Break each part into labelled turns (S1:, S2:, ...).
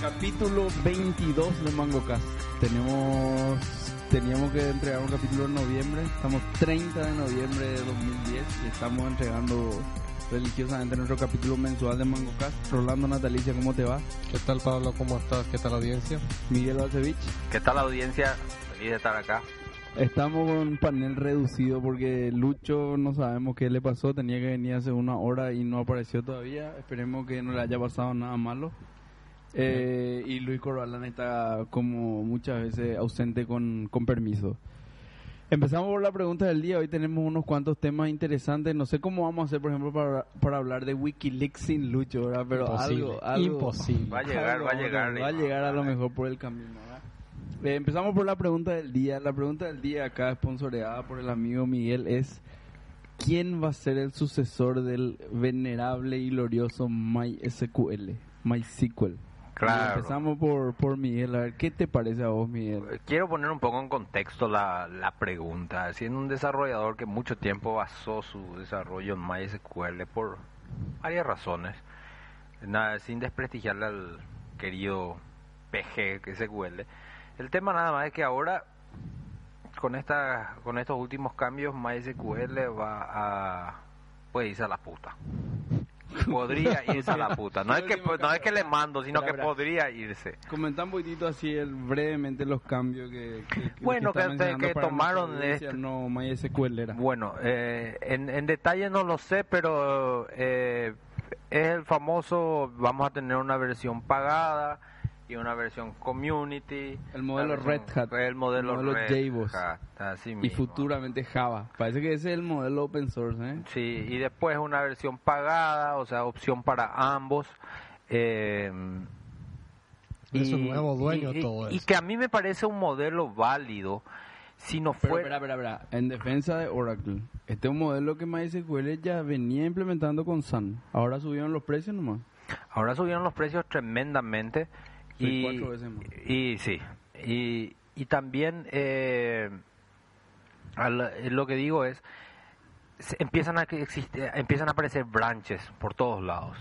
S1: capítulo 22 de MangoCast. Tenemos, teníamos que entregar un capítulo en noviembre. Estamos 30 de noviembre de 2010 y estamos entregando religiosamente nuestro capítulo mensual de MangoCast. Rolando Natalicia, ¿cómo te va?
S2: ¿Qué tal Pablo? ¿Cómo estás? ¿Qué tal audiencia?
S1: Miguel Balcevich.
S3: ¿Qué tal la audiencia? Feliz de estar acá.
S1: Estamos con un panel reducido porque Lucho no sabemos qué le pasó, tenía que venir hace una hora y no apareció todavía. Esperemos que no le haya pasado nada malo. Eh, y Luis Corbalán está como muchas veces ausente con, con permiso. Empezamos por la pregunta del día. Hoy tenemos unos cuantos temas interesantes. No sé cómo vamos a hacer, por ejemplo, para, para hablar de Wikileaks sin Lucho, ¿verdad? Pero
S2: Imposible,
S1: algo, algo-
S2: imposible.
S3: Va a llegar, va a
S1: algo,
S3: llegar,
S1: Va a
S3: Lima.
S1: llegar a lo mejor por el camino, ¿verdad? Eh, empezamos por la pregunta del día. La pregunta del día acá, sponsoreada por el amigo Miguel, es ¿Quién va a ser el sucesor del venerable y glorioso MySQL? MySQL.
S3: Claro.
S1: Y empezamos por, por Miguel. A ver, ¿qué te parece a vos, Miguel?
S3: Eh, Quiero poner un poco en contexto la, la pregunta. Siendo un desarrollador que mucho tiempo basó su desarrollo en MySQL por varias razones, nada, sin desprestigiarle al querido PG que SQL, el tema nada más es que ahora con esta con estos últimos cambios MySQL va a puede irse a la puta. Podría irse a la puta. No es que no es que le mando, sino que podría irse.
S1: Comentan un poquitito así el, brevemente los cambios que, que- que-
S3: Bueno,
S1: está
S3: que-
S1: mencionando
S3: que
S1: para nuestra
S3: tomaron
S1: audiencia,
S3: este-
S1: No, MySQL era.
S3: Bueno, eh, en, en detalle no lo sé, pero eh, es el famoso, vamos a tener una versión pagada y una versión community.
S1: El modelo
S3: La versión-
S1: Red Hat.
S3: El modelo,
S1: El modelo
S3: Red
S1: Javos.
S3: Hat, así
S1: y
S3: mismo.
S1: futuramente Java. Parece que ese es el modelo open source, ¿eh?
S3: Sí, y después una versión pagada, o sea, opción para ambos. eh,
S2: Es un nuevo dueño
S3: y- y-
S2: todo
S3: Y
S2: eso.
S3: que a mí me parece un modelo válido si no
S1: Pero,
S3: fuera...
S1: espera, espera, espera. En defensa de Oracle, este es un modelo que MySQL ya venía implementando con Sun. Ahora subieron los precios nomás.
S3: Ahora subieron los precios tremendamente.
S1: Sí,
S3: Y,
S1: cuatro veces más.
S3: y sí. Y, y también eh, al- lo que digo es, se- empiezan a, que existe- empiezan a aparecer branches por todos lados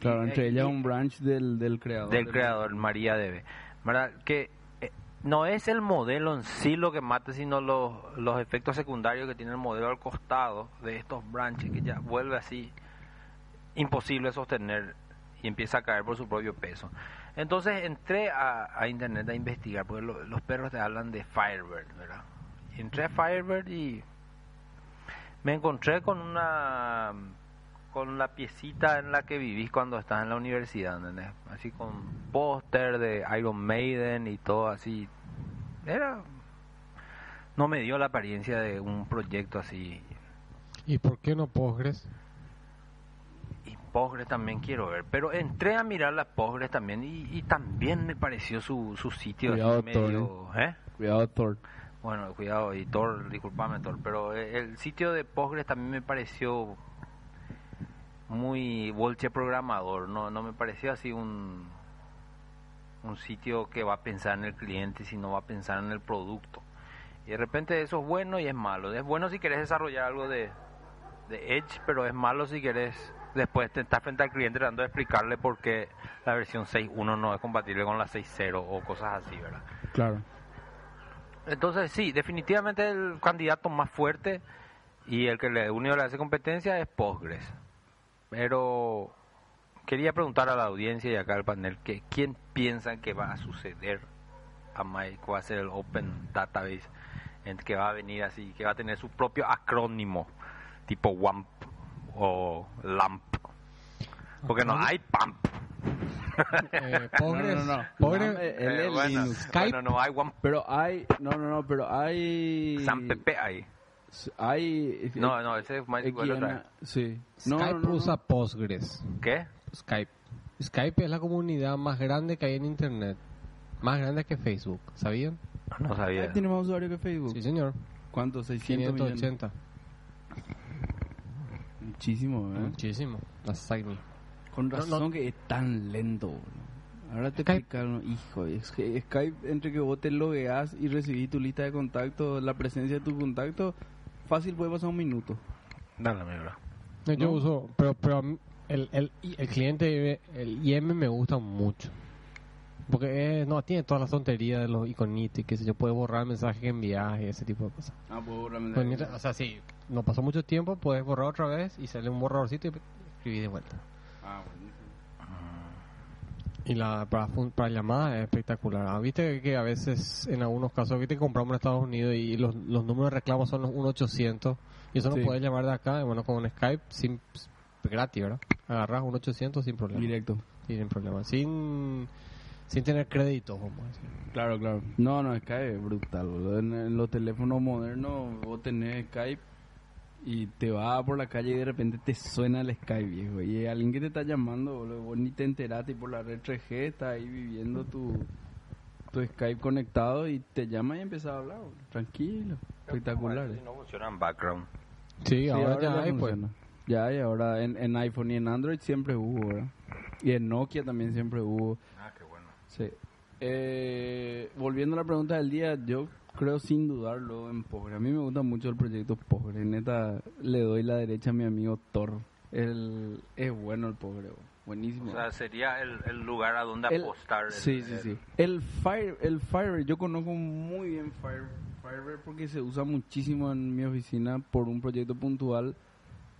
S1: Claro,
S3: Y-
S1: entre
S3: eh, y-
S1: ellas un branch del, del creador.
S3: del creador MariaDB. ¿Verdad? Que eh, no es el modelo en sí lo que mata, sino los, los efectos secundarios que tiene el modelo al costado de estos branches que ya vuelve así imposible de sostener y empieza a caer por su propio peso. Entonces entré a, a internet a investigar, porque lo- los perros te hablan de Firebird, ¿verdad? Y entré a Firebird y me encontré con una con la piecita en la que vivís cuando estás en la universidad, ¿entendés? Así con póster de Iron Maiden y todo así. Era no me dio la apariencia de un proyecto así.
S2: ¿Y por qué no Postgres?
S3: Y Postgres también quiero ver, pero entré a mirar las Postgres también y, y también me pareció su, su sitio así
S1: Cuidado,
S3: medio, ¿eh?
S1: Cuidado, Thor.
S3: Bueno, cuidado, editor, disculpame, Thor, pero eh, el sitio de Postgres también me pareció muy bolche programador, no, no me pareció así un, un sitio que va a pensar en el cliente, sino va a pensar en el producto. Y de repente eso es bueno y es malo. Es bueno si querés desarrollar algo de, de Edge, pero es malo si querés después te estar frente al cliente tratando de explicarle por qué la versión 6.1 no es compatible con la 6.0 o cosas así, ¿verdad?
S1: Claro.
S3: Entonces, sí, definitivamente el candidato más fuerte y el que le unió le hace competencia es Postgres. Pero quería preguntar a la audiencia y acá al panel que quién piensa que va a suceder a Mike, va a ser el Open Database, en que va a venir así, que va a tener su propio acrónimo, tipo WAMP o LAMP. Porque no hay PAMP.
S2: Eh,
S1: No,
S2: Postgres,
S1: no, no.
S2: Postgres-
S1: No, eh, él
S3: Eh,
S1: es
S3: bueno,
S1: Linux.
S3: bueno, no hay WAMP.
S1: Pero hay... No, no, no, pero hay...
S3: XAMPP ahí.
S1: Hay... e,
S3: No, no, ese es Mike.
S1: XML,
S3: otra vez.
S1: Sí. No,
S2: Skype
S1: no, no, no.
S2: usa Postgres.
S3: ¿Qué?
S2: Skype. Skype es la comunidad más grande que hay en Internet. Más grande que Facebook. ¿Sabían?
S3: No
S1: Skype
S3: sabía.
S1: tiene más usuarios que Facebook.
S2: Sí, señor.
S1: ¿Cuántos? 600 millones. ¿Eh?
S2: 580.
S1: Muchísimo, ¿eh?
S2: Muchísimo. Así mismo.
S1: Con
S2: No,
S1: razón
S2: no.
S1: que es tan lento, boludo. Ahora te
S2: Skype-
S1: explicaron, hijo, es que Skype, entre que vos te logueás y recibís tu lista de contactos, la presencia de tu contacto, fácil puede pasar un minuto.
S3: Dale, mi bro.
S2: No, yo
S1: ¿No?
S2: uso, pero, pero a mí el, el, el cliente, el IM me gusta mucho. Porque eh, no, tiene todas las tonterías de los iconitos y qué sé yo, puede borrar mensajes que envías y ese tipo de cosas.
S1: Ah, pues bórrame.
S2: Pues mientras- o sea, si no pasó mucho tiempo, puedes borrar otra vez y sale un borradorcito y escribí de vuelta.
S1: Ah, buenísimo.
S2: Y la para, fun- para llamadas es espectacular. Ah, Viste que a veces, en algunos casos, viste que compramos en Estados Unidos y los, los números de reclamo son los 1-800 y eso
S1: Sí.
S2: no puedes llamar de acá, y bueno, con un Skype sin, gratis, ¿verdad? Agarras un 800 sin problema.
S1: Directo.
S2: Sí, sin problema. Sin, sin tener crédito, como decir.
S1: Claro, claro. No, no, Skype es brutal, boludo. En, en los teléfonos modernos vos tenés Skype y te vas por la calle y de repente te suena el Skype, viejo. Y alguien que te está llamando, boludo, vos ni te enteraste y por la red 3G está ahí viviendo tu, tu Skype conectado y te llama y empieza a hablar, boludo. Tranquilo, espectacular. eh.
S3: Si no funciona en background.
S2: Sí,
S1: Sí,
S2: ahora, ya, hay, pues.
S1: funciona. Ya hay, ahora en, en iPhone y en Android siempre hubo, ¿verdad? Y en Nokia también siempre hubo.
S3: Ah, qué bueno.
S1: Sí. Eh, volviendo a la pregunta del día, yo creo sin dudarlo en Pobre. A mí me gusta mucho el proyecto Pobre. Neta, le doy la derecha a mi amigo Thor. El, es bueno el Pobre, bo.
S3: O
S1: buenísimo.
S3: sea, sería el, el lugar a donde
S1: El-
S3: apostar. el-
S1: sí, sí,
S3: el-
S1: sí. El Fire, el Fiverr, yo conozco muy bien Fire, Fiverr porque se usa muchísimo en mi oficina por un proyecto puntual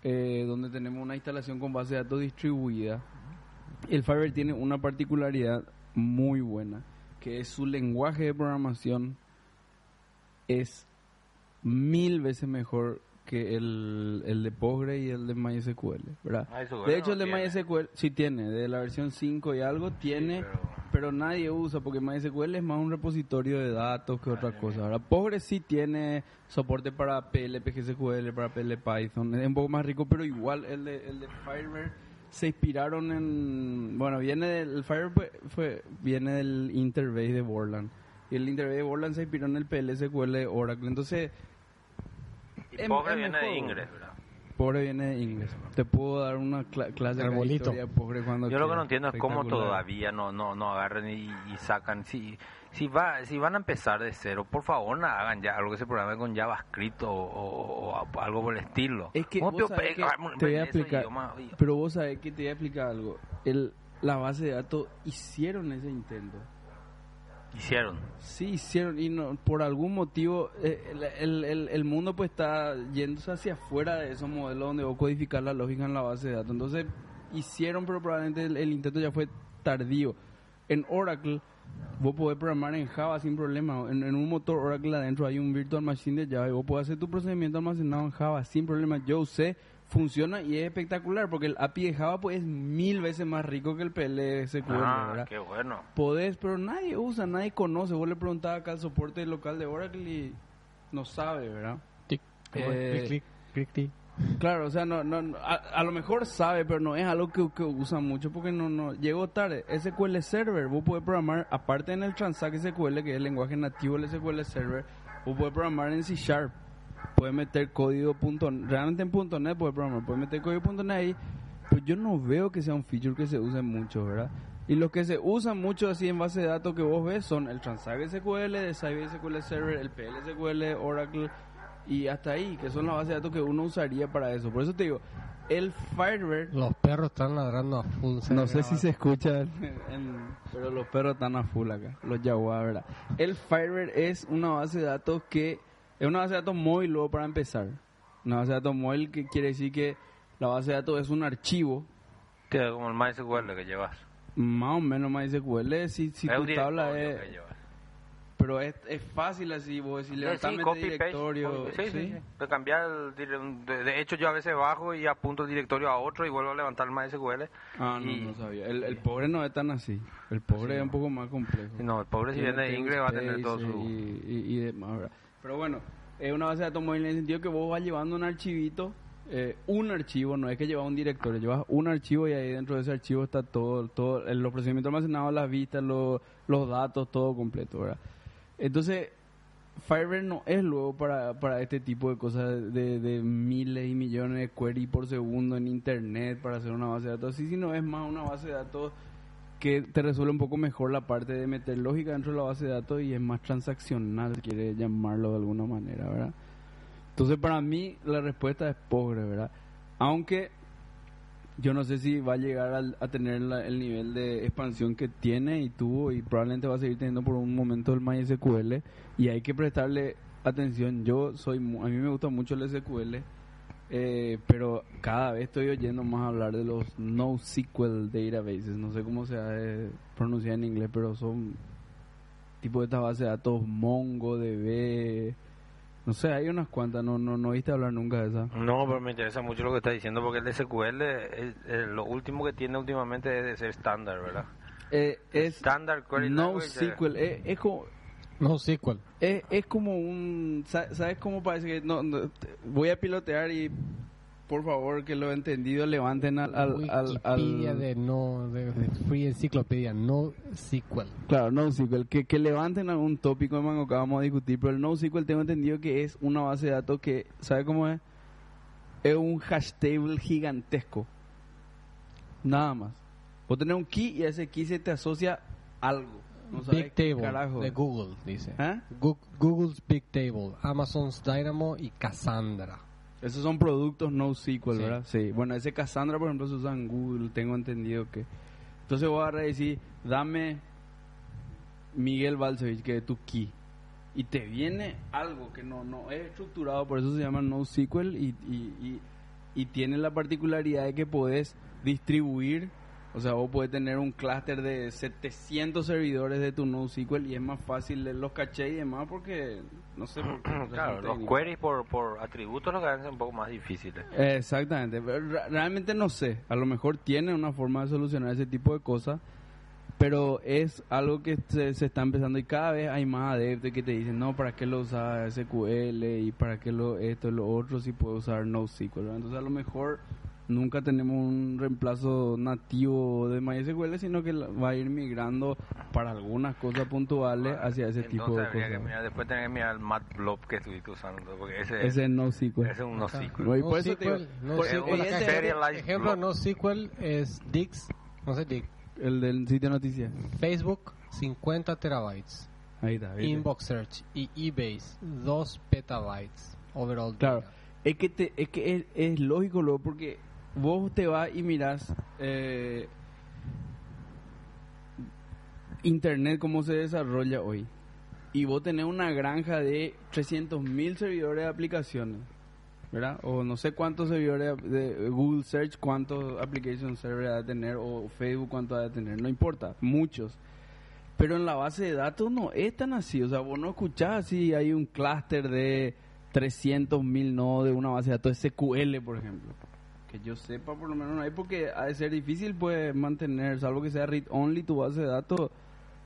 S1: eh, donde tenemos una instalación con base de datos distribuida. El Fiverr tiene una particularidad muy buena, que es su lenguaje de programación es mil veces mejor que el, el de Postgre y el de MySQL, ¿verdad?
S3: Ah, eso,
S1: de
S3: bueno,
S1: hecho, el de
S3: tiene.
S1: MySQL sí tiene, de la versión 5 y algo tiene,
S3: pero-
S1: pero... nadie usa porque MySQL es más un repositorio de datos que otra cosa. Ahora, Postgre sí tiene soporte para PLP, GSQL, para PL Python, es un poco más rico, pero igual el de, el de Firebird se inspiraron en, bueno, viene del el Firebird fue, fue- viene del Interbase de Borland. Y el Interbase de Borland se inspiró en el PLSQL de Oracle. Entonces,
S3: Y
S1: Es-
S3: pobre
S1: es
S3: viene de
S1: mejor.
S3: Ingres, ¿verdad?
S1: Pobre viene de inglés. Te puedo dar una cla- clase acá de
S2: Arbolito.
S1: historia pobre cuando
S3: Yo lo que
S1: quieras.
S3: no entiendo es cómo
S1: Espectacular.
S3: todavía no no no agarran y, y sacan si si va si van a empezar de cero, por favor, no hagan ya algo que se programe con JavaScript o, o- o a- algo por el estilo.
S1: Es que,
S3: ¿Cómo
S1: vos
S3: pio-
S1: sabés
S3: pe-
S1: que
S3: ah, bueno,
S1: te voy a
S3: esos
S1: explicar.
S3: idiomas, oye,
S1: Pero vos sabés que te voy a explicar algo. El, la base de datos hicieron ese intento.
S3: Hicieron.
S1: Sí, hicieron. Y no, por algún motivo, eh, el, el- el- el mundo pues está yéndose hacia afuera de esos modelos donde vos codificás la lógica en la base de datos. Entonces, hicieron, pero probablemente el, el intento ya fue tardío. En Oracle, vos podés programar en Java sin problema. En, en un motor Oracle adentro hay un virtual machine de Java y vos podés hacer tu procedimiento almacenado en Java sin problema. Yo usé, funciona y es espectacular porque el API de Java pues es mil veces más rico que el PLSQL,
S3: Ah,
S1: ¿verdad?
S3: qué bueno.
S1: podés, pero nadie usa, nadie conoce. Vos le preguntabas acá al soporte local de Oracle y no sabe, ¿verdad?
S2: Tic, ¿cómo es?
S1: Eh,
S2: Clic, clic, clic, clic.
S1: Claro, o sea, no, no, no- a, a lo mejor sabe, pero no es algo que, que usa mucho porque no, no, llegó tarde. SQL Server, vos podés programar, aparte en el Transact SQL, que es el lenguaje nativo del SQL Server, vos podés programar en C Sharp, puedes meter código punto, realmente en punto .NET puedes programar, puedes meter código punto .NET ahí, pero yo no veo que sea un feature que se use mucho, ¿verdad? Y los que se usan mucho así en base de datos que vos ves son el Transact SQL, el Sybase SQL Server, el PLSQL, Oracle y hasta ahí, que son las bases de datos que uno usaría para eso. Por eso te digo, el Firebird
S2: Los perros están ladrando a full.
S1: no sé si se escucha, en- pero los perros están a full acá, los jaguar, ¿verdad? El Firebird es una base de datos que es una base de datos móvil luego para empezar. Una base de datos móvil que quiere decir que la base de datos es un archivo,
S3: Tío, como el MySQL que llevas.
S1: más o menos más SQL, si, si
S3: Es
S1: tu
S3: un
S1: tabla
S3: directorio
S1: es...
S3: que llevas.
S1: Pero es, es fácil así, vos decís,
S3: Sí,
S1: levantame este
S3: copy, paste,
S1: directorio.
S3: copy, sí, sí,
S1: ¿sí?
S3: sí. De cambiar el dire- de, de hecho yo a veces bajo y apunto el directorio a otro y vuelvo a levantar el MySQL.
S1: Ah, no,
S3: Y-
S1: no sabía. El, el pobre no es tan así. El pobre es un poco más complejo.
S3: No, el pobre si
S1: Tiene
S3: viene de
S1: table
S3: Ingres va a tener
S1: space
S3: todo su...
S1: Y, y- y demás, ¿verdad? Pero bueno, es una base de datos móvil en el sentido que vos vas llevando un archivito, eh, un archivo, no es que llevas un directorio, llevas un archivo y ahí dentro de ese archivo está todo, todo eh, los procedimientos almacenados, las vistas, los, los datos, todo completo, ¿verdad? Entonces, Firebird no es luego para, para este tipo de cosas de, de miles y millones de queries por segundo en internet para hacer una base de datos así, sino es más una base de datos que te resuelve un poco mejor la parte de meter lógica dentro de la base de datos y es más transaccional, si quiere llamarlo de alguna manera, ¿verdad? Entonces, para mí, la respuesta es pobre, ¿verdad? Aunque Yo no sé si va a llegar al- a tener la- el nivel de expansión que tiene y tuvo y probablemente va a seguir teniendo por un momento el MySQL y hay que prestarle atención. Yo soy, mu- a mí me gusta mucho el SQL, eh, pero cada vez estoy oyendo más hablar de los NoSQL databases. No sé cómo se ha de pronunciar en inglés, pero son tipo de estas bases de datos MongoDB. No sé, hay unas cuantas, no, no, no oíste hablar nunca de esas.
S3: No, pero me interesa mucho lo que está diciendo porque el SQL es- es lo último que tiene últimamente es de ser estándar, ¿verdad?
S1: Eh, es
S3: Standard Query
S1: no
S3: Language, eh.
S1: SQL, eh, es, como,
S2: No SQL.
S1: es, es como un... sa- ¿Sabes cómo parece que...? No, no, te- voy a pilotear y por favor que lo he entendido levanten al... al, al, al-
S2: Wikipedia de no de, de Free Encyclopedia, no SQL.
S1: Claro, NoSQL, que, que levanten algún tópico de mango que vamos a discutir, pero el NoSQL tengo entendido que es una base de datos que, ¿sabes cómo es? Es un hash table gigantesco. Nada más. Vos tenés un key y a ese key se te asocia algo. No sabes
S2: Big
S1: qué
S2: Table
S1: carajo.
S2: de Google dice.
S1: ¿Eh?
S2: Gu- Google's Big Table, Amazon's Dynamo y Cassandra.
S1: Esos son productos no SQL,
S2: Sí.
S1: ¿verdad? Sí. Bueno, ese Cassandra, por ejemplo, se usa en Google, tengo entendido que. Entonces voy a agarrar y decir, dame Miguel Balcevich, que es tu key. Y te viene algo que no, no es estructurado, por eso se llama no SQL y, y, y, y tiene la particularidad de que podés distribuir, o sea, vos podés tener un clúster de 700 servidores de tu NoSQL y es más fácil leer los cachés y demás porque, no sé por qué. o sea,
S3: Claro,
S1: son
S3: los
S1: técnicas.
S3: queries por, por atributos lo que hacen un poco más difíciles.
S1: Exactamente, pero re- realmente no sé, a lo mejor tiene una forma de solucionar ese tipo de cosas, pero es algo que se, se está empezando y cada vez hay más adeptos que te dicen, no, ¿para qué lo usar SQL y para qué lo esto y lo otro si puedo usar NoSQL? ¿verdad? Entonces a lo mejor nunca tenemos un reemplazo nativo de MySQL, sino que la- va a ir migrando para algunas cosas puntuales hacia ese tipo de
S3: Entonces habría que
S1: cosas.
S3: mirar, después tener que mirar el matplob que estuviste usando, porque ese,
S1: Ese es NoSQL.
S3: ese es un NoSQL.
S1: No, y por eso te digo,
S2: no
S1: por-
S2: SQL,
S1: evidentemente-
S2: acá ejemplo-
S3: Serialized
S2: ejemplo,
S3: block.
S2: no SQL es Dix, no sé Dix,
S1: el del sitio de noticias.
S2: Facebook 50 terabytes,
S1: Ahí está. ¿viste?
S2: Inbox Search y eBase 2 petabytes overall.
S1: Claro.
S2: data.
S1: Es que, te, es, que es, es lógico, luego, porque vos te vas y mirás eh, Internet, cómo se desarrolla hoy. Y vos tenés una granja de 300.000 servidores de aplicaciones. ¿Verdad? O no sé cuántos servidores de de Google Search, cuántos application server va a tener, o Facebook cuánto va a tener, no importa, muchos. Pero en la base de datos no es tan así. O sea, vos no escuchás si hay un clúster de 300.000 nodos de una base de datos SQL, por ejemplo. Que yo sepa, por lo menos no hay, porque ha de ser difícil pues mantener, salvo que sea read only tu base de datos,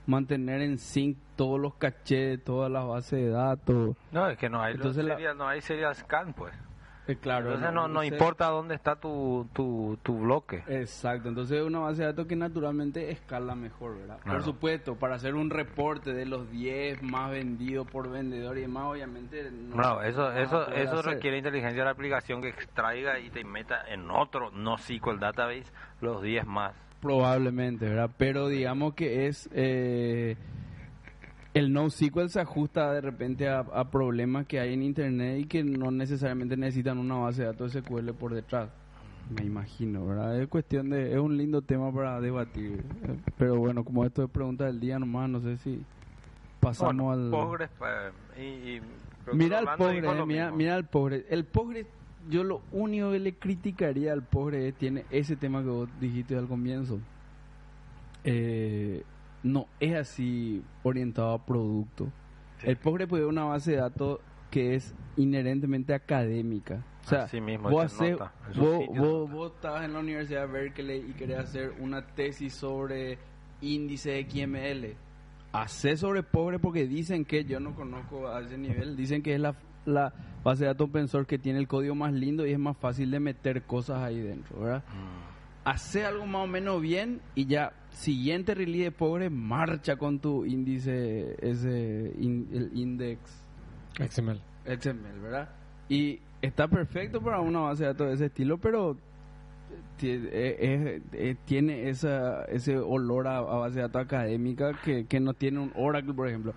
S1: mantener en sync todos los cachés, todas las bases de datos.
S3: No, es que no hay, los
S1: Entonces la-
S3: serial- no hay serial scan, pues.
S1: claro.
S3: Entonces no, no importa dónde está tu, tu, tu bloque.
S1: Eh, Exacto, entonces es una base de datos que naturalmente escala mejor, ¿verdad?
S3: Claro.
S1: Por supuesto, para hacer un reporte de los 10 más vendidos por vendedor y demás, obviamente... No, Ah, pues
S3: No, eso,
S1: no vas a
S3: eso,
S1: poder
S3: eso
S1: hacer.
S3: requiere inteligencia de la aplicación que extraiga y te meta en otro NoSQL database los 10 más.
S1: Probablemente, ¿verdad? Pero digamos que es... eh, el NoSQL se ajusta de repente a, a problemas que hay en Internet y que no necesariamente necesitan una base de datos SQL por detrás. Me imagino, ¿verdad? Es cuestión de... Es un lindo tema para debatir. eh, Pero bueno, como esto es pregunta del día nomás, no sé si pasamos
S3: Bueno,
S1: al...
S3: pobres, pa- y- y- creo que
S1: Mira al
S3: Rolando
S1: pobre,
S3: dijo
S1: eh,
S3: lo
S1: mira,
S3: mismo.
S1: mira al pobre. El pobre, yo lo único que le criticaría al pobre es, tiene ese tema que vos dijiste al comienzo. Eh, no es así orientado a producto.
S3: Sí.
S1: El pobre puede una base de datos que es inherentemente académica. O sea,
S3: Así mismo,
S1: vos,
S3: se
S1: haces-
S3: nota, en sus
S1: vos,
S3: sitios
S1: vos, vos estabas en la Universidad de Berkeley y querés hacer una tesis sobre índice XML. Hacé sobre pobre porque dicen que, yo no conozco a ese nivel, dicen que es la, la base de datos open source que tiene el código más lindo y es más fácil de meter cosas ahí dentro, ¿verdad?
S3: Mm,
S1: hace algo más o menos bien y ya siguiente release de pobre marcha con tu índice ese in- el index
S2: XML.
S1: XML, ¿verdad? Y está perfecto para una base de datos de ese estilo, pero ti- eh, eh, eh, tiene esa, ese olor a, a base de datos académica que, que no tiene un Oracle, por ejemplo.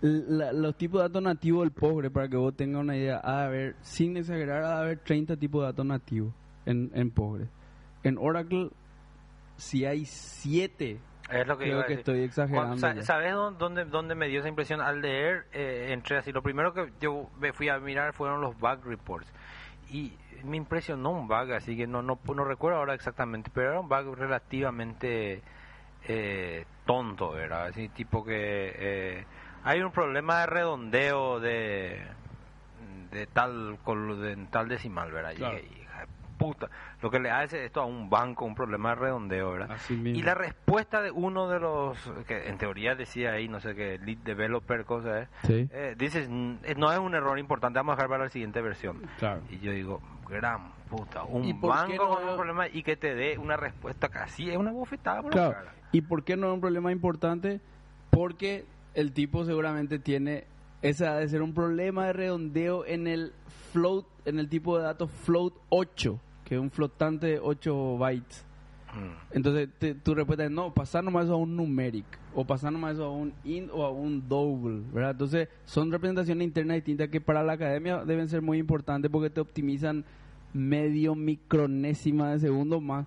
S1: La- los tipos de datos nativos del pobre, para que vos tengas una idea, ha de haber, sin exagerar, ha de haber 30 tipos de datos nativos en, en pobre. En Oracle, si hay siete,
S3: Es lo que
S1: creo
S3: iba a
S1: que
S3: decir.
S1: estoy exagerando.
S3: Cuando- sa-
S1: ya.
S3: ¿Sabes dó- dónde, dónde me dio esa impresión? Al leer, eh, entré así. Lo primero que yo me fui a mirar fueron los bug reports. Y me impresionó un bug, así que no, no, no recuerdo ahora exactamente, pero era un bug relativamente eh, tonto, ¿verdad? Así tipo que eh, hay un problema de redondeo de, de tal col- de tal decimal, ¿verdad? Y
S1: Claro.
S3: dije, hija de puta, lo que le hace esto a un banco, un problema de redondeo, ¿verdad?
S1: Así mismo.
S3: Y la respuesta de uno de los, que en teoría decía ahí, no sé qué, lead developer, cosa es,
S1: Sí,
S3: eh, dices, "Mm, eh, no es un error importante, vamos a dejar para la siguiente versión.
S1: claro.
S3: Y yo digo, gran puta,
S1: ¿Y
S3: un
S1: por qué
S3: banco
S1: no?
S3: con un problema y que te dé una respuesta casi, es una bofetada por la
S1: Claro.
S3: cara.
S1: ¿Y por qué no es un problema importante? Porque el tipo seguramente tiene esa de ser un problema de redondeo en el float, en el tipo de datos float 8, que es un flotante de 8 bytes.
S3: Mm.
S1: Entonces te- tu respuesta es no, pasar nomás eso a un numeric o pasar nomás eso a un int o a un double, ¿verdad? Entonces son representaciones internas distintas que para la academia deben ser muy importantes porque te optimizan medio micronésima de segundo más,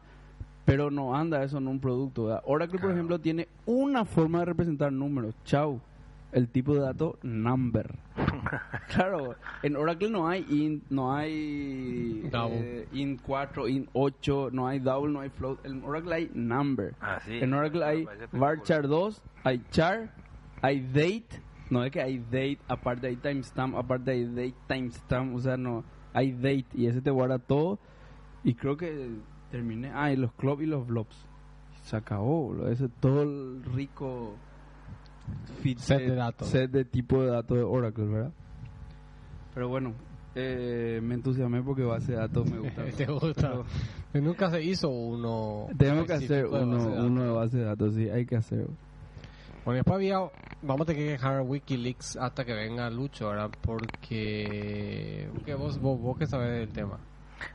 S1: pero no anda eso en un producto. ¿verdad? Oracle, por
S3: Claro.
S1: ejemplo, tiene una forma de representar números, chau, el tipo de dato number. Claro, en Oracle no hay int, no hay
S2: Double.
S1: eh, int 4, int 8, no hay double, no hay float. En Oracle hay number.
S3: Así
S1: en
S3: es,
S1: Oracle
S3: me
S1: hay
S3: parece
S1: var
S3: espectacular.
S1: char 2, hay char, hay date. No es que hay date, aparte hay timestamp, aparte hay date, timestamp. O sea, no, hay date y ese te guarda todo. Y creo que terminé. Ah, y los clubs y los blobs. Se acabó, boludo. Ese es todo el rico fit-
S2: Set de datos.
S1: Set de tipo de datos de Oracle, ¿verdad? Pero bueno, eh, me entusiasmé porque base de datos me gusta.
S2: Te gusta.
S1: Pero
S2: Nunca se hizo uno.
S1: tenemos que hacer
S2: específico de
S1: uno,
S2: base de datos.
S1: uno de base de datos, sí, hay que hacer.
S2: Bueno, después había. Vamos a tener que dejar Wikileaks hasta que venga Lucho, ¿verdad? Porque. porque vos, vos, vos que sabes del tema.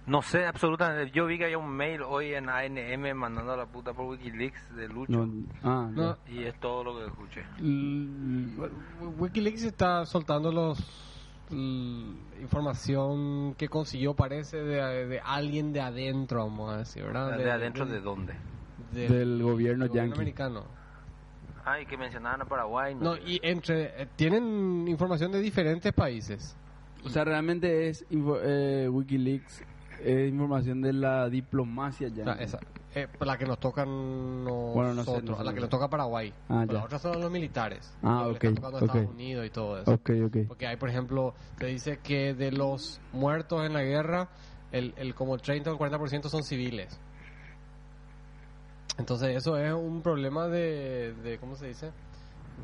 S3: No sé absolutamente, yo vi que había un mail hoy en ANM mandando a la puta por Wikileaks de Lucho.
S1: No, ah,
S2: No,
S1: ya.
S3: Y es todo lo que escuché.
S2: L- Wikileaks está soltando los l- información que consiguió parece de, de alguien de adentro vamos a decir
S1: Ah,
S2: verdad
S3: ¿De adentro de dónde?
S2: del,
S1: del gobierno
S2: gobierno
S1: yankee.
S2: americano
S3: Ay, que mencionaban a Paraguay.
S2: no
S3: sé.
S2: y entre eh, tienen información de diferentes países
S1: O sea, realmente es info- eh, Wikileaks, es información de la diplomacia
S2: O
S1: ya.
S2: sea, esa- eh, la que nos tocan nosotros
S1: Bueno, no sé, no sé, no
S2: la que
S1: sé.
S2: nos toca Paraguay
S1: Ah,
S2: Pero
S1: ya.
S2: la otra son los militares
S1: Ah,
S2: lo
S1: ok,
S2: que le está tocando a Estados
S1: ok.
S2: Unidos y todo eso
S1: Ok, ok.
S2: Porque hay, por ejemplo, se dice que de los muertos en la guerra, el, el como el 30 o el 40% son civiles. Entonces eso es un problema de, de ¿cómo se dice?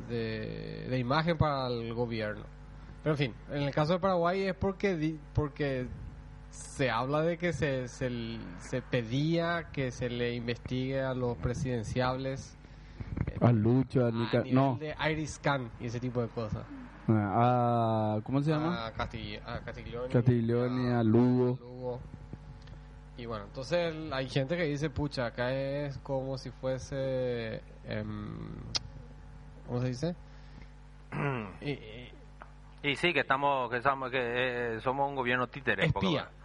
S2: De, de imagen para el gobierno. Pero en fin, en el caso de Paraguay es porque di- porque se habla de que se, se, se pedía que se le investigue a los presidenciables eh,
S1: A Lucho, a
S2: Ah, a
S1: Nicaragua.
S2: nivel
S1: No,
S2: de Iris Khan y ese tipo de cosas.
S1: a. ah, ¿Cómo se llama?
S2: A, Casti- a Castiglioni.
S1: Castiglioni, a
S2: a
S1: Lugo.
S2: Lugo. Y bueno, entonces el- hay gente que dice, pucha, acá es como si fuese... em, ¿Cómo se dice? Eh, Y- y-
S3: Y sí, que estamos, que estamos, que eh, somos un gobierno títere. en pocas
S2: eh, espía.
S3: palabras.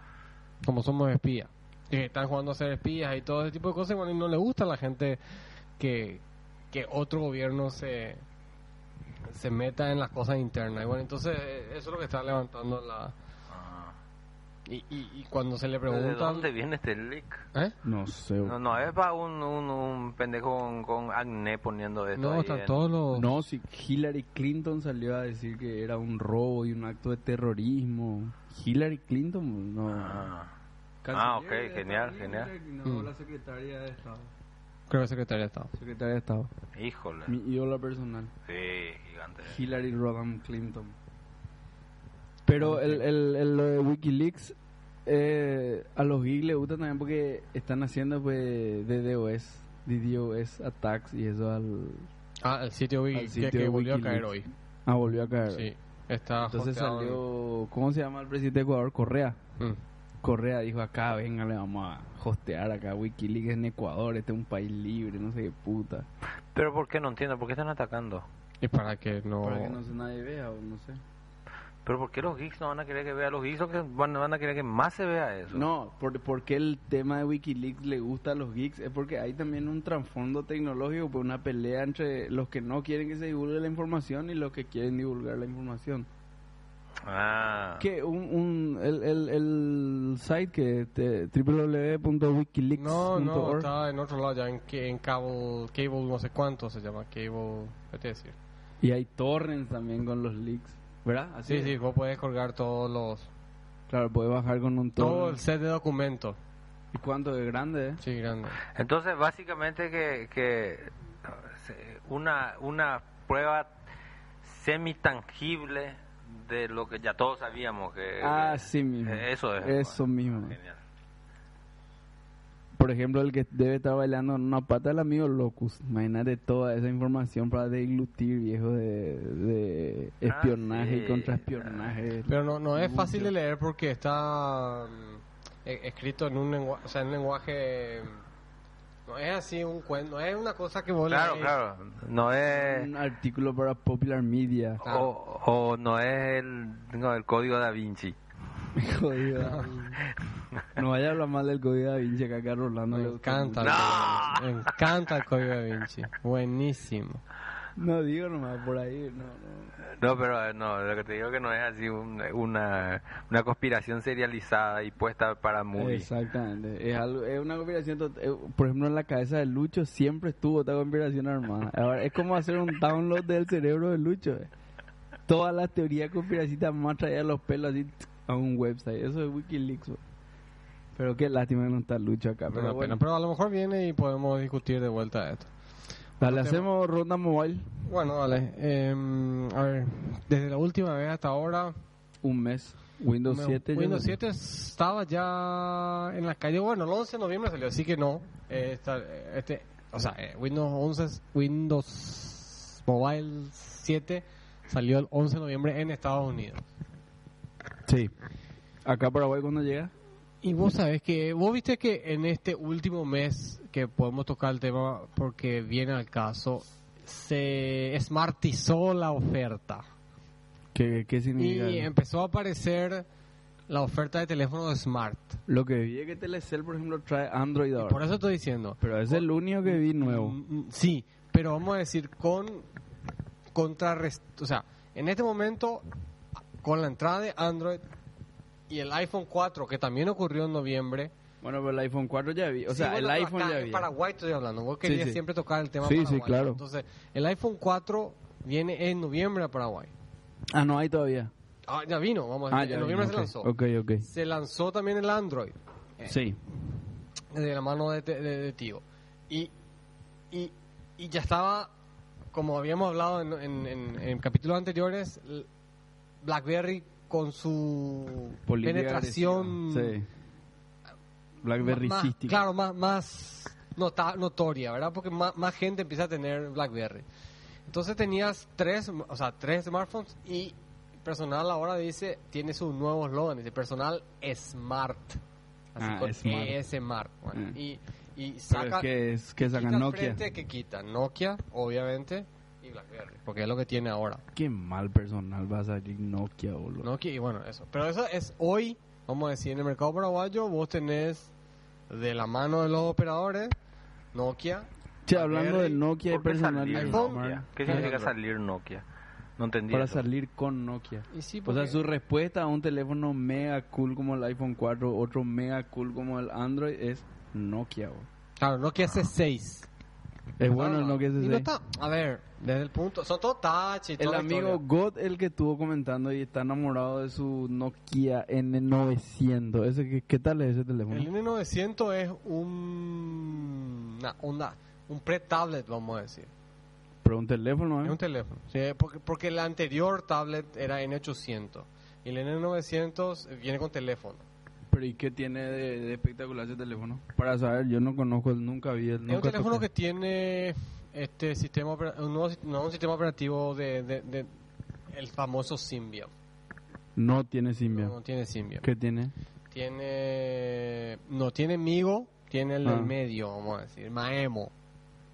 S2: Como somos espías. Y que están jugando a ser espías y todo ese tipo de cosas. Y bueno, y no le gusta a la gente que, que otro gobierno se se meta en las cosas internas. Y bueno, entonces eh, eso es lo que está levantando la...
S3: Ah.
S2: Y, y, y cuando se le
S3: ¿De
S2: preguntan...
S3: dónde viene este leak?
S2: ¿Eh?
S1: No sé.
S3: No, no, es para un, un, un pendejo con, con acné poniendo esto.
S2: No,
S3: ahí
S2: están
S3: en-
S2: todos los...
S1: No, si Hillary Clinton salió a decir que era un robo y un acto de terrorismo. Hillary Clinton, no.
S3: Ah.
S1: Canciller
S3: ok,
S1: de
S3: genial,
S1: Estados
S3: genial.
S1: Unidos,
S2: Mm.
S1: secretaria de Estado.
S2: Creo que secretaria de Estado.
S1: Secretaria de Estado.
S3: Híjole.
S1: Mi ídola personal.
S3: Sí, gigante.
S1: Hillary Rodham Clinton. Pero el, el, el- lo de Wikileaks, eh, a los geeks les gusta también porque están haciendo pues DDoS, DDoS attacks y eso al...
S2: Ah, el sitio, Wiki,
S1: Al sitio
S2: que, que volvió a caer hoy.
S1: Wikileaks. Ah, volvió a caer.
S2: Sí, está
S1: Entonces
S2: hosteado.
S1: salió, ¿cómo se llama el presidente de Ecuador? Correa.
S2: Mm.
S1: Correa dijo acá, venga, le vamos a hostear acá Wikileaks en Ecuador, este es un país libre, no sé qué puta.
S3: Pero ¿por qué no entiendo? ¿Por qué están atacando?
S2: Oh. Y para que no...
S1: Para que no se nadie vea o no sé.
S3: Pero ¿por qué los geeks no van a querer que vea los geeks? Lo que van, van a querer que más se vea eso.
S1: No, por, porque el tema de Wikileaks le gusta a los geeks es porque hay también un trasfondo tecnológico, pues una pelea entre los que no quieren que se divulgue la información y los que quieren divulgar la información.
S3: Ah.
S1: Que un, un- el, el, el site que te- www.wikileaks.org
S2: No, no, está en otro lado, ya en, que- en cable, cable no sé cuánto se llama, cable, ¿qué te decir?
S1: y hay torrents también con los leaks, ¿verdad? Así
S2: Sí,
S1: es.
S2: sí, vos podés colgar todos los,
S1: Claro, puedes bajar con un
S2: todo el
S1: torrent.
S2: set de documentos,
S1: ¿Y cuánto de grande? eh?
S2: sí, grande.
S3: Entonces, básicamente que, que se- una, una prueba semi-tangible de lo que ya todos sabíamos que...
S1: Ah,
S3: que-
S1: sí mismo.
S3: eh, Eso es.
S1: Eso mismo.
S3: Genial.
S1: Por ejemplo, el que debe estar bailando en una pata el amigo Locus. Imagínate toda esa información para deglutir, viejo, de, de espionaje
S3: sí.
S1: y contraespionaje.
S2: Pero no, no es fácil de leer porque está mm, e- escrito en un lenguaje, o sea, en un lenguaje, mm, no es así un cuento, no es una cosa que vos
S3: Claro,
S2: lees.
S3: claro. No es...
S1: Un artículo para Popular Media.
S2: Claro.
S3: O, o no es el, no, el código da Vinci.
S1: Jodido. No vaya a hablar mal del código de Vinci, que acá Rolando
S2: Me
S1: le gusta
S2: encanta, el
S1: mucho.
S2: Código Da Vinci, me encanta el código da Vinci, buenísimo.
S1: Ah, No digo nomás por ahí. No, no.
S3: No, pero eh, no, lo que te digo que no es así un- una, una conspiración serializada y puesta para movie.
S1: Exactamente. Es, algo- es una conspiración. tot- eh, Por ejemplo, en la cabeza de Lucho siempre estuvo esta conspiración armada. Ahora, es como hacer un download del cerebro de Lucho. eh. Todas las teorías conspiracistas más traídas los pelos así tsk, a un website. Eso es Wikileaks. bro. Pero qué lástima que no está Lucho acá.
S2: Una
S1: Pero bueno,
S2: pena, pero a lo mejor viene y podemos discutir de vuelta esto.
S1: dale, hacemos ronda mobile.
S2: Bueno, vale. em, a ver, desde la última vez hasta ahora,
S1: Un mes. Windows
S2: me-
S1: 7. yo
S2: Windows
S1: no sé.
S2: 7 estaba ya en la calle. Bueno, el 11 de noviembre salió, así que no. eh, está- eh, este, o sea, eh, Windows 11, es- Windows Mobile 7 salió el 11 de noviembre en Estados Unidos.
S1: Sí. Acá a Paraguay cuando llega.
S2: Y vos sabés que, vos viste que en este último mes que podemos tocar el tema porque viene al caso, se smartizó la oferta.
S1: ¿Qué, qué
S2: Y em
S1: significa? eso?
S2: empezó a aparecer la oferta de teléfono smart.
S1: Lo que vi es que Telecel, por ejemplo, trae Android ahora.
S2: Por eso estoy diciendo.
S1: Pero es el único que vi nuevo.
S2: Mm, mm, Sí, pero vamos a decir con contrarrest, o sea, en este momento con la entrada de Android y el iPhone 4 que también ocurrió en noviembre.
S1: Bueno, pero el iPhone 4 ya vi. O sea,
S2: Sí, bueno,
S1: el
S2: pero
S1: iPhone
S2: acá
S1: ya
S2: en
S1: vi.
S2: Paraguay estoy hablando, vos
S1: Sí,
S2: querías
S1: sí.
S2: siempre tocar el tema
S1: Sí, sí,
S2: Paraguay.
S1: claro.
S2: Entonces, el iPhone 4 viene en noviembre a Paraguay.
S1: Ah, no hay todavía.
S2: Ah, ya vino, vamos a
S1: Ah,
S2: decir,
S1: ya
S2: en
S1: vi,
S2: noviembre
S1: ok.
S2: se lanzó.
S1: Ok, ok.
S2: Se lanzó también el Android.
S1: Sí.
S2: de la mano de, de- de tío. Y, y, y ya estaba, como habíamos hablado en, en- en- en capítulos anteriores, l- BlackBerry con su
S1: Política
S2: penetración
S1: agresiva. Sí.
S2: ma-
S1: Blackberry
S2: más-
S1: cística.
S2: claro, más, más nota- notoria, ¿verdad? Porque más, más gente empieza a tener BlackBerry. Entonces tenías tres, o sea, tres smartphones y personal ahora dice, tiene su nuevo eslogan, dice personal smart. Así
S1: Ah,
S2: con
S1: smart.
S2: ES smart. bueno,
S1: Ah.
S2: y, y
S1: Pero
S2: saca,
S1: es que, es que
S2: quita
S1: sacan
S2: al
S1: Nokia.
S2: frente que quita Nokia, obviamente, y BlackBerry, porque es lo que tiene ahora.
S1: Qué mal personal va a salir Nokia, boludo.
S2: Nokia y bueno, eso. Pero eso es hoy, vamos a decir, en el mercado paraguayo vos tenés de la mano de los operadores Nokia.
S1: Che, hablando de
S2: Blackberry,
S1: Nokia y
S3: ¿Por qué
S1: personal.
S3: salir
S2: iPhone?
S3: Nokia? ¿Qué
S2: Claro.
S3: significa salir Nokia? No entendí
S1: Para
S3: eso.
S1: salir con Nokia.
S2: Y sí,
S1: O sea,
S2: porque-
S1: su respuesta a un teléfono mega cool como el iPhone 4, otro mega cool como el Android, es Nokia. boludo.
S2: Claro, Nokia C6.
S1: Es bueno el
S2: Claro.
S1: Nokia
S2: Y
S1: C6.
S2: no está- a ver, desde el punto, son todos touch y toda
S1: El
S2: la
S1: amigo
S2: historia.
S1: God, el que estuvo comentando y está enamorado de su Nokia N900. Ese, ¿qué, qué tal es ese
S2: El
S1: teléfono?
S2: N900 es un una onda, un pre-tablet, vamos a decir.
S1: Pero un teléfono,
S2: Es
S1: ¿eh?
S2: un teléfono. Sí, porque, porque la anterior tablet era N800 y el N900 viene con teléfono.
S1: Pero ¿y qué tiene de, de espectacular ese teléfono? Para saber, yo no conozco, nunca vi el.
S2: Es un
S1: nunca
S2: teléfono
S1: toqué.
S2: que tiene este sistema opera- un nuevo, sit- no, un sistema operativo de, de- de- el famoso Symbian.
S1: No tiene Symbian.
S2: No, no tiene Symbian.
S1: ¿Qué tiene?
S2: Tiene no tiene Migo, tiene el del
S1: Ah.
S2: medio, vamos a decir, Maemo,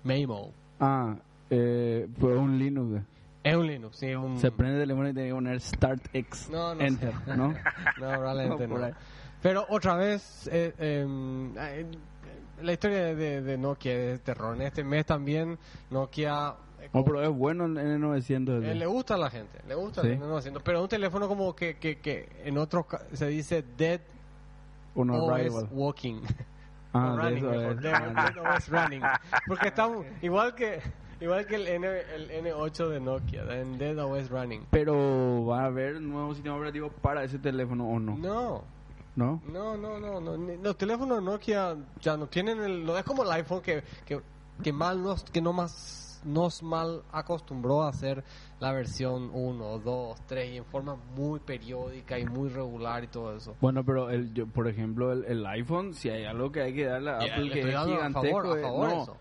S2: Maemo.
S1: Ah, eh, fue un Linux.
S2: Es un Linux, sí, es un...
S1: Se prende el teléfono y tiene que poner Start X,
S2: Mm. No, no sé.
S1: Enter, ¿no?
S2: No, probablemente
S1: No, por
S2: no.
S1: ahí.
S2: Pero otra vez, eh, eh, eh, la historia de, de Nokia es terror. En este mes también Nokia... eh,
S1: No, Oh, pero es bueno el N900.
S2: eh,
S1: ese.
S2: le gusta a la gente, le gusta,
S1: Sí.
S2: no, no, siento- pero un teléfono como que, que, que en otros ca- se dice Dead
S1: Uno
S2: OS
S1: rival.
S2: Walking.
S1: Ah,
S2: O
S1: de
S2: running,
S1: eso
S2: mejor,
S1: es.
S2: de-
S1: Ah,
S2: de- no, es running. Porque estamos igual que igual que el N el N8 de Nokia, en Dead OS running.
S1: Pero va a haber nuevo sistema operativo para ese teléfono o no,
S2: No,
S1: ¿no?
S2: no, no, no, no, ni- los teléfonos Nokia ya no tienen el no es como el iPhone que que, que mal nos que no más nos mal acostumbró a hacer la versión 1, 2, 3 y en forma muy periódica y muy regular y todo eso.
S1: Bueno, pero el, yo, por ejemplo, el, el iPhone, si hay algo que hay que darle a
S2: Ya,
S1: Apple
S2: le
S1: que
S2: estoy
S1: es
S2: dando a
S1: gigantesco,
S2: favor, a
S1: es-
S2: favor
S1: no,
S2: eso.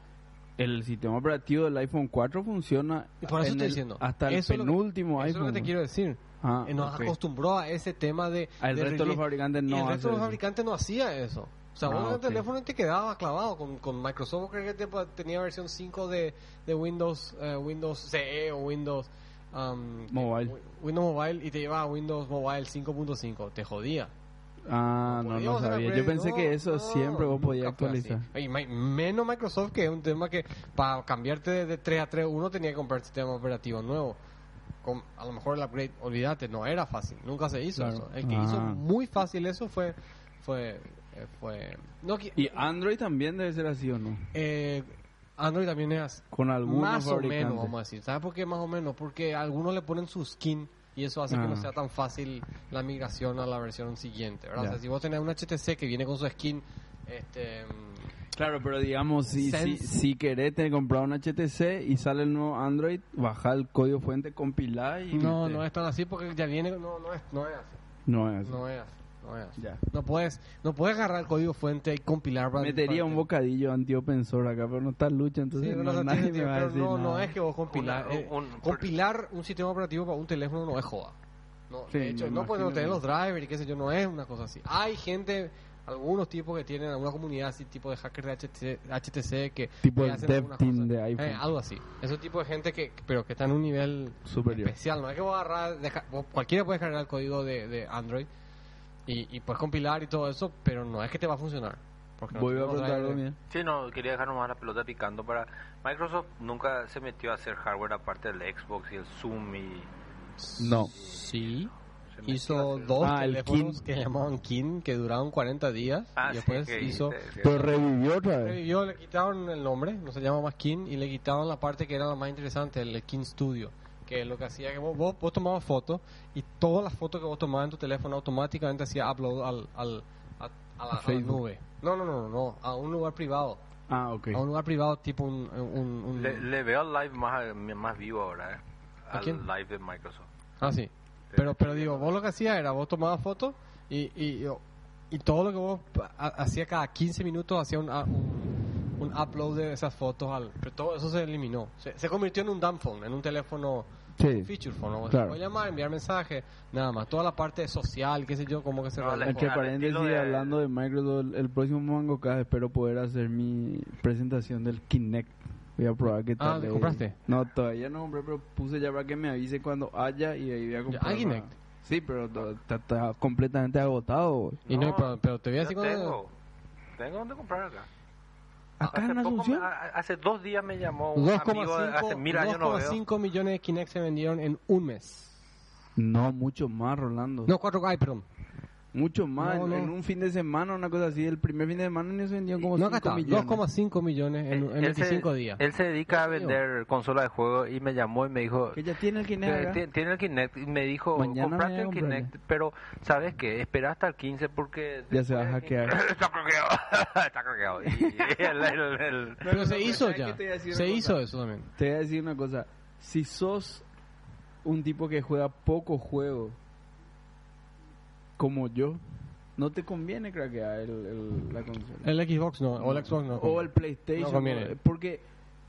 S1: el sistema operativo del iPhone 4 funciona
S2: Y por eso
S1: en
S2: estoy
S1: el-
S2: diciendo,
S1: hasta el
S2: eso es lo que-
S1: penúltimo
S2: eso es
S1: iPhone.
S2: lo que te quiero decir.
S1: Ah,
S2: Eh, nos
S1: ok.
S2: acostumbró a ese tema de.
S1: Al resto de
S2: release.
S1: los fabricantes no
S2: Y el
S1: hace
S2: resto de los
S1: eso.
S2: fabricantes no hacía eso. O sea,
S1: Ah,
S2: vos en el
S1: ok.
S2: teléfono te quedabas clavado. Con, con Microsoft creo que te- tenía versión 5 de, de Windows eh, Windows CE o Windows. um,
S1: Mobile.
S2: Wi- Windows Mobile y te llevaba a Windows Mobile 5.5. Te jodía.
S1: Ah, no, no
S2: Podíamos hacer
S1: sabía. Yo
S2: upgrades,
S1: pensé
S2: no,
S1: que eso
S2: no,
S1: siempre vos
S2: nunca
S1: podías
S2: fue así.
S1: actualizar.
S2: Y mi- menos Microsoft, que es un tema que para cambiarte de, de 3 a 3 uno tenía que comprar sistema operativo nuevo. Con, a lo mejor el upgrade, olvídate, no era fácil, nunca se hizo
S1: Claro.
S2: eso. El que
S1: Ah.
S2: hizo muy fácil eso fue fue eh, fue Nokia.
S1: Y Android también debe ser así o no.
S2: Eh, Android también es así.
S1: Con algunos
S2: más o
S1: fabricantes.
S2: menos, vamos a decir. ¿Sabes por qué más o menos? Porque a algunos le ponen su skin y eso hace que
S1: Ah.
S2: no sea tan fácil la migración a la versión siguiente. ¿verdad?
S1: Ya.
S2: O sea, si vos tenés un HTC que viene con su skin, este, mm,
S1: Claro, pero digamos, si, si,
S2: Sense.
S1: si querés te comprar un HTC y sale el nuevo Android, baja el código fuente, compilá y...
S2: no,
S1: meté.
S2: no es tan así porque ya viene, no, no es, no es así,
S1: No es.
S2: no es así, no es así.
S1: Ya.
S2: No puedes, no puedes agarrar el código fuente y compilar para
S1: Metería un
S2: para-
S1: bocadillo antiopensor acá, pero no está lucha,
S2: Sí,
S1: entonces
S2: pero
S1: no,
S2: no,
S1: nadie
S2: tiene-
S1: me va a
S2: pero
S1: decir
S2: no,
S1: nada.
S2: no es que vos compilar,
S3: Una-
S2: eh,
S3: un-
S2: compilar un sistema operativo para un teléfono no es joda. No,
S1: Sí,
S2: de hecho,
S1: me
S2: no pueden
S1: imagino
S2: tener
S1: que-
S2: los drivers y qué sé yo, no es una cosa así. Hay gente, algunos tipos que tienen alguna comunidad así, tipo de hackers de HTC, HTC que
S1: Tipo
S2: que
S1: el
S2: hacen
S1: dev
S2: algunas
S1: team
S2: cosas.
S1: de iPhone.
S2: Eh, algo así. Ese tipo de gente que, pero que está en un nivel
S1: Superior.
S2: especial, no es que vos agarrar, deja- vos- cualquiera puede cargar el código de, de Android y, y puedes compilar y todo eso, pero no es que te va a funcionnar. Porque no
S1: Voy a
S2: tiene los
S1: preguntar algo,
S2: drivers.
S1: mira.
S3: Sí, no, quería dejar nomás la pelota picando para... Microsoft nunca se metió a hacer hardware aparte del Xbox y el Zoom y...
S1: No.
S2: Sí.
S3: se metió a
S2: Hizo
S3: hacer-
S2: dos
S1: Ah, el
S2: teléfonos
S1: Kin.
S2: que llamaban Kin, que duraron 40 días.
S3: Ah,
S2: y
S3: sí,
S2: después
S3: que
S2: hizo...
S3: hice, sí.
S1: Pero revivió otra vez.
S2: Revivió, le quitaron el nombre, no se llama más Kin, y le quitaron la parte que era la más interesante, el Kin Studio. Que lo que hacía que vos, vos, vos tomabas fotos y todas las fotos que vos tomabas en tu teléfono automáticamente hacía upload al, al- a, a la, a la
S1: Facebook.
S2: nube. No, no, no, no, no, a un lugar privado.
S1: Ah, ok.
S2: A un lugar privado tipo un... un- un-
S3: Le, le veo al live más, más vivo ahora, ¿eh?
S2: ¿A
S3: Al
S2: quién?
S3: live de Microsoft.
S2: Ah, sí. Pero, pero digo, vos lo que hacías era, vos tomabas fotos y, y, y todo lo que vos ha- hacías cada 15 minutos, hacía un, a- un, un upload de esas fotos. al Pero todo eso se eliminó. Se, se convirtió en un dumb phone, en un teléfono
S1: Sí.
S2: feature phone. ¿no?
S1: Claro.
S2: Puedes llamar, enviar mensajes, nada más. Toda la parte social, qué sé yo, como que se
S3: No, la-
S2: relajó.
S1: Entre
S3: Al
S1: paréntesis,
S3: estilo de-
S1: hablando de Microsoft, el próximo MangoCast espero poder hacer mi presentación del Kinect. Voy a probar qué tal.
S2: ¿le
S1: es.
S2: Ah, compraste?
S1: No, todavía no compré, pero puse ya para que me avise cuando haya y ahí voy a comprar.
S2: hay
S1: una-
S2: Kinect.
S1: Sí, pero to- está, está completamente agotado.
S2: Y no hay
S3: No,
S2: problema, pero te voy a
S3: Yo
S2: decir cuando-
S3: tengo. Tengo donde comprar acá.
S1: Acá en
S3: hace, poco
S1: Asunción.
S3: me- a- hace dos días me llamó un amigo de hace mil años no veo.
S2: 2,5 millones de Kinect se vendieron en un mes.
S1: No, mucho más, Rolando.
S2: No, 4, ay, perdón.
S1: Mucho más.
S2: No,
S1: en-
S2: no.
S1: En un fin de semana, una cosa así. El primer fin de semana ni se vendieron como
S2: No,
S1: 5
S2: acá está,
S1: millones.
S2: 2,5 millones en, en
S3: Él se-
S2: 25 días.
S3: Él se dedica a
S2: Dios mío.
S3: vender consola de juego y me llamó y me dijo,
S1: Que ya tiene el Kinect.
S3: "Tien-
S1: acá.
S3: tien- tiene el Kinect y me dijo,
S1: Mañana
S3: comprate
S1: voy a
S3: el
S1: comprarle.
S3: Kinect, pero ¿sabes qué? Espera hasta el 15 porque...
S1: Ya se va a
S3: después del
S1: hackear.
S3: 15 Está craqueado. Está craqueado. Y- y el- el- el-
S1: No,
S2: Pero
S1: no,
S2: se
S1: no,
S2: hizo
S1: ¿sabes
S2: ya.
S1: qué te iba a decir
S2: Se
S1: una cosa?
S2: hizo eso también.
S1: Te voy a decir una cosa. Si sos un tipo que juega poco juego, como yo, no te conviene craquear el- el- la consola.
S2: El Xbox no, o el Xbox no.
S1: o el PlayStation.
S2: No conviene.
S1: Porque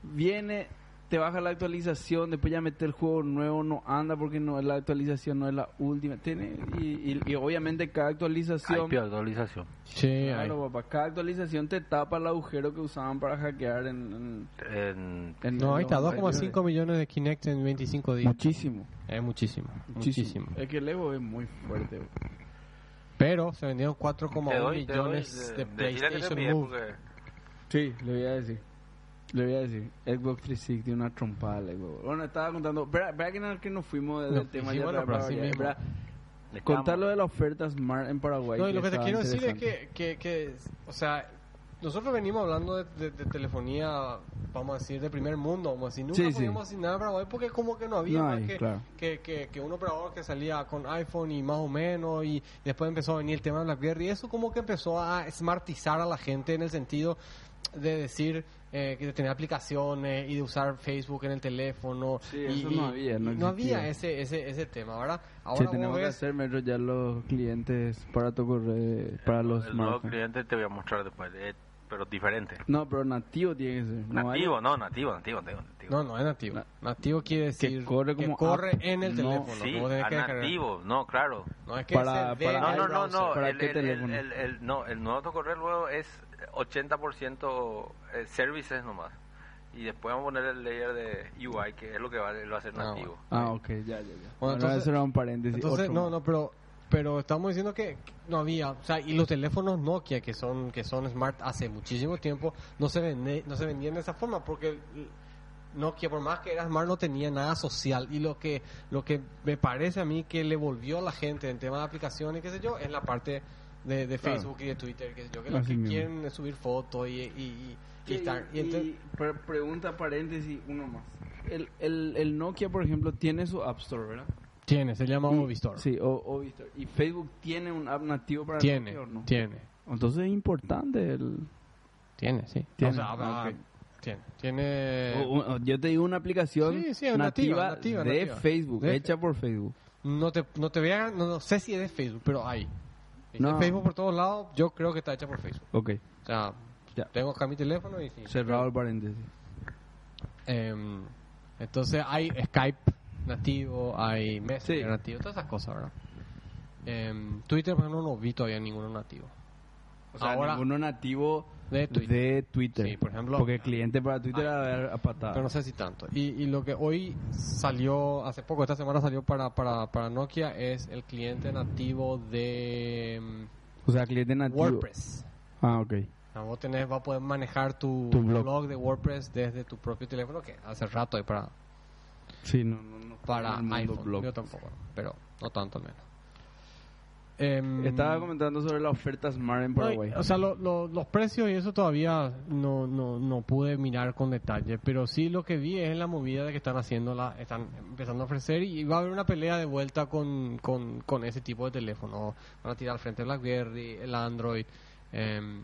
S1: viene te baja la actualización, después ya meter el juego nuevo, no anda porque no la actualización no es la última. Tiene, y, y- y obviamente cada
S3: Hay
S1: actualización,
S3: peor actualización.
S2: Sí,
S1: claro, papá, cada actualización te tapa el agujero que usaban para hackear en... en-
S3: En-
S1: en
S2: No, ahí está,
S1: los
S2: 2,5 millones de Kinect en 25 días.
S1: Muchísimo,
S2: es muchísimo,
S1: muchísimo.
S2: muchísimo.
S1: Es que el Evo es muy fuerte. bro.
S2: Pero se vendieron
S3: te
S2: 4,1
S3: doy- te doy,
S2: millones
S3: eh,
S2: de
S1: este
S3: decirle que te
S2: PlayStation
S3: pide,
S2: Move.
S3: porque-
S1: Sí, le voy a decir. Le voy a decir, Xbox 360 una trompada le digo. Bueno, estaba contando, ¿verdad, verdad que, no- que nos fuimos del
S2: No,
S1: tema
S2: sí,
S1: ya
S2: bueno,
S1: para-
S2: pero
S1: para
S2: así
S1: variar,
S2: mismo.
S1: ¿verdad?
S3: Le
S1: Contar lo
S3: estamos-
S1: de la oferta Smart en Paraguay.
S2: No, y lo que te
S1: estaba
S2: quiero decir es
S1: interesante.
S2: que, que, que, o sea, nosotros venimos hablando de, de- de telefonía, vamos a decir, de primer mundo, vamos a decir, nunca
S1: Sí, sí.
S2: podíamos decir nada en Paraguay porque como que no había
S1: No
S2: más
S1: hay,
S2: que,
S1: claro.
S2: que, que, que un operador que salía con iPhone y más o menos, y después empezó a venir el tema de BlackBerry, y eso como que empezó a smartizar a la gente en el sentido de decir eh, que de tener aplicaciones y de usar Facebook en el teléfono
S1: Sí,
S2: y,
S1: eso
S2: y-
S1: no había, no
S2: y no había
S1: existía.
S2: ese ese ese tema ¿verdad? ahora
S1: Sí,
S2: vos
S1: tenemos que
S2: ves-
S1: hacer Metro, ya los clientes para tu correo, eh, para los
S3: El nuevo
S1: smartphones.
S3: cliente te voy a mostrar después, eh, pero diferente.
S1: No, pero nativo tiene que ser. No hay-
S3: Nativo, no, nativo, nativo, nativo. nativo.
S2: No, no es nativo.
S1: Na-
S2: nativo quiere
S1: Que
S2: decir
S1: corre
S2: que
S1: como
S2: corre
S1: app.
S2: en el
S1: No.
S2: teléfono.
S3: sí,
S2: vos tenés
S3: a
S2: que descargar.
S3: nativo, no, claro.
S2: No es que
S1: Para-
S2: se dé
S1: para-
S2: en
S3: No,
S2: el
S3: no, no,
S2: browser.
S3: no.
S1: ¿Para
S3: el,
S1: qué
S3: el-
S1: teléfono?
S3: el- el- no, el nuevo correo luego es 80% eh, services nomás. Y después vamos a poner el layer de UI, que es lo que va, lo va a hacer
S2: Ah,
S3: nativo.
S1: Ah, ok, ya, ya, ya. Bueno,
S2: entonces-
S1: eso era un paréntesis.
S2: Entonces,
S1: otro.
S2: no, no, pero pero estamos diciendo que no había, o sea, y los teléfonos Nokia que son que son smart hace muchísimo tiempo no se vende, no se vendían de esa forma porque el- Nokia por más que era smart no tenía nada social y lo que lo que me parece a mí que le volvió a la gente en tema de aplicaciones, qué sé yo, es la parte de, de
S1: Claro.
S2: Facebook y de Twitter, qué sé yo, que lo
S1: Así
S2: que
S1: mismo.
S2: quieren es subir fotos y, y, y, y
S1: Sí,
S2: estar- y
S1: y-
S2: ente-
S1: y pre- pregunta paréntesis, uno más. El, el, el Nokia, por ejemplo, tiene su App Store, ¿verdad?
S2: Tiene, se llama
S1: Y-
S2: Movistar.
S1: Sí, o, Ovistor. ¿Y Facebook tiene un app nativo para
S2: Tiene,
S1: Nokia o no?
S2: tiene,
S1: Entonces es importante el...
S2: tiene, sí.
S1: Tiene,
S2: O sea, ah,
S1: ok.
S2: tiene, tiene-
S1: O- o- yo te digo una aplicación
S2: Eh. Sí, sí, es
S1: nativa,
S2: nativa, nativa,
S1: de
S2: nativa.
S1: Facebook,
S2: De-
S1: hecha por Facebook.
S2: No te, no te voy a- no, no sé si es de Facebook, pero hay. Es de
S1: No.
S2: Facebook por todos lados, yo creo que está hecha por Facebook.
S1: Ok,
S2: O sea,
S1: Ya.
S2: tengo acá mi teléfono y sí.
S1: cerrado el paréntesis.
S2: Em, entonces hay Skype nativo, hay Messenger
S1: Sí.
S2: nativo, todas esas cosas, ¿verdad? Em, Twitter, por ejemplo, no vi todavía ninguno nativo.
S1: O sea,
S2: Ahora-
S1: ninguno nativo
S2: De Twitter.
S1: de Twitter.
S2: Sí, por ejemplo- Ah,
S1: Porque el cliente para Twitter era a patada.
S2: Pero no sé si tanto. Y, y lo que hoy salió, hace poco, esta semana salió para, para, para Nokia, es el cliente nativo de mm,
S1: O sea, cliente nativo.
S2: WordPress.
S1: Ah, ok.
S2: O sea, vos tenés, vas a poder manejar tu,
S1: Tu blog.
S2: blog. de WordPress desde tu propio teléfono, que hace rato hay para,
S1: Sí, no, no, no.
S2: para
S1: El mundo
S2: iPhone.
S1: blog.
S2: Yo tampoco, pero no tanto al menos. Em,
S1: Estaba comentando sobre la oferta Smart en
S2: no, y-
S1: Paraguay.
S2: o sea, lo- lo- los precios y eso todavía no, no, no pude mirar con detalle, pero sí lo que vi es la movida de que están haciendo, la, están empezando a ofrecer y va a haber una pelea de vuelta con, con, con ese tipo de teléfono. Van a tirar al frente BlackBerry, el Android, em,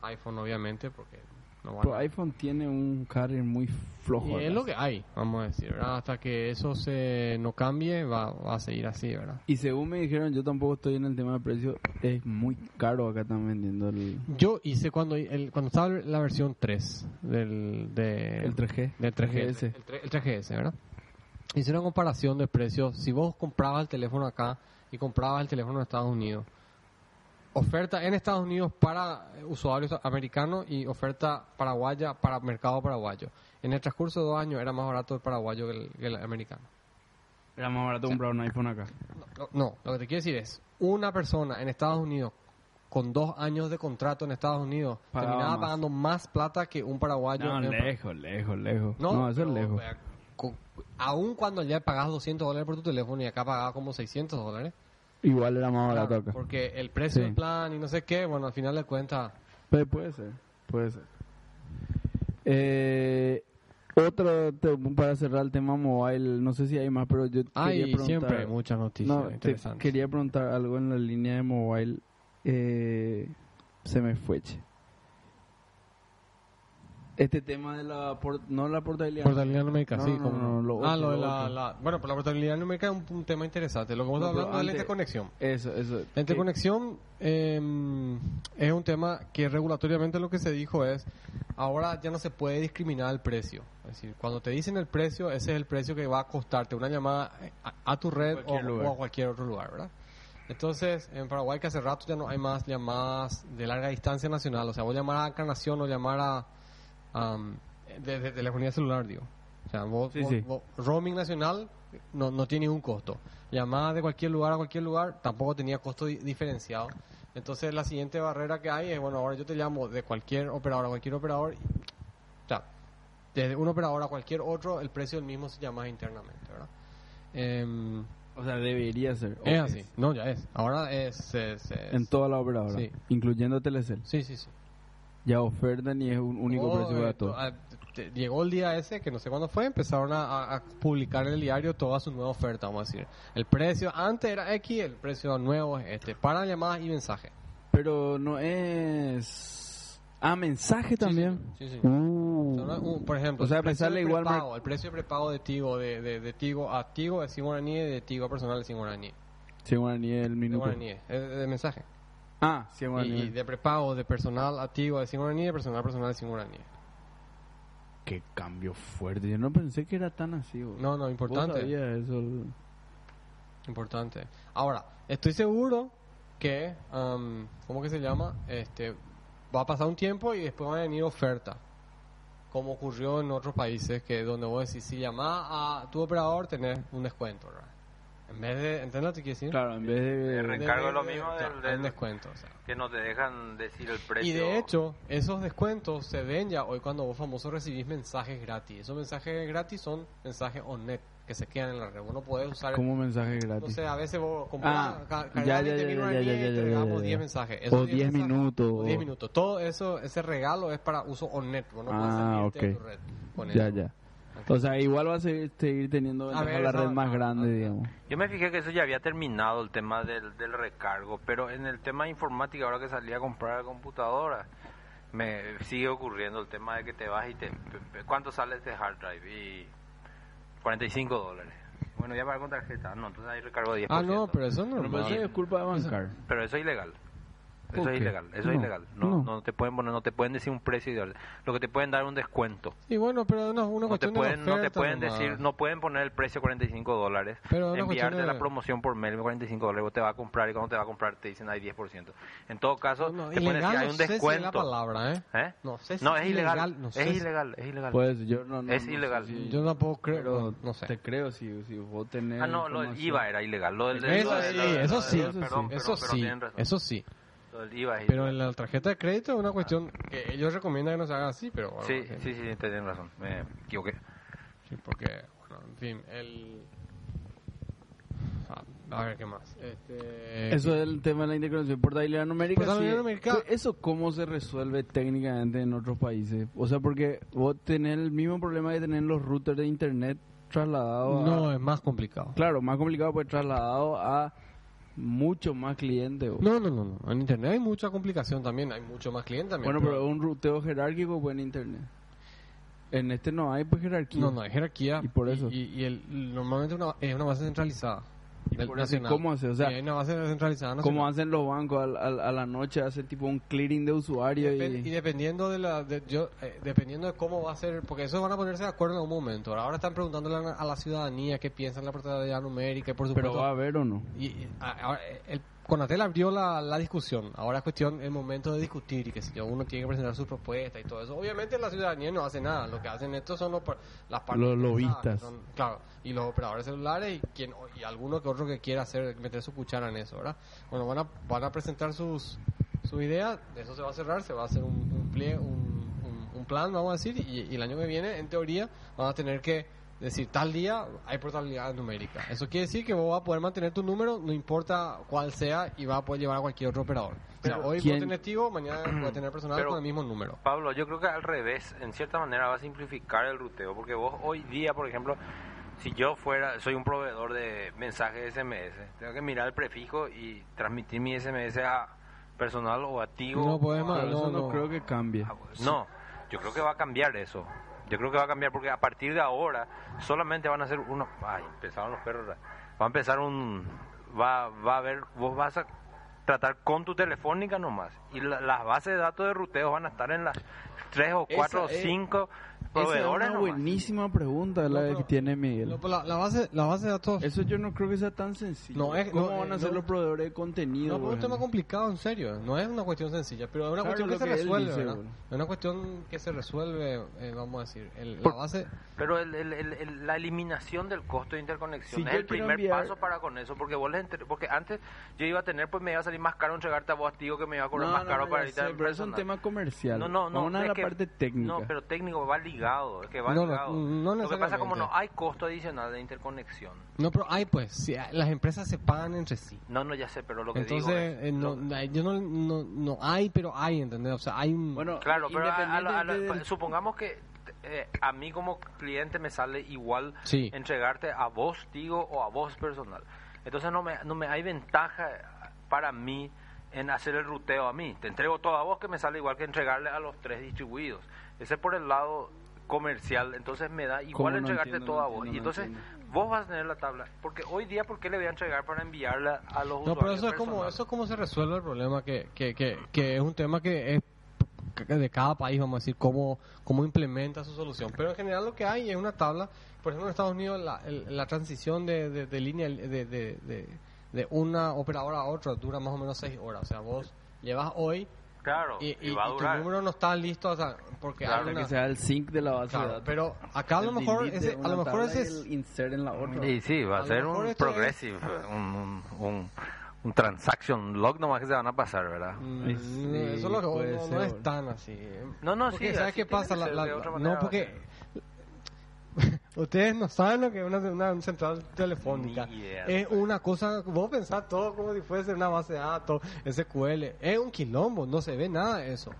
S2: iPhone obviamente, porque no van
S1: Pero
S2: a...
S1: iPhone tiene un carrier muy flojo.
S2: Y es
S1: ¿verdad?
S2: lo que hay, vamos a decir, ¿verdad? Hasta que eso se no cambie, va, va a seguir así, ¿verdad?
S1: Y según me dijeron, yo tampoco estoy en el tema de precio. Es muy caro acá están vendiendo el,
S2: Yo hice cuando el, cuando estaba la versión 3 del de,
S1: el 3G.
S2: del 3GS, el, 3- el 3GS, ¿verdad? Hice una comparación de precios. Si vos comprabas el teléfono acá y comprabas el teléfono en Estados Unidos, oferta en Estados Unidos para usuarios americanos y oferta paraguaya para mercado paraguayo. En el transcurso de dos años era más barato el paraguayo que el- que el americano.
S1: Era más barato comprar un iPhone acá.
S2: No, no, lo que te quiero decir es, una persona en Estados Unidos con dos años de contrato en Estados Unidos
S1: Pagaba
S2: terminaba
S1: más.
S2: pagando más plata que un paraguayo.
S1: No,
S2: en-
S1: lejos, lejos, lejos. No, eso es
S2: pero,
S1: lejos.
S2: eh, co- Aún cuando ya pagas 200 dólares por tu teléfono y acá pagaba como 600 dólares.
S1: Igual era más barato
S2: Claro,
S1: acá.
S2: porque el precio
S1: Sí.
S2: del plan y no sé qué, bueno, al final de cuentas...
S1: Pe- puede ser, puede ser. Eh, otro, te- para cerrar el tema mobile, no sé si hay más, pero yo
S2: Ay,
S1: quería preguntar...
S2: siempre hay muchas noticias
S1: No, te-
S2: interesantes.
S1: quería preguntar algo en la línea de mobile. eh, se me fue, che. Este tema de la... por- no la portabilidad.
S2: Portabilidad numérica,
S1: No,
S2: sí.
S1: no,
S2: cómo
S1: no, no, lo
S2: ah,
S1: otro,
S2: lo de
S1: lo
S2: la,
S1: otro.
S2: la- Bueno, pero la portabilidad numérica es un, un tema interesante. Lo que vos
S1: No,
S2: estás
S1: pero
S2: hablando es la
S1: antes-
S2: interconexión.
S1: Eso, eso.
S2: La
S1: que-
S2: em, interconexión eh, es un tema que regulatoriamente lo que se dijo es ahora ya no se puede discriminar el precio. Es decir, cuando te dicen el precio, ese es el precio que va a costarte una llamada a, a tu red o,
S1: Cualquier lugar.
S2: o a cualquier otro lugar, ¿verdad? Entonces, en Paraguay que hace rato ya no hay más llamadas de larga distancia nacional. O sea, vos llamar a Encarnación o llamar a... am, um, de, de telefonía celular, digo. O sea, vos,
S1: Sí,
S2: vos-
S1: sí.
S2: vos- roaming nacional no, no tiene ningún costo. Llamada de cualquier lugar a cualquier lugar tampoco tenía costo di- diferenciado. Entonces, la siguiente barrera que hay es, bueno, ahora yo te llamo de cualquier operador a cualquier operador. y- o sea, desde un operador a cualquier otro, el precio del mismo se llama internamente, ¿verdad? Em,
S1: O sea, debería ser.
S2: es
S1: O
S2: así. No, ya es. Ahora es... es- es-
S1: En toda la operadora,
S2: Sí.
S1: incluyendo Telecel.
S2: Sí, sí, sí.
S1: Ya ofertan y es un único
S2: Oh,
S1: precio para
S2: eh,
S1: todo.
S2: ah, te- llegó el día ese, que no sé cuándo fue, empezaron a- a, a publicar en el diario toda su nueva oferta, vamos a decir. El precio antes era X, el precio nuevo es este, para llamadas y mensajes.
S1: Pero no es... Ah, mensaje también.
S2: Sí, sí.
S1: Uh.
S2: O sea, no es un- por ejemplo,
S1: O sea,
S2: el precio
S1: pensarle
S2: de
S1: igual,
S2: prepago,
S1: Mark.
S2: el precio de prepago de Tigo, de, de, de Tigo a Tigo de Simonaní, de Tigo a personal de Simonaní.
S1: Cien guaraníes el
S2: De,
S1: minuto.
S2: guaraníes, eh, de, de mensaje.
S1: Ah, cien
S2: Y,
S1: guaraníes.
S2: y de prepago de personal a Tigo de Simonaní, de personal a personal de Simonaní.
S1: Qué cambio fuerte. Yo no pensé que era tan así. boludo.
S2: No, no, importante.
S1: Vos sabías eso.
S2: Importante. Ahora, estoy seguro que, am, ¿cómo que se llama? Este, va a pasar un tiempo y después van a venir ofertas. Como ocurrió en otros países, que donde vos decís, si llamás a tu operador, tenés un descuento, ¿verdad? En vez de, ¿entendés lo que quiero decir?
S1: Claro, en vez
S2: Eh,
S1: de...
S3: De Recargo es lo mismo
S2: o sea,
S3: del-
S2: hay
S3: del-
S2: un descuento, o sea.
S3: Que no te dejan decir el precio.
S2: Ah. Y de hecho, esos descuentos se ven ya hoy cuando vos famoso recibís mensajes gratis. Esos mensajes gratis son mensajes on-net, que se quedan en la red. Vos no podés usar
S1: Como mensaje gratis.
S2: No sé, a veces vos
S1: Ah,
S2: compras
S1: ya,
S2: ca-
S1: ya,
S2: cargas
S1: ya,
S2: 20
S1: ya,
S2: mil
S1: ya,
S2: guaraníes
S1: ya,
S2: y
S1: ya,
S2: te
S1: ya, ya,
S2: regalamos
S1: ya.
S2: 10 mensajes.
S1: O
S2: Esos
S1: 10
S2: mensajes-
S1: minutos,
S2: o 10
S1: o-
S2: minutos. Todo eso, ese regalo es para uso on-net. Vos no puedes
S1: Ah,
S2: salirte de
S1: ok.
S2: tu red con
S1: ya,
S2: eso.
S1: ya. O sea, igual va a seguir, seguir teniendo
S2: A
S1: ventaja
S2: ver,
S1: la
S2: esa-
S1: red más grande,
S2: ah, ah,
S1: digamos.
S3: Yo me fijé que eso ya había terminado el tema del, del recargo, pero en el tema de informática, ahora que salí a comprar la computadora, me sigue ocurriendo el tema de que te vas y te... ¿Cuánto sale este hard drive? Y 45 dólares. Bueno, ya pagar con tarjeta. No, entonces hay recargo de 10%.
S2: Ah, no, pero eso es
S1: Pero
S2: normal.
S1: eso es culpa de Bancar.
S3: Pero eso es ilegal. Eso
S2: ¿Por
S3: es
S2: qué?
S3: ilegal, eso
S1: No,
S3: es ilegal. No, no.
S1: no.
S3: te pueden poner, no te pueden decir un precio ideal. Lo que te pueden dar es un descuento.
S2: Y bueno, pero es una, una
S3: No te
S2: cuestión
S3: pueden,
S2: de la
S3: no te
S2: oferta
S3: pueden
S2: nomás.
S3: decir, no pueden poner el precio 45 dólares,
S2: Pero es una
S3: enviarte
S2: cuestión de-
S3: la promoción por mail 45 dólares, vos te va a comprar y cuando te va a comprar te dicen hay 10%. En todo caso,
S2: No, no,
S3: te ponen
S2: ilegal
S3: decir hay
S2: no sé
S3: un
S2: si es
S3: descuento.
S2: la palabra, ¿eh?
S3: ¿Eh?
S2: No sé si
S3: No,
S2: es
S3: es ilegal,
S2: ilegal, no sé
S3: es
S2: si-
S3: ilegal, es ilegal.
S1: Pues yo no... no-
S3: Es
S1: no sé
S3: ilegal.
S1: si-
S2: Yo tampoco creo,
S1: Pero
S2: no, no sé.
S1: te creo si, si vos tenés...
S3: Ah, no, lo del
S1: información.
S3: IVA era ilegal. Lo del,
S2: Eso
S3: lo del-
S2: sí,
S3: lo del-
S2: eso
S3: lo
S2: sí,
S3: del-
S1: eso
S3: perdón,
S1: sí.
S3: pero-
S2: eso
S3: pero
S2: sí,
S3: tienen razón.
S2: eso sí.
S3: Lo del IVA es
S2: Pero en la tarjeta de crédito es una cuestión que ellos recomiendan que no se haga así, pero bueno,
S3: Sí,
S2: en fin.
S3: sí, sí, tienen razón. Me equivoqué.
S2: Sí, porque, bueno, en fin, el... Ah, A ver, ¿qué más? Este...
S1: Eso del tema de la interconexión por Dailera numérica.
S2: Por Dailera
S1: sí.
S2: numérica.
S1: Pues, ¿Eso cómo se resuelve técnicamente en otros países? O sea, porque vos tenés el mismo problema que tener los routers de internet trasladados a-
S2: No, es más complicado.
S1: Claro, más complicado pues trasladado a mucho más clientes. bo.
S2: No, no, no, no. En internet hay mucha complicación también, hay mucho más clientes también.
S1: bueno, pero un ruteo jerárquico pues en internet. En este no hay pues jerarquía.
S2: No, no, hay jerarquía.
S1: Y por eso.
S2: Y, y el, normalmente una- es una base centralizada.
S1: Y
S2: del
S1: por eso,
S2: nacional.
S1: ¿Cómo hace? O sea,
S2: Sí, hay una base centralizada nacional.
S1: como hacen los bancos al- al- a la noche, hacen tipo un clearing de usuarios
S2: Depen- y
S1: y...
S2: dependiendo de la de- yo eh, dependiendo de cómo va a ser porque eso van a ponerse de acuerdo en algún momento ahora, ahora están preguntándole a la, a la ciudadanía qué piensan de la portabilidad numérica y por supuesto
S1: Pero va a haber o no.
S2: Y, y, a- ahora, el Conatel abrió la, la discusión. Ahora es cuestión el momento de discutir y que si uno tiene que presentar su propuesta y todo eso. Obviamente la ciudadanía no hace nada. Lo que hacen estos son los, par- las partes
S1: Los
S2: interesadas,
S1: lobistas.
S2: que son- claro, y los operadores celulares y quien y alguno que otro que quiera hacer meter su cuchara en eso, ¿verdad? Bueno, van a van a presentar sus su idea, eso se va a cerrar, se va a hacer un, un plie- un, un- un plan, vamos a decir, y, y el año que viene, en teoría, van a tener que decir tal día hay portabilidad numérica. Eso quiere decir que vos vas a poder mantener tu número, no importa cuál sea, y vas a poder llevar a cualquier otro operador. O sea,
S1: Pero,
S2: hoy
S1: ¿quién-
S2: vos tenés Tigo, mañana vas a tener personal
S3: Pero-
S2: con el mismo número.
S3: Pablo, yo creo que al revés, en cierta manera va a simplificar el ruteo, porque vos hoy día, por ejemplo, si yo fuera, soy un proveedor de mensajes SMS, tengo que mirar el prefijo y transmitir mi SMS a personal o a Tigo.
S2: No podés
S3: o a-
S2: más,
S1: Pero eso
S2: no,
S1: no,
S2: no.
S1: creo que cambie.
S3: Ah, No, yo creo que va a cambiar eso. Yo creo que va a cambiar porque a partir de ahora solamente van a ser unos... Ay, empezaron los perros. ¿verdad? Va a empezar un... Va, va a haber... Vos vas a tratar con tu telefónica nomás. Y la- las bases de datos de ruteo van a estar en las tres o
S1: Esa
S3: cuatro o
S1: es-
S3: cinco
S1: Esa es
S3: proveedores
S1: una
S3: nomás.
S1: buenísima pregunta la
S2: No, pero-
S1: que tiene Miguel.
S2: No, pues la, la base, la base de datos.
S1: Eso yo no creo que sea tan sencillo.
S2: No, es-
S1: ¿Cómo
S2: no,
S1: van a
S2: eh,
S1: ser
S2: no.
S1: los proveedores de contenido?
S2: No, pero
S1: por
S2: es un tema
S1: ejemplo?
S2: complicado, en serio. No es una cuestión sencilla, pero es una
S1: Claro,
S2: cuestión que
S1: lo
S2: se
S1: que él
S2: resuelve,
S1: dice,
S2: ¿verdad?
S1: bro.
S2: Es una cuestión que se resuelve, eh, vamos a decir. El- la
S3: Por-
S2: base.
S3: Pero el- el- el- el- la eliminación del costo de interconexión
S1: Si
S3: es
S1: yo
S3: el
S1: quiero
S3: primer
S1: enviar-
S3: paso para con eso, porque vos les entre- porque antes yo iba a tener, pues me iba a salir más caro entregarte a vos, tío, que me iba a cobrar
S1: No,
S3: más
S1: no,
S3: caro
S1: no,
S3: para
S1: ya
S3: editar
S1: sé,
S3: en
S1: pero eso es un
S3: persona.
S1: tema comercial.
S3: No, no, no.
S1: Vamos a
S3: es
S1: la
S3: que-
S1: parte técnica.
S3: No, pero técnico va ligado, es que va
S2: No, no,
S3: ligado.
S2: no
S3: Lo que pasa como no
S2: necesariamente.
S3: hay costo adicional de interconexión.
S2: No, pero hay pues, si hay- las empresas se pagan entre sí.
S3: No, no, ya sé, pero lo que
S2: Entonces,
S3: digo es-
S2: eh, no,
S3: lo-
S2: na- yo no, no, no hay, pero hay, ¿entendés? O sea, hay un.
S1: bueno,
S3: Claro, pero a- a- a- a-
S1: independiente del-
S3: supongamos que eh, a mí como cliente me sale igual
S2: Sí.
S3: entregarte a vos, digo, o a vos personal. Entonces no me, no me hay ventaja para mí en hacer el ruteo a mí. Te entrego todo a vos que me sale igual que entregarle a los tres distribuidos. Ese es por el lado comercial, entonces me da
S1: ¿Cómo
S3: igual
S1: no
S3: entregarte
S1: entiendo,
S3: todo
S1: no
S3: a vos.
S1: entiendo,
S3: y
S1: no
S3: entonces
S1: entiendo?
S3: vos vas a tener la tabla. Porque hoy día, ¿por qué le voy a entregar para enviarla a los
S2: No, pero
S3: usuarios
S2: eso es como
S3: personales?
S2: eso es como se resuelve el problema que, que, que, que es un tema que es que de cada país, vamos a decir, cómo, cómo implementa su solución. Pero en general lo que hay es una tabla, por ejemplo en Estados Unidos la, el- la transición de, de, de línea de, de, de- de una operadora a otra dura más o menos seis horas. O sea, vos llevas hoy
S3: Claro,
S2: y, y-
S3: y va a
S2: y tu
S3: durar.
S2: número no está listo o sea, porque hay
S3: Claro,
S1: Para
S2: una-
S1: que sea el sync de la base
S2: claro,
S1: de datos.
S2: pero acá a lo
S1: El
S2: mejor
S1: delete
S2: ese,
S1: de
S2: a lo
S1: una
S2: mejor
S1: tabla
S2: ese
S1: y
S2: es,
S1: el insert en la otra. Ah,
S3: Y sí, va a,
S2: A lo
S3: ser
S2: mejor
S3: un
S2: esto es-
S3: progressive, un, un, un, un transaction log nomás que se van a pasar, ¿verdad?
S2: Mm,
S1: Es-
S2: no,
S1: sí,
S2: eso es lo que
S1: Este, puede ser,
S2: no, no
S1: boludo.
S2: es tan así. ¿eh?
S3: No, no,
S2: Porque,
S3: sí,
S2: ¿Sabes
S3: así
S2: qué
S3: tiene
S2: pasa?
S3: que
S2: La-
S3: ser,
S2: la-
S3: de otra
S2: la-
S3: manera
S2: no,
S3: va a
S2: porque. Ustedes no saben lo que es una, una central telefónica.
S3: Ni idea.
S2: Es una cosa. Vos pensás todo como si fuese una base de datos, SQL. Es un quilombo, no se ve nada de eso.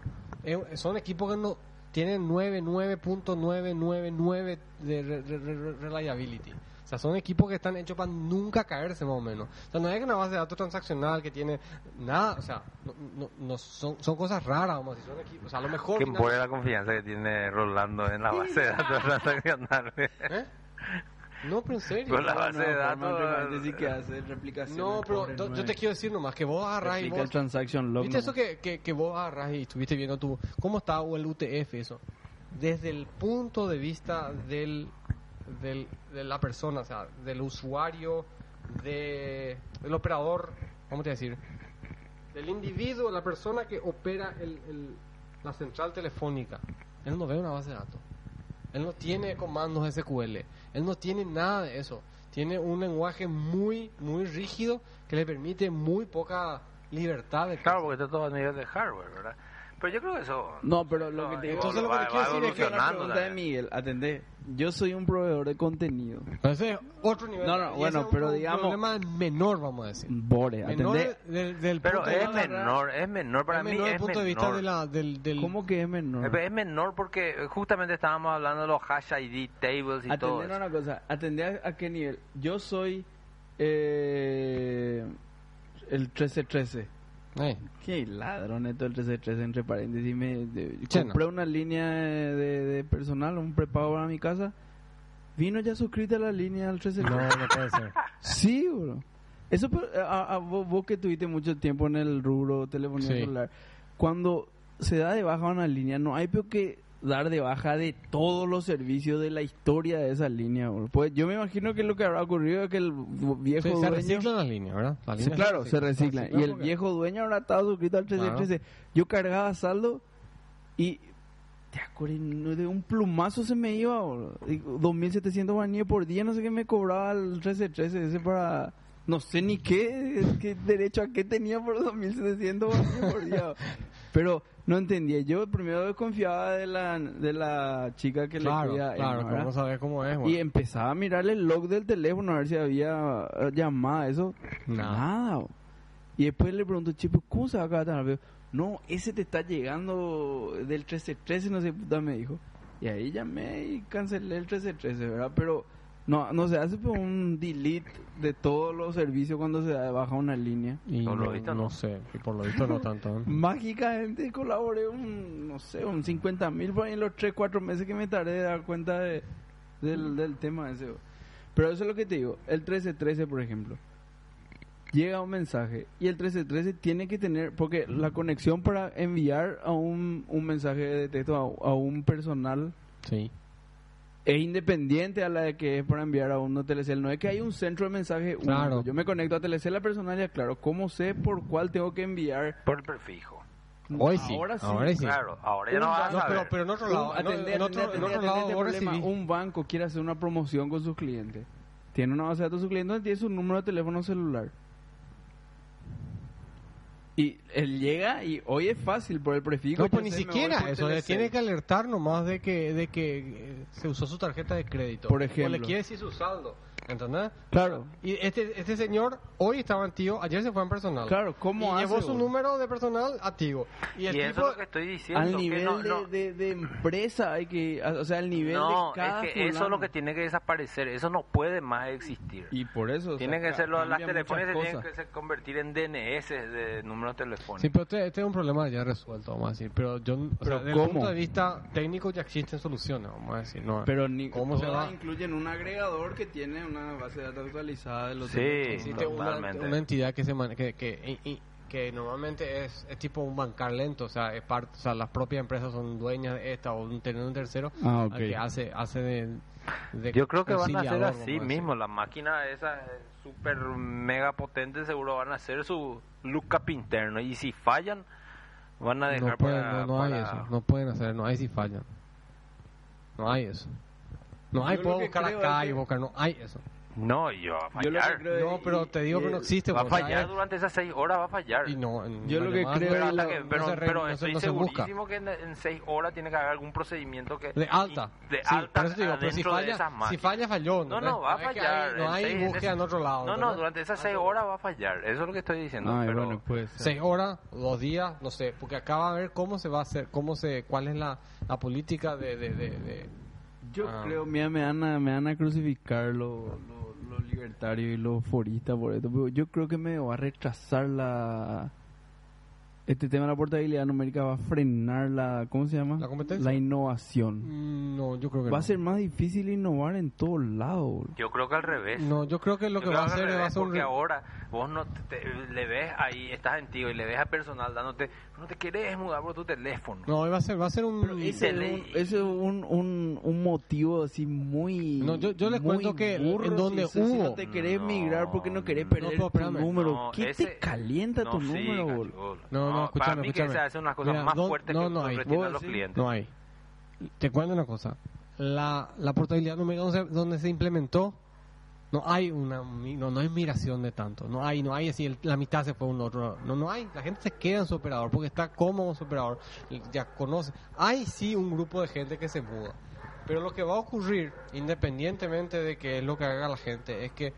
S2: Es- son equipos que no tienen 99.999 de re- re- re- re- reliability. O sea, son equipos que están hechos para nunca caerse, más o menos. O sea, no es que una base de datos transaccional que tiene nada. O sea, no, no- no- son, son cosas raras, vamos a decir. Son equipos. O sea, a lo mejor.
S3: Qué
S2: finalmente-
S3: buena la confianza que tiene Rolando en la base de datos transaccional.
S2: ¿Eh? No, pero en serio.
S3: Con la base de datos.
S1: sí que hace replicación.
S2: No, pero
S1: Pobre,
S2: do-
S1: no
S2: yo te
S1: es.
S2: quiero decir nomás que vos agarrás y
S1: Replica el
S2: vos...
S1: transaction log.
S2: ¿Viste
S1: no.
S2: eso que, que, que vos agarrás y estuviste viendo tu... ¿Cómo está o el UTF eso? Desde el punto de vista del, del, de la persona, o sea, del usuario, de, del operador, ¿cómo te voy a decir? Del individuo, la persona que opera el, el- la central telefónica. Él no ve una base de datos. Él no tiene comandos SQL. Él no tiene nada de eso. Tiene un lenguaje muy, muy rígido que le permite muy poca libertad de
S3: Claro, porque está todo a nivel de hardware, ¿verdad? Pero yo creo que eso.
S1: No, pero lo que te digo.
S2: Entonces lo que
S3: va-
S2: te quiero
S3: va
S2: decir es que la
S3: evolucionando
S1: pregunta de
S3: también.
S1: Miguel, atendé. Yo soy un proveedor de contenido.
S2: Pero ese es otro nivel.
S1: No, no,
S2: Y ese
S1: bueno,
S2: es un
S1: pero
S2: pro-
S1: digamos-
S2: problema menor, vamos a decir.
S1: Bore,
S2: Menor
S1: atendé.
S2: del, del
S3: Pero
S2: punto de
S3: es
S2: vista-
S3: menor, es menor para
S2: es
S3: mí.
S2: menor
S3: es
S2: el punto de vista
S3: menor.
S2: de la, del, del...
S1: ¿Cómo que es menor?
S3: Es menor porque justamente estábamos hablando de los hash ID tables y todo.
S1: Atender
S3: eso.
S1: a una cosa, atender a, a qué nivel. Yo soy eh, el 1313.
S2: Eh,
S1: Qué ladrón esto del 1313 entre paréntesis. Me, de-
S2: Cheno.
S1: compré una línea de, de- de personal, un prepago para mi casa. Vino ya suscrita la línea del
S2: no,
S1: 1313.
S2: no puede ser.
S1: Sí, bro. Eso pero, a, a vos, vos que tuviste mucho tiempo en el rubro telefonía
S2: Sí.
S1: celular. Cuando se da de baja una línea, no hay peor que dar de baja de todos los servicios de la historia de esa línea, bro. Pues yo me imagino que lo que habrá ocurrido es que el viejo
S2: Sí, se
S1: dueño
S2: reciclan las líneas, ¿verdad? Las
S1: Sí,
S2: líneas
S1: claro, se reciclan.
S2: reciclan.
S1: Y el
S2: porque-
S1: viejo dueño ahora estaba suscrito al 313. Yo cargaba saldo y. Te acuerdas, no, de un plumazo se me iba, boludo. Y 2.700 guaraníes por día, no sé qué me cobraba el 1313. Ese para. No sé ni qué, qué derecho a qué tenía por 2.700 guaraníes por día. Pero no entendía. Yo primero desconfiaba de la, de la chica que le
S2: Claro,
S1: cuida. a
S2: claro,
S1: Emma,
S2: claro,
S1: ¿verdad?
S2: vamos a ver cómo es,
S1: Y
S2: güey.
S1: empezaba a mirar el log del teléfono a ver si había eh, llamada, eso.
S2: Nada.
S1: Nada. o. Y después le pregunto, chico, ¿cómo se va a acabar tan rápido? No, ese te está llegando del 1313, no sé, puta, me dijo. Y ahí llamé y cancelé el 1313, ¿verdad? Pero no, no se hace pues, un delete de todos los servicios cuando se da de baja una línea.
S2: Y
S3: Por lo
S2: no,
S3: visto,
S2: no
S3: no.
S2: sé, y por lo visto no tanto. ¿eh?
S1: Mágicamente colaboré un, no sé, un 50 mil por ahí en los 3, 4 meses que me tardé de dar cuenta de- del, del tema ese. bro. Pero eso es lo que te digo. El 1313, por ejemplo. llega un mensaje y el 1313 tiene que tener, porque la conexión para enviar a un, un mensaje de texto a, a un personal
S2: Sí.
S1: es independiente a la de que es para enviar a uno Telecel. No es que hay un centro de mensaje. único.
S2: Claro.
S1: Yo me conecto a Telecel, la personal y aclaro cómo sé por cuál tengo que enviar.
S3: Por el prefijo.
S2: Hoy sí.
S1: Ahora sí.
S2: Ahora sí.
S3: Claro, ahora ya no
S1: Un
S3: vas
S1: dato,
S3: a
S2: No, pero,
S3: saber.
S2: pero en otro
S1: Un-
S2: lado. no,
S1: atendé,
S2: en otro,
S1: atendé,
S2: en otro
S1: atendé
S2: lado
S1: este
S2: vos
S1: problema.
S2: recibís.
S1: Un banco quiere hacer una promoción con sus clientes. Tiene una base de datos de sus clientes donde tiene su número de teléfono celular. Y él llega y hoy es fácil por el prefijo.
S2: No, pues
S1: yo
S2: ni
S1: sé, me voy
S2: siquiera
S1: por
S2: eso. Le
S1: Telecel.
S2: tiene que alertar nomás de que, de que eh, se usó su tarjeta de crédito.
S1: Por
S2: O le
S1: ejemplo.
S2: quiere decir su saldo. ¿Entendés?
S1: Claro.
S2: Y este, este señor hoy estaba en tío, ayer se fue en personal.
S1: Claro, ¿cómo
S2: Y
S1: hace,
S2: llevó su
S1: boludo?
S2: número de personal a tío. Y
S3: Y
S2: el
S3: eso
S2: tipo.
S3: es lo que estoy diciendo.
S1: Al
S3: que
S1: nivel
S3: no-
S1: de,
S3: no-
S1: de- de empresa hay que... O sea, al nivel
S3: No,
S1: de cada
S3: es que eso es lo
S1: fulano.
S3: que tiene que desaparecer. Eso no puede más existir.
S1: Y por eso... o sea,
S3: tienen que
S1: ca-
S3: ser los- las
S1: cambia muchas
S3: telefonías se tienen
S1: cosas.
S3: que se convertir en DNS de números telefónicos.
S2: Sí, pero este, este es un problema ya resuelto, vamos a decir. Pero yo, o
S1: Pero
S2: sea, desde el
S1: ¿cómo?
S2: punto de vista técnico ya existen soluciones, vamos a decir. No,
S1: Pero ni,
S2: ¿Cómo se
S1: todas
S2: va?
S1: incluyen un agregador que tiene una base de datos actualizada de los
S3: Sí.
S1: teléfonos.
S2: existe una,
S3: Totalmente.
S2: una entidad que se mane- que, que, y- y- que normalmente es, es tipo un bancar lento, o sea, es parte, o sea, las propias empresas son dueñas de esta o un, tener un tercero
S1: Ah,
S2: al que hace hace de, de
S3: Yo creo que van a ser
S2: conciliador,
S3: así
S2: vamos a decir.
S3: mismo. Las máquinas esas eh, super mega potentes seguro van a hacer su lookup interno. Y si fallan, van a dejar
S2: No, pueden,
S3: para-
S2: no, no hay
S3: para-
S2: eso, no pueden hacer, no hay si fallan. No hay eso. No hay,
S1: Yo lo
S2: puedo
S1: que
S2: buscar
S1: creo
S2: acá
S1: es
S2: y
S1: que-
S2: buscar, no hay eso.
S3: No, y va a
S1: Yo lo que
S3: fallar.
S1: creo es-
S2: No, pero
S1: y-
S2: te digo
S1: y
S2: que no
S1: el-
S2: existe.
S3: va a
S2: o sea,
S3: fallar
S2: es-
S3: durante esas seis horas, va a fallar.
S2: Y no, en
S1: Yo lo que
S2: llamadas no
S1: creo es
S3: pero,
S2: se-
S1: la-
S3: hasta que-
S2: no
S3: pero-
S2: se re-
S3: pero
S2: no se-
S3: estoy
S2: no se busca.
S3: segurísimo que en, en seis horas tiene que haber algún procedimiento que...
S2: De alta.
S3: De
S2: Sí,
S3: alta
S2: por eso te digo, pero si
S3: adentro de esas
S2: falla, si
S3: máquinas.
S2: falla, falló.
S3: No, no, va a
S2: Es que
S3: fallar.
S2: hay- no hay
S3: seis-
S2: búsqueda en otro lado. Ah,
S3: No, no,
S2: ¿entendés?
S3: durante esas seis horas va a fallar. Eso es lo que estoy diciendo.
S2: Ah,
S1: Ay,
S3: pero
S1: bueno, puede ser.
S2: Seis horas, dos días, no sé, porque acá va a ver cómo se va a hacer, cómo se, cuál es la, la política de, de, de, de-
S1: Yo
S2: Ah.
S1: creo, mira, me van a, me van a crucificar los lo, lo libertarios y los foristas por esto. Pero yo creo que me va a retrasar la... Este tema de la portabilidad numérica va a frenar la... ¿Cómo se llama?
S2: La competencia.
S1: La innovación.
S2: Mm, No, yo creo que
S1: Va a
S2: no.
S1: ser más difícil innovar en todos lados. boludo.
S3: Yo creo que al revés.
S2: No, yo creo que lo
S3: Yo
S2: que
S3: creo
S2: va a
S3: al
S2: hacer es
S3: revés,
S2: va a ser un...
S3: porque
S2: re-
S3: ahora vos no te- te- le ves ahí, estás en tío y le ves a personal dándote, no te querés mudar por tu teléfono.
S2: No, va a ser, va a ser un...
S1: Pero ese es,
S3: Tele-
S1: un, ese es un, un, un motivo así muy.
S2: No, yo- yo les
S1: muy
S2: cuento que
S1: burro,
S2: en donde
S1: si, si
S2: hubo-
S1: no te querés
S3: No,
S1: migrar porque no querés
S3: no,
S1: perder
S2: pero
S1: tu
S2: espérame.
S1: número.
S3: No,
S1: ¿Qué
S3: ese-
S1: te calienta tu
S3: No, sí,
S1: número, boludo?
S3: cachorro.
S2: No, no,
S3: Para
S2: escúchame,
S3: mí que
S2: escúchame.
S3: se hacen unas cosas
S2: Mira,
S3: más
S2: don-
S3: fuertes
S2: no,
S3: que
S2: no
S3: tu
S2: hay.
S3: retina a
S1: Vos
S3: los
S1: decís-
S3: clientes.
S2: No hay. Te cuento una cosa. La, la portabilidad numérica donde, se- donde se implementó, no hay una mi- no, no hay migración de tanto. No hay, no hay así, el- la mitad se fue a un otro. No, no hay. La gente se queda en su operador porque está cómodo en su operador. Ya conoce. Hay sí un grupo de gente que se muda. Pero lo que va a ocurrir, independientemente de que es lo que haga la gente, es que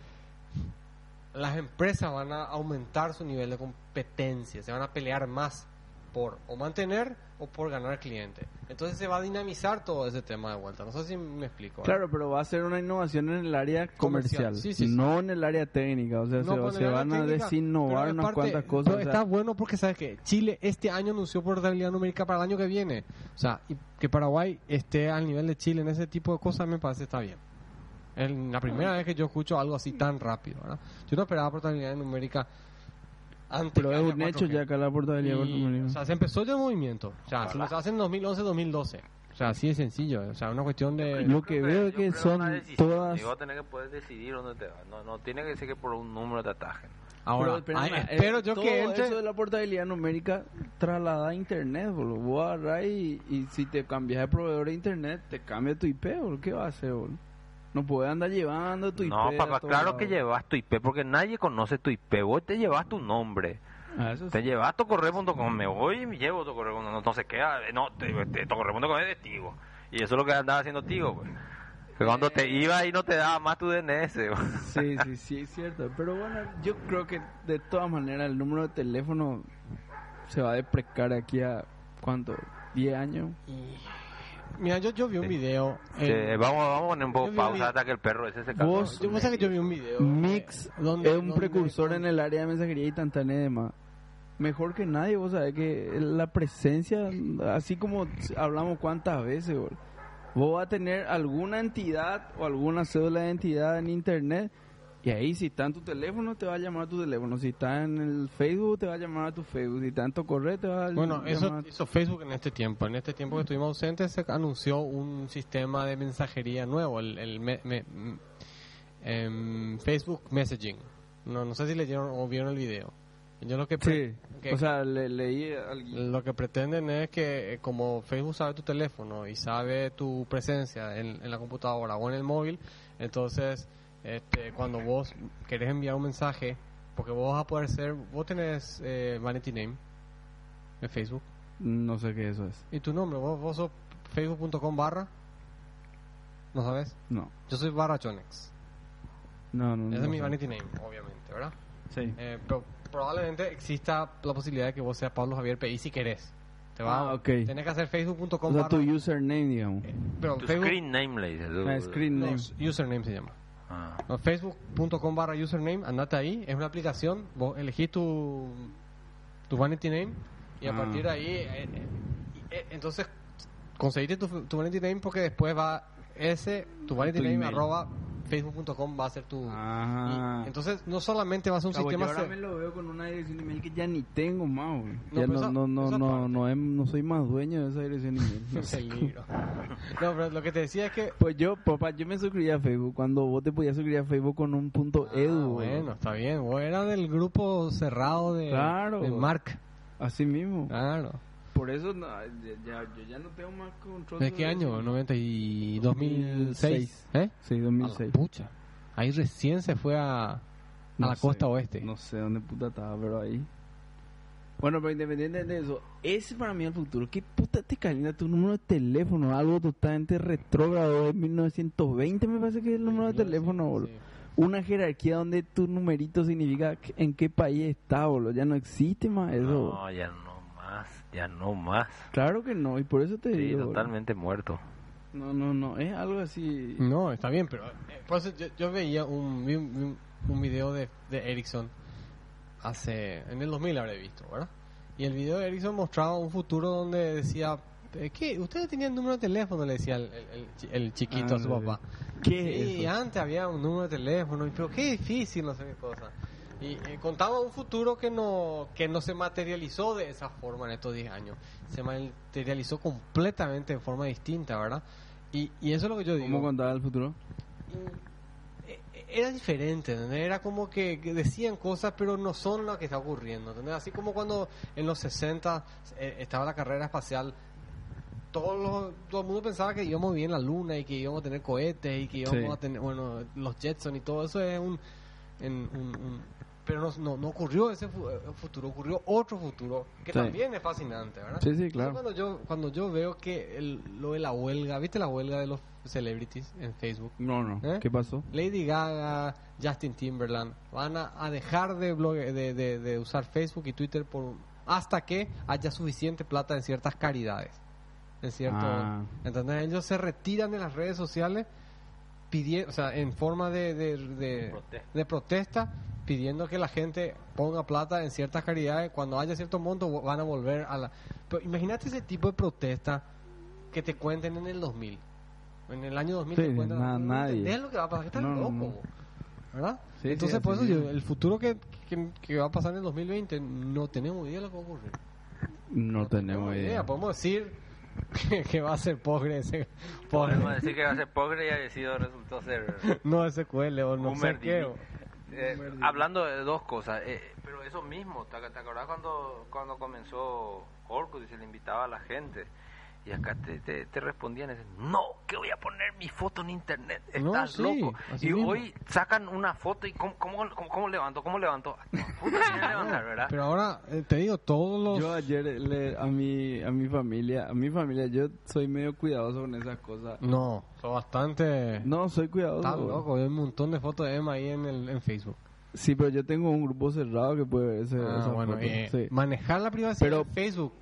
S2: las empresas van a aumentar su nivel de competencia, se van a pelear más por o mantener o por ganar cliente. Entonces se va a dinamizar todo ese tema de vuelta. No sé si me explico. ¿eh?
S1: Claro, pero va a ser una innovación en el área comercial,
S2: Comercial, sí, sí, sí.
S1: no en el área técnica. O sea,
S2: No,
S1: se-
S2: pero
S1: se,
S2: en la
S1: van a
S2: técnica,
S1: desinnovar
S2: pero
S1: unas
S2: aparte,
S1: cuantas cosas.
S2: no,
S1: o sea,
S2: está bueno porque sabes que Chile este año anunció portabilidad numérica para el año que viene. O sea, y que Paraguay esté al nivel de Chile en ese tipo de cosas me parece está bien. Es la primera vez que yo escucho algo así tan rápido. ¿verdad? Yo no esperaba portabilidad numérica antes.
S1: pero
S2: que
S1: es
S2: haya
S1: un hecho
S2: 4G.
S1: ya acá la portabilidad. por
S2: Y,
S1: número.
S2: o sea, se empezó ya el movimiento. O sea, se
S3: Ojalá.
S2: empezó hace en 2011-2012. O sea, así de sencillo. eh. O sea, una cuestión de...
S1: Lo
S3: Yo
S1: que
S3: creo
S1: veo
S3: yo
S1: es que
S3: creo
S1: son
S3: una decisión,
S1: todas-
S3: y vas a tener que poder decidir dónde te vas. No, no tiene que ser que por un número te atajen.
S2: Ahora,
S1: Pero,
S2: ay,
S1: espérame,
S2: espero
S1: eh,
S2: yo
S1: todo
S2: que entre...
S1: eso de la portabilidad numérica trasladada a internet, boludo. Vos agarrás y, y si te cambias de proveedor de internet, te cambia tu IP, boludo. ¿Qué va a hacer, boludo? No puedes andar llevando tu IP.
S3: No,
S1: a
S3: papá,
S1: todos
S3: claro
S1: lados.
S3: que llevas tu IP, porque nadie conoce tu IP. Vos te llevas tu nombre.
S1: Ah, eso sí.
S3: Te llevas tu correo.com, me voy y me llevo tu correo. No, no se queda, no, te, te- tu correo.com es de Tigo. Y eso es lo que andaba haciendo Tigo, pues. Que cuando te
S1: Eh.
S3: iba y no te daba más tu DNS. pues.
S1: Sí, sí, sí, es cierto. Pero bueno, yo creo que de todas maneras el número de teléfono se va a deprecar aquí a, ¿cuánto? ¿10 años?
S2: Y- Mira, yo, yo vi un video...
S3: Eh,
S2: en-
S3: vamos, vamos a poner un
S2: Yo
S3: poco
S2: vi-
S3: pausa hasta que el perro ese se calme.
S1: Vos-
S2: Yo pasa que yo vi un video...
S1: Mix
S2: eh, donde-
S1: es un
S2: donde-
S1: precursor en el área de mensajería instantánea y demás. Mejor que nadie, vos sabés que la presencia, así como hablamos cuántas veces, bol, vos vas a tener alguna entidad o alguna cédula de entidad en internet Y ahí si está en tu teléfono te va a llamar a tu teléfono, si está en el Facebook te va a llamar a tu Facebook, si está en tu correo te va a
S2: Bueno, eso
S1: llamar a tu-
S2: hizo Facebook en este tiempo. En este tiempo que estuvimos ausentes se anunció un sistema de mensajería nuevo, el, el me- me- mm, em, Facebook Messaging. No, no sé si leyeron o vieron el video. Yo lo que, pre-
S1: Sí,
S2: que-
S1: o sea, le- leí al...
S2: lo que pretenden es que eh, como Facebook sabe tu teléfono y sabe tu presencia en, en la computadora o en el móvil, entonces este, cuando vos querés enviar un mensaje, porque vos vas a poder ser, vos tenés eh, vanity name de Facebook.
S1: No sé qué eso es.
S2: ¿Y tu nombre? ¿Vos, vos sos facebook.com barra? ¿No sabes?
S1: No,
S2: Yo soy barra Chonex.
S1: no, no.
S2: Ese
S1: no
S2: es mi
S1: sé.
S2: vanity name, obviamente, ¿verdad?
S1: Sí.
S2: Eh, pero probablemente exista la posibilidad de que vos seas Pablo Javier PI si querés. Te va,
S1: Ah, ok.
S2: Tenés que hacer
S1: O
S2: facebook.com
S1: sea,
S2: barra...
S1: tu username, digamos.
S2: eh, pero
S3: Tu
S2: Facebook-
S3: screen name le dice. tu-
S1: Ah, screen
S2: no,
S1: name.
S2: username se llama.
S3: Ah.
S2: No, facebook.com barra username, andate ahí. Es una aplicación, vos elegís tu, tu vanity name y a
S1: Ah.
S2: partir de ahí, eh, eh, eh, entonces conseguiste tu, tu vanity name porque después va ese, tu vanity
S1: Tu
S2: name
S1: email.
S2: arroba facebook.com va a ser tu...
S1: Ah.
S2: y entonces no solamente va a ser un
S1: Cabo, yo
S2: sistema...
S1: ahora
S2: se-
S1: me lo veo con una dirección de email que ya ni tengo más, güey.
S2: No, pues
S1: Ya
S2: pero
S1: No,
S2: esa-
S1: no, no,
S2: esa
S1: no,
S2: parte.
S1: no, em- no soy más dueño de esa dirección de email. No sé cómo.
S2: peligro. no, pero lo que te decía es que...
S1: Pues yo, papá, yo me suscribí a Facebook cuando vos te podías suscribir a Facebook con un punto
S2: Ah,
S1: edu. güey.
S2: bueno, está bien. Vos eras del grupo cerrado de,
S1: Claro.
S2: de Mark.
S1: Así mismo.
S2: Claro.
S1: Por eso no, ya, ya- yo ya no tengo más control.
S2: ¿De qué
S1: sobre
S2: año?
S1: eso.
S2: 90 y 2006. ¿Eh?
S1: Sí,
S2: A la
S1: 2006.
S2: pucha. Ahí recién se fue a, a
S1: No
S2: la
S1: sé,
S2: costa oeste.
S1: No sé dónde puta estaba, pero ahí. Bueno, pero independiente de eso, ese para mí es el futuro. ¿Qué puta te calienta tu número de teléfono? Algo totalmente retrógrado de 1920 me parece que es el número de teléfono, boludo.
S2: Sí.
S1: Una jerarquía donde tu numerito significa que- en qué país está, boludo. Ya no existe más eso. boludo.
S3: No, ya no más, ya no más.
S1: Claro que no, y por eso te
S3: Sí,
S1: digo. boludo.
S3: totalmente muerto.
S1: No, no, no, es algo así.
S2: No, está bien, pero... eh, por eso yo, yo veía un, vi un, vi un- un video de, de Ericsson hace... En el 2000 habré visto, ¿verdad? Y el video de Ericsson mostraba un futuro donde decía... eh, ¿Qué? ¿Ustedes tenían número de teléfono? Le decía el, el- el chi- el chiquito
S1: Ah,
S2: a su
S1: no,
S2: papá.
S1: ¿Qué es
S2: Sí,
S1: eso?
S2: antes había un número de teléfono, y pero qué difícil, no sé qué cosa. Y eh, contaba un futuro que no, que no se materializó de esa forma en estos 10 años. Se materializó completamente de forma distinta, ¿verdad? Y, y eso es lo que yo digo.
S1: ¿Cómo contaba el futuro?
S2: Eh, eh, Era diferente, ¿entendés? Era como que que decían cosas, pero no son lo que está ocurriendo, ¿entendés? Así como cuando en los 60 eh, estaba la carrera espacial, todos los- todo el mundo pensaba que íbamos bien la luna y que íbamos a tener cohetes y que íbamos
S1: Sí.
S2: a tener, bueno, los Jetson y todo eso es un... en- un- un- pero no, no, no ocurrió ese fu- eh, futuro, ocurrió otro futuro, que
S1: Sí.
S2: también es fascinante, ¿verdad?
S1: Sí, sí, claro.
S2: Entonces, Cuando yo, cuando yo veo que el- lo de la huelga, ¿viste la huelga de los celebrities en Facebook?
S1: No, no,
S2: ¿Eh?
S1: ¿qué pasó?
S2: Lady Gaga, Justin Timberland van a, a dejar de, blogue- de, de- de usar Facebook y Twitter por un- hasta que haya suficiente plata en ciertas caridades. En cierto,
S1: Ah.
S2: ¿entendés? Ellos se retiran de las redes sociales pidiendo, o sea, en forma de, de, de-
S3: Protesta.
S2: de protesta, pidiendo que la gente ponga plata en ciertas caridades. Cuando haya cierto monto vo- van a volver a la... Pero imagínate ese tipo de protesta que te cuenten en el 2000. En el año 2000
S1: Sí,
S2: te cuentan...
S1: na-
S2: no
S1: nadie.
S2: entendés lo que va a pasar, que estás
S1: No, no,
S2: loco.
S1: no.
S2: vos, ¿Verdad?
S1: Sí,
S2: Entonces,
S1: sí,
S2: por eso
S1: así
S2: yo-
S1: es.
S2: el futuro que, que, que va a pasar en el 2020 no tenemos idea de lo que va a ocurrir.
S1: No tenemos idea.
S2: Podemos decir que, que va a ser pobre ese... Pobre.
S3: Podemos decir que va a ser pobre y ha sido, resultó ser
S2: No SQL o no sé
S3: Boomer
S2: qué.
S3: Dini.
S2: o-
S3: Eh, hablando de dos cosas, eh, pero eso mismo, ¿te, ac- te acordás cuando, cuando comenzó Orco y se le invitaba a la gente? Y acá te, te, te respondían, es, no, que voy a poner mi foto en internet,
S2: No,
S3: estás
S2: sí,
S3: loco.
S2: así
S3: Y
S2: mismo.
S3: hoy sacan una foto y ¿cómo, cómo, cómo, cómo levanto? ¿Cómo levanto? No, puta, tiene que levantar, ¿verdad?
S2: Pero ahora, eh, te digo, todos los...
S1: Yo ayer eh, le, a mi a mi familia, a mi familia yo soy medio cuidadoso con esas cosas.
S2: No, son bastante...
S1: No, soy cuidadoso.
S2: Está loco, hay un montón de fotos de Emma ahí en, el, en Facebook.
S1: Sí, pero yo tengo un grupo cerrado que puede ver ese,
S2: Ah,
S1: esas
S2: bueno,
S1: fotos,
S2: eh,
S1: sí.
S2: manejar la privacidad
S1: Pero-
S2: de Facebook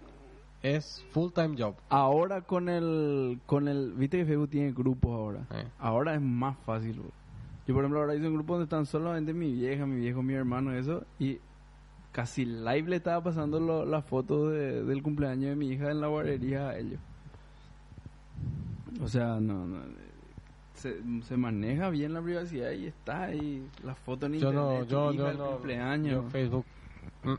S2: es full-time job.
S1: Ahora con el con el, viste que Facebook tiene grupos ahora.
S2: Eh.
S1: Ahora es más fácil. bro. Yo por ejemplo ahora hice un grupo donde están solamente mi vieja, mi viejo, mi hermano, eso y casi live le estaba pasando lo- las fotos de- del cumpleaños de mi hija en la guardería a ellos. O sea, no, no, se, se maneja bien la privacidad y está ahí la foto en
S2: Yo
S1: internet.
S2: no,
S1: tu
S2: yo,
S1: hija,
S2: yo
S1: el
S2: no.
S1: cumpleaños.
S2: Yo Facebook. mm,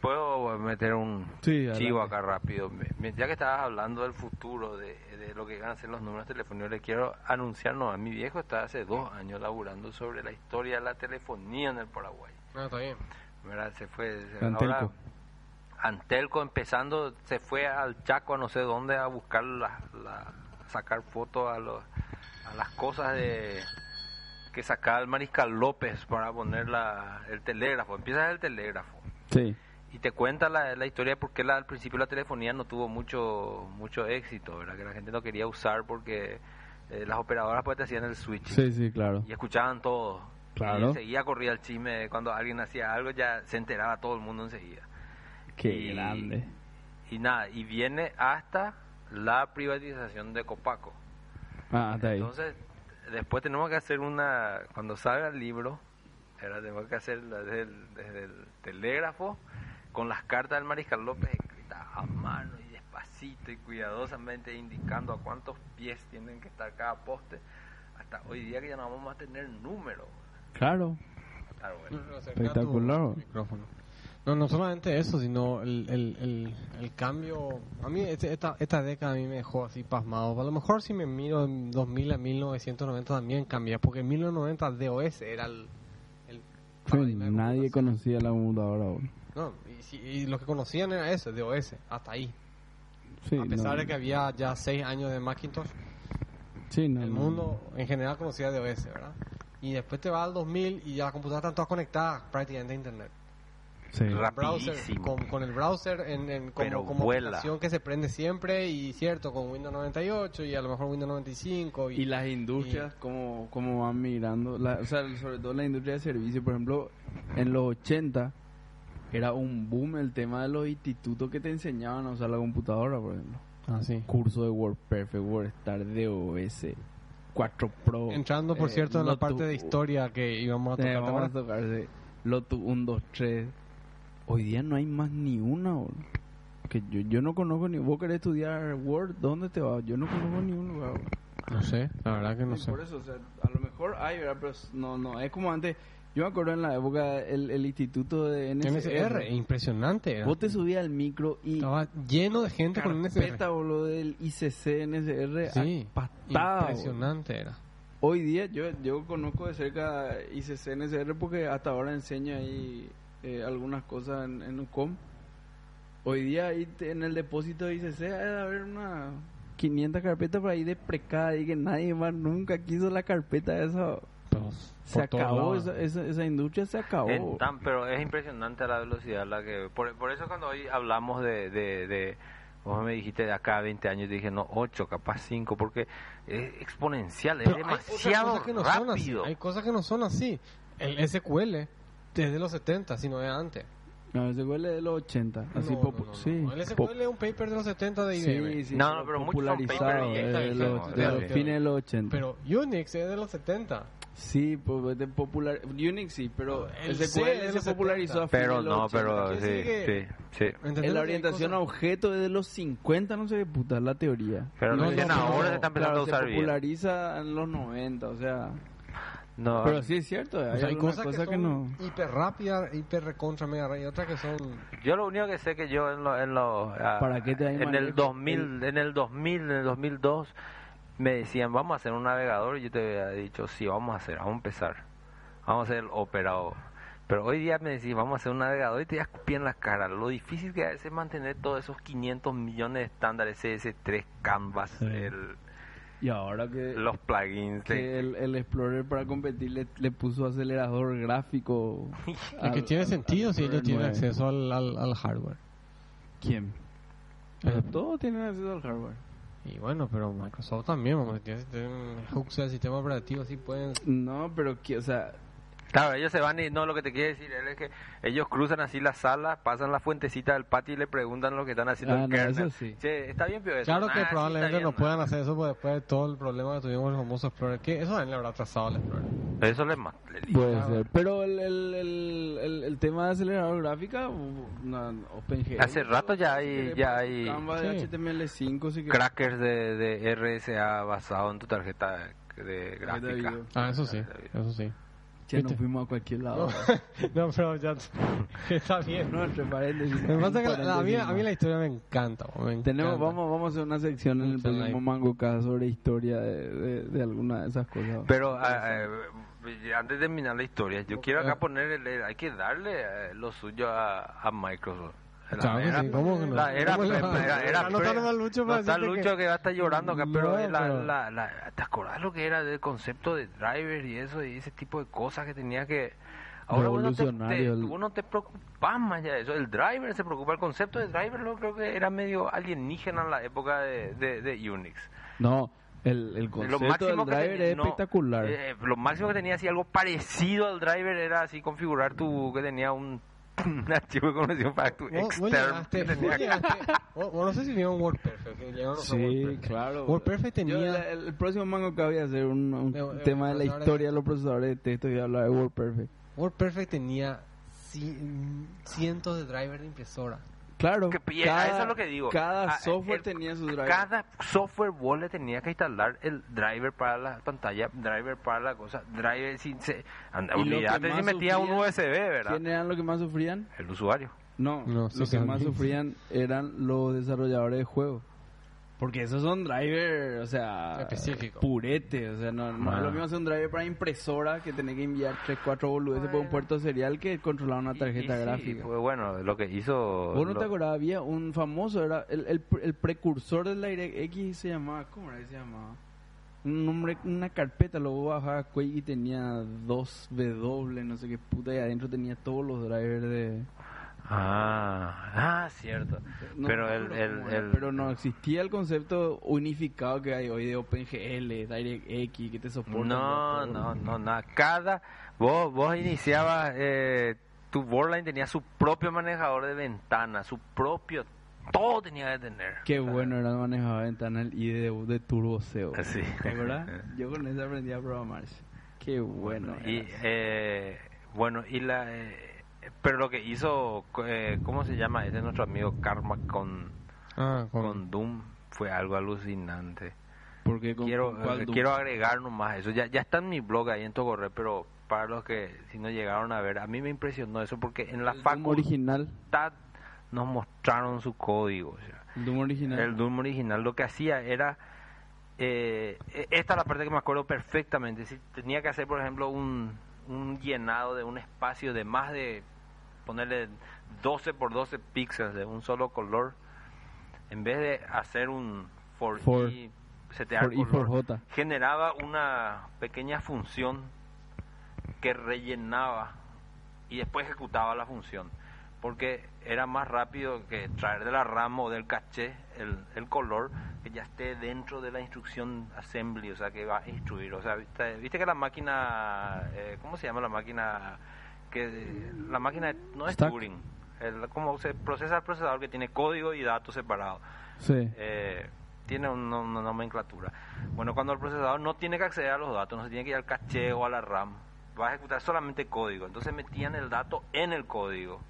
S3: Puedo meter un
S1: Sí, adelante.
S3: chivo acá rápido. Me- me- Ya que estabas hablando del futuro, de, de lo que van a ser los números telefónicos, le quiero anunciarnos a mi viejo está hace dos años laburando sobre la historia de la telefonía en el Paraguay.
S2: Ah, está bien.
S3: ¿verdad? Se fue. se-
S1: Antelco.
S3: ahora, Antelco empezando, se fue al Chaco a no sé dónde a buscar la, la- a sacar fotos a, los, a las cosas de que sacaba el mariscal López para poner la, el telégrafo. Empieza el telégrafo
S1: Sí.
S3: y te cuenta la, la historia de por qué la- al principio la telefonía no tuvo mucho mucho éxito, ¿verdad? Que la gente no quería usar porque eh, las operadoras pues te hacían el switch
S1: Sí, sí, claro.
S3: y escuchaban todo.
S1: Claro.
S3: Y seguía corría el chisme, cuando alguien hacía algo ya se enteraba todo el mundo enseguida.
S1: Qué
S3: y-
S1: grande.
S3: Y nada, y viene hasta la privatización de Copaco.
S1: Ah, hasta ahí.
S3: Entonces, después tenemos que hacer una, cuando salga el libro, ¿verdad? tenemos que hacer la- desde el, desde el telégrafo con las cartas del mariscal López escritas a mano y despacito y cuidadosamente indicando a cuántos pies tienen que estar cada poste. Hasta hoy día que ya no vamos a tener número.
S1: Claro.
S3: Claro, bueno.
S1: Espectacular.
S2: micrófono. No, no solamente eso, sino el, el, el, el cambio. A mí, este- esta, esta década a mí me dejó así pasmado. A lo mejor si me miro en 2000 a 1990 también cambia, porque en 1990 DOS era el. el
S1: Fue,
S2: paradigma de
S1: nadie
S2: computación.
S1: conocía la computadora. boludo.
S2: No, y, si- y lo que conocían era eso, DOS, hasta ahí.
S1: Sí,
S2: a pesar
S1: no.
S2: de que había ya 6 años de Macintosh,
S1: Sí, no,
S2: el
S1: no.
S2: mundo en general conocía DOS, ¿verdad? Y después te va al 2000 y ya las computadoras están todas conectadas prácticamente a Internet.
S1: Sí.
S3: Ra-
S2: browser,
S3: Rapidísimo.
S2: con, con el browser en, en- como,
S3: Pero
S2: como
S3: vuela.
S2: aplicación que se prende siempre y cierto, con Windows 98 y a lo mejor Windows 95 y,
S1: Y las industrias, como cómo van migrando, la- o sea, sobre todo la industria de servicio, por ejemplo, en los 80 era un boom el tema de los institutos que te enseñaban a usar la computadora, por ejemplo.
S2: Ah, sí.
S1: Curso de WordPerfect, WordStar, DOS, 4 Pro.
S2: entrando por
S1: eh,
S2: cierto en la
S1: Lotus-
S2: parte de historia que íbamos a
S1: Eh,
S2: tocar
S1: vamos a
S2: ¿te acuerdas?
S1: tocar, sí. Lotus 1, 2, 3. Hoy día no hay más ni una, boludo. Que yo, yo no conozco ni... Vos querés estudiar Word, ¿dónde te vas? Yo no conozco ni un lugar, boludo.
S2: no sé la verdad que no
S1: Y
S2: sé
S1: Por eso, o sea, a lo mejor hay, ¿verdad? Pero s- no, no, es como antes. Yo me acuerdo en la época el, el instituto de NSR.
S2: NSR impresionante era.
S1: Vos te subías al micro y
S2: estaba lleno de gente con NSR
S1: carpeta, boludo, del ICC, NSR,
S2: sí
S1: apastada, boludo.
S2: impresionante era
S1: Hoy día yo, yo conozco de cerca ICC, NSR porque hasta ahora enseña ahí eh, algunas cosas en, en UCOM. Hoy día ahí te- en el depósito de ICC debe haber unas 500 carpetas por ahí de precada y que nadie más nunca quiso la carpeta esa.
S2: Pero
S1: Se
S2: por todos
S1: acabó,
S2: lados.
S1: esa, esa, esa industria se
S2: Ah,
S1: acabó.
S2: oh.
S3: En tan- pero es impresionante la velocidad a la que... Por, por eso cuando hoy hablamos de, de, de- Vos me dijiste de acá a 20 años, dije no, 8, capaz 5, porque es exponencial, es
S2: Pero hay otras
S3: demasiado
S2: cosas que no son así.
S3: rápido.
S2: Hay cosas que no son así. El SQL desde los 70, si no es antes.
S1: No, ese huele de los 80. Así
S2: No,
S1: popu-
S2: no, no, no.
S1: sí.
S2: El
S1: Pop-
S2: SQL es un paper de los 70 de IBM.
S1: sí, sí,
S3: No, no, pero muchos son
S1: popularizado
S2: paper y
S1: eh,
S2: esta
S1: de
S2: es
S1: los,
S2: la-
S1: de los
S2: la-
S1: fines de los 80.
S2: Pero Unix es de los 70.
S1: Sí, pues de popular Unix sí, pero
S2: El
S1: el SQL
S2: C es de los
S1: se popularizó a fines
S3: Pero
S1: de los
S3: no,
S1: 80.
S3: pero
S2: ¿Quién
S3: sí, sí,
S2: sigue?
S3: sí.
S2: ¿Entendés
S1: la
S2: lo que hay
S1: orientación a
S2: cosas?
S1: objeto es de los 50, no sé qué puta la teoría.
S3: Pero
S2: No,
S3: recién
S2: no, pero-
S3: ahora se está empezando
S1: claro,
S3: a usar
S1: se
S3: bien.
S1: populariza en los 90, o sea,
S3: No,
S1: pero sí es cierto, hay,
S2: O sea, Pues hay
S1: algunas
S2: cosas, que,
S1: no.
S2: son hiper rápidas, hiper recontra mega rápidas, y otras que son...
S3: Yo lo único que sé que yo en, lo- en, lo- ah,
S1: ¿Para qué te da
S3: en el
S1: manejo?
S3: 2000, en el 2000, en el 2002 me decían, "Vamos a hacer un navegador." Y yo te había dicho, "Sí, vamos a hacer, vamos a empezar. Vamos a hacer el Opera." o- Pero hoy día me decís, "Vamos a hacer un navegador." Y te voy a escupir en la cara lo difícil que es mantener todos esos 500 millones de estándares CS3, Canvas,
S1: Sí.
S3: el-
S1: Y ahora que,
S3: los plugins
S1: que
S3: de-
S1: el, el Explorer para competir le, le puso acelerador gráfico.
S2: Y Ah, que
S1: al-
S2: tiene
S1: al-
S2: sentido
S1: al
S2: si ellos
S1: Explorer
S2: tienen
S1: 9.
S2: acceso al, al, al hardware.
S1: ¿Quién?
S3: Eh,
S1: Pero todos tienen acceso al hardware.
S2: Y bueno, pero Microsoft también, vamos, tiene, tiene hooks del sistema operativo, así pueden...
S1: No, pero que, o sea,
S3: Claro, ellos se van y no, lo que te quiere decir él es que ellos cruzan así la sala, pasan la fuentecita del patio y le preguntan lo que están haciendo
S1: Ah,
S3: el
S1: no,
S3: kernel.
S1: eso sí.
S3: Che, está bien, pío, eso?
S2: Claro
S3: Ah,
S2: que
S3: sí,
S2: probablemente
S3: está bien,
S2: no puedan hacer eso pues, después de todo el problema que tuvimos con el famoso Explorer. Que eso también le habrá atrasado al Explorer.
S3: Eso les ma- le digo.
S1: Puede ser, pero el, el, el, el, el tema de acelerador gráfica, una OpenGL.
S3: Hace rato ya hay- ya hay-
S1: Canva
S2: Sí.
S1: de HTML5, sí que.
S3: Crackers de, de RSA basado en tu tarjeta de gráfica.
S1: video.
S2: Ah, eso sí,
S3: Tarjeta de video.
S2: eso sí.
S1: Che, nos
S2: ¿Viste?
S1: fuimos a cualquier lado.
S2: no, pero ya está bien.
S1: No, entre paréntesis.
S2: Me pasa que la- a, mí, a mí la
S1: Paréntesis.
S2: historia me encanta. bo, me
S1: Tenemos,
S2: encanta.
S1: vamos, vamos a hacer una sección en el
S2: Mucho
S1: próximo
S2: like.
S1: Mango Casa sobre historia de, de, de alguna de esas cosas.
S3: Pero ah, eh, antes de terminar la historia, yo quiero
S2: Eh.
S3: acá poner, el- el- hay que darle eh, lo suyo a, a Microsoft. La
S2: Claro que
S3: era-
S2: sí, ¿cómo que no?
S3: la era-
S2: ¿Cómo le va?
S3: era- era-
S2: Ah, no está nomás Lucho
S3: no
S2: para
S3: está
S2: decirte
S3: Lucho
S2: que-
S3: que va a estar llorando acá, pero,
S2: No,
S3: la-
S2: pero-
S3: la- la- ¿te acordás lo que era del concepto de driver y eso y ese tipo de cosas que tenía que... Ahora uno te, te,
S1: Revolucionario el-
S3: uno te preocupas más ya de eso. El driver se preocupa. El concepto de driver lo creo que era medio alienígena en la época de, de- de Unix.
S1: No, el, el concepto del driver
S3: tenía-
S1: es
S3: no,
S1: espectacular.
S3: eh, lo máximo que tenía así algo parecido al driver era así configurar tu que tenía un, un archivo de conexión para tu
S2: Vos, vos
S3: externo.
S2: llegaste,
S3: que
S2: vos
S3: tenía-
S2: llegaste- vos- vos no sé si vieron WordPerfect. que llegaron a WordPerfect.
S1: claro.
S2: WordPerfect tenía-
S1: Yo, la- el, el próximo mango que voy a hacer un, un
S2: Eh, eh,
S1: tema de la
S2: procesadores-
S1: historia de los procesadores de texto y voy a hablar de WordPerfect.
S2: WordPerfect tenía ci- cientos de drivers de impresora.
S1: Claro.
S3: Que pilla- eso es lo que digo.
S1: Cada
S3: Ah,
S1: software
S3: el-
S1: tenía su driver.
S3: Cada software vos le tenía que instalar el driver para la pantalla, driver para la cosa, driver sin se, anda,
S1: Y lo que
S3: olvídate si
S1: más
S3: metía un
S1: sufría-
S3: USB, ¿verdad?
S1: ¿Quiénes eran los que más sufrían?
S3: El usuario.
S1: No,
S2: No, sí,
S1: los que
S2: claro.
S1: más sufrían eran los desarrolladores de juegos. Porque esos son drivers, o sea,
S2: Específico.
S1: purete, o sea, no, no
S3: Ah.
S1: es lo mismo hacer un driver para impresora que tener que enviar 3, 4 boludeces por un puerto serial que controlar una
S3: Y-
S1: tarjeta
S3: y sí,
S1: gráfica.
S3: pues, bueno, lo que hizo...
S1: Vos no
S3: lo-
S1: te acordás, había un famoso, era el, el, el precursor del DirectX se llamaba, ¿cómo era que se llamaba? Un nombre, una carpeta, luego bajaba Quake y tenía dos W, no sé qué puta, y adentro tenía todos los drivers de...
S3: Ah, ah, cierto.
S1: No
S3: pero,
S1: me
S3: el,
S1: acuerdo
S3: el-
S1: cómo era,
S3: el-
S1: pero no existía el concepto unificado que hay hoy de OpenGL, DirectX, que te soporta.
S3: No, no, no, nada. Cada. Vos, vos iniciabas. Eh, tu Borderline tenía su propio manejador de ventana, su propio. Todo tenía que tener.
S1: Qué
S3: O sea,
S1: bueno era el manejador de ventana el IDE de, de Turbo SEO.
S3: Ah, Sí.
S1: ¿Te acordás? Yo con eso aprendí a programar. Qué bueno.
S3: Y,
S1: era.
S3: eh, bueno, y la. eh, pero lo que hizo. eh, ¿Cómo se llama? Ese nuestro amigo Karma con,
S2: Ah,
S3: con Doom. Fue algo alucinante.
S1: Porque con-
S3: quiero,
S1: con cuál
S3: eh,
S1: tú-
S3: quiero agregar nomás eso. Ya, ya está en mi blog ahí en tu correo, pero para los que si no llegaron a ver, a mí me impresionó eso porque en la
S1: el Doom
S3: facultad
S1: original.
S3: nos mostraron su código. o sea,
S1: El Doom original.
S3: el Doom original lo que hacía era. eh, e- esta es la parte que me acuerdo perfectamente. Si tenía que hacer, por ejemplo, un, un llenado de un espacio de más de. ponerle 12 por 12 píxeles de un solo color. En vez de hacer un E, for,
S1: For-
S3: i, setear
S1: for i, E for
S3: color,
S1: j.
S3: generaba una pequeña función que rellenaba y después ejecutaba la función. Porque era más rápido que traer de la RAM o del caché el, el color que ya esté dentro de la instrucción assembly, o sea, que va a instruir. O sea, viste, viste que la máquina, eh, ¿cómo se llama la máquina? que La máquina no es
S1: Stack.
S3: Turing. El- cómo se procesa el procesador que tiene código y datos separados
S1: Sí.
S3: eh, tiene un- una, una nomenclatura. Bueno, cuando el procesador no tiene que acceder a los datos, no se tiene que ir al caché o a la RAM, va a ejecutar solamente código. Entonces metían el dato en el código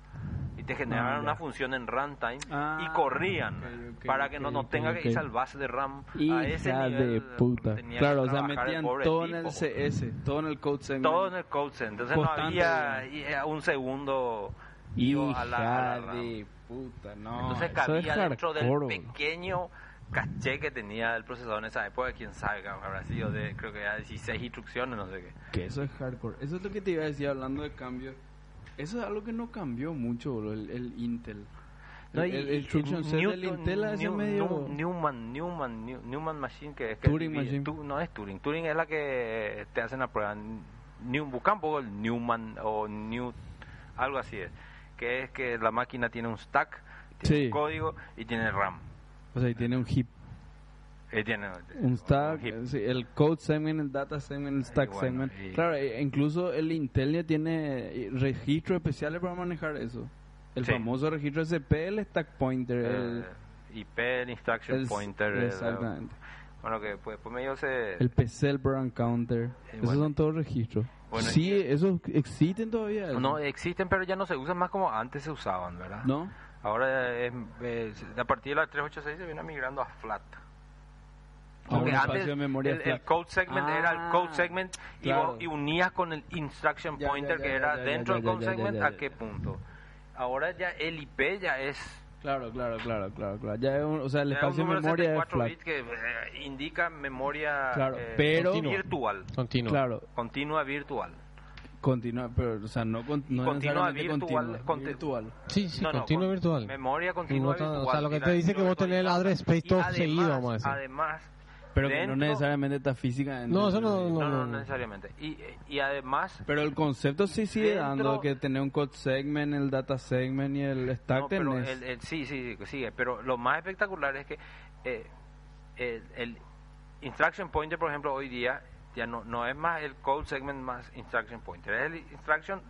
S3: y te generaban
S1: Ah, ya.
S3: una función en runtime
S1: Ah,
S3: y corrían
S1: ok, ok,
S3: para que no,
S1: ok,
S3: no
S1: ok,
S3: tenga que irse
S1: ok.
S3: al base de RAM. a ese
S1: Hija
S3: nivel
S1: de puta.
S3: tenía que
S1: Claro, o sea,
S3: trabajar el
S1: metían
S3: pobre
S1: todo en
S3: tipo.
S1: el CS, todo en el code segment.
S3: Todo en el code center. Entonces
S1: Constante,
S3: no había y, eh, un segundo ido
S1: Hija
S3: a la, a la RAM.
S1: de puta, no.
S3: Entonces
S1: eso es
S3: cabía dentro del
S1: hardcore, bro.
S3: pequeño caché que tenía el procesador en esa época, quién sabe, cabrón, habrá sido de, creo que era 16 instrucciones, no sé qué.
S1: Que eso es hardcore. Eso es lo que te iba a decir hablando de cambios. Eso es algo que no cambió mucho, bro, el, el Intel.
S3: No,
S1: el,
S3: y-
S1: el
S3: y-
S1: instruction set del
S3: Newton-
S1: Intel a ese
S3: New-
S1: medio...
S3: New- Newman, Newman, New- Newman Machine, que es que
S1: Turing
S3: divide-
S1: Machine.
S3: tu- no es Turing, Turing es la que te hacen la prueba. New, busca un poco el Newman o New, algo así es, que es que la máquina tiene un stack, tiene
S1: Sí.
S3: un código y tiene RAM.
S1: O sea, y tiene un heap,
S3: Eh, tiene,
S1: un stack,
S3: heap.
S1: eh, sí, el code segment, el data segment, el stack
S3: bueno,
S1: segment.
S3: y-
S1: Claro, e- incluso el Intel ya tiene eh, registros especiales para manejar eso. El
S3: Sí.
S1: famoso registro SP, el stack pointer, el...
S3: Eh, IP, el instruction
S1: el-
S3: pointer, el-
S1: exactamente.
S3: Bueno, que pues, pues medio se...
S1: El PC, el Brown Counter. Esos
S3: bueno.
S1: son todos registros.
S3: Bueno,
S1: sí,
S3: y- eh,
S1: esos existen todavía.
S3: No, existen, pero ya no se usan más como antes se usaban, ¿verdad?
S1: ¿No?
S3: Ahora, es- es- a partir de la 386 se viene migrando a flat. Porque
S1: un
S3: antes
S1: espacio de
S3: el,
S1: memoria
S3: el
S1: flash.
S3: code segment era el code
S4: Ah,
S3: segment y,
S1: claro.
S3: vos- y unías con el instruction
S1: Ya, ya,
S3: pointer
S1: ya,
S3: que
S1: ya,
S3: era
S1: ya, ya, ya,
S3: dentro del
S1: ya,
S3: code
S1: ya, ya,
S3: segment
S1: ya,
S3: a qué
S1: ya.
S3: punto. Ahora ya el IP ya es,
S1: Claro, claro, claro, claro, claro. Ya es un- o sea, el
S3: ya es un
S1: espacio de
S3: número
S1: memoria es
S3: 64
S1: flash.
S3: bits que eh, indica memoria
S1: Claro,
S3: eh,
S1: pero-
S3: continua. virtual,
S2: Continúa.
S1: Claro,
S3: continua virtual.
S1: continua, pero o sea, no, con, no es
S3: Continua
S1: necesariamente
S3: virtual,
S1: continua,
S3: conte-
S1: virtual.
S2: Sí, sí,
S3: No, no,
S2: continuo
S3: con-
S2: virtual.
S3: Memoria
S2: Y
S3: continua
S2: vos ta- o
S3: virtual.
S2: sea, lo que
S3: y
S2: te
S3: la-
S2: dice que
S3: lo
S2: vos tenés el
S3: conozco.
S2: address space
S3: Y
S2: todo
S3: además-
S2: seguido, vamos a decir.
S3: Además,
S1: Pero que no
S3: dentro-
S1: necesariamente está física. en-
S2: No, eso no-
S3: No, no,
S2: no.
S3: necesariamente. Y, eh, y además,
S1: Pero el concepto sí sigue
S3: Dentro-
S1: dando que tener un code segment, el data segment y el stack
S3: No, pero
S1: tenés.
S3: el- el- sí, sí, sí, sigue. Pero lo más espectacular es que eh, el, el Instruction Pointer, por ejemplo, hoy día ya no, no es más el Code Segment más Instruction Pointer, es el Instruction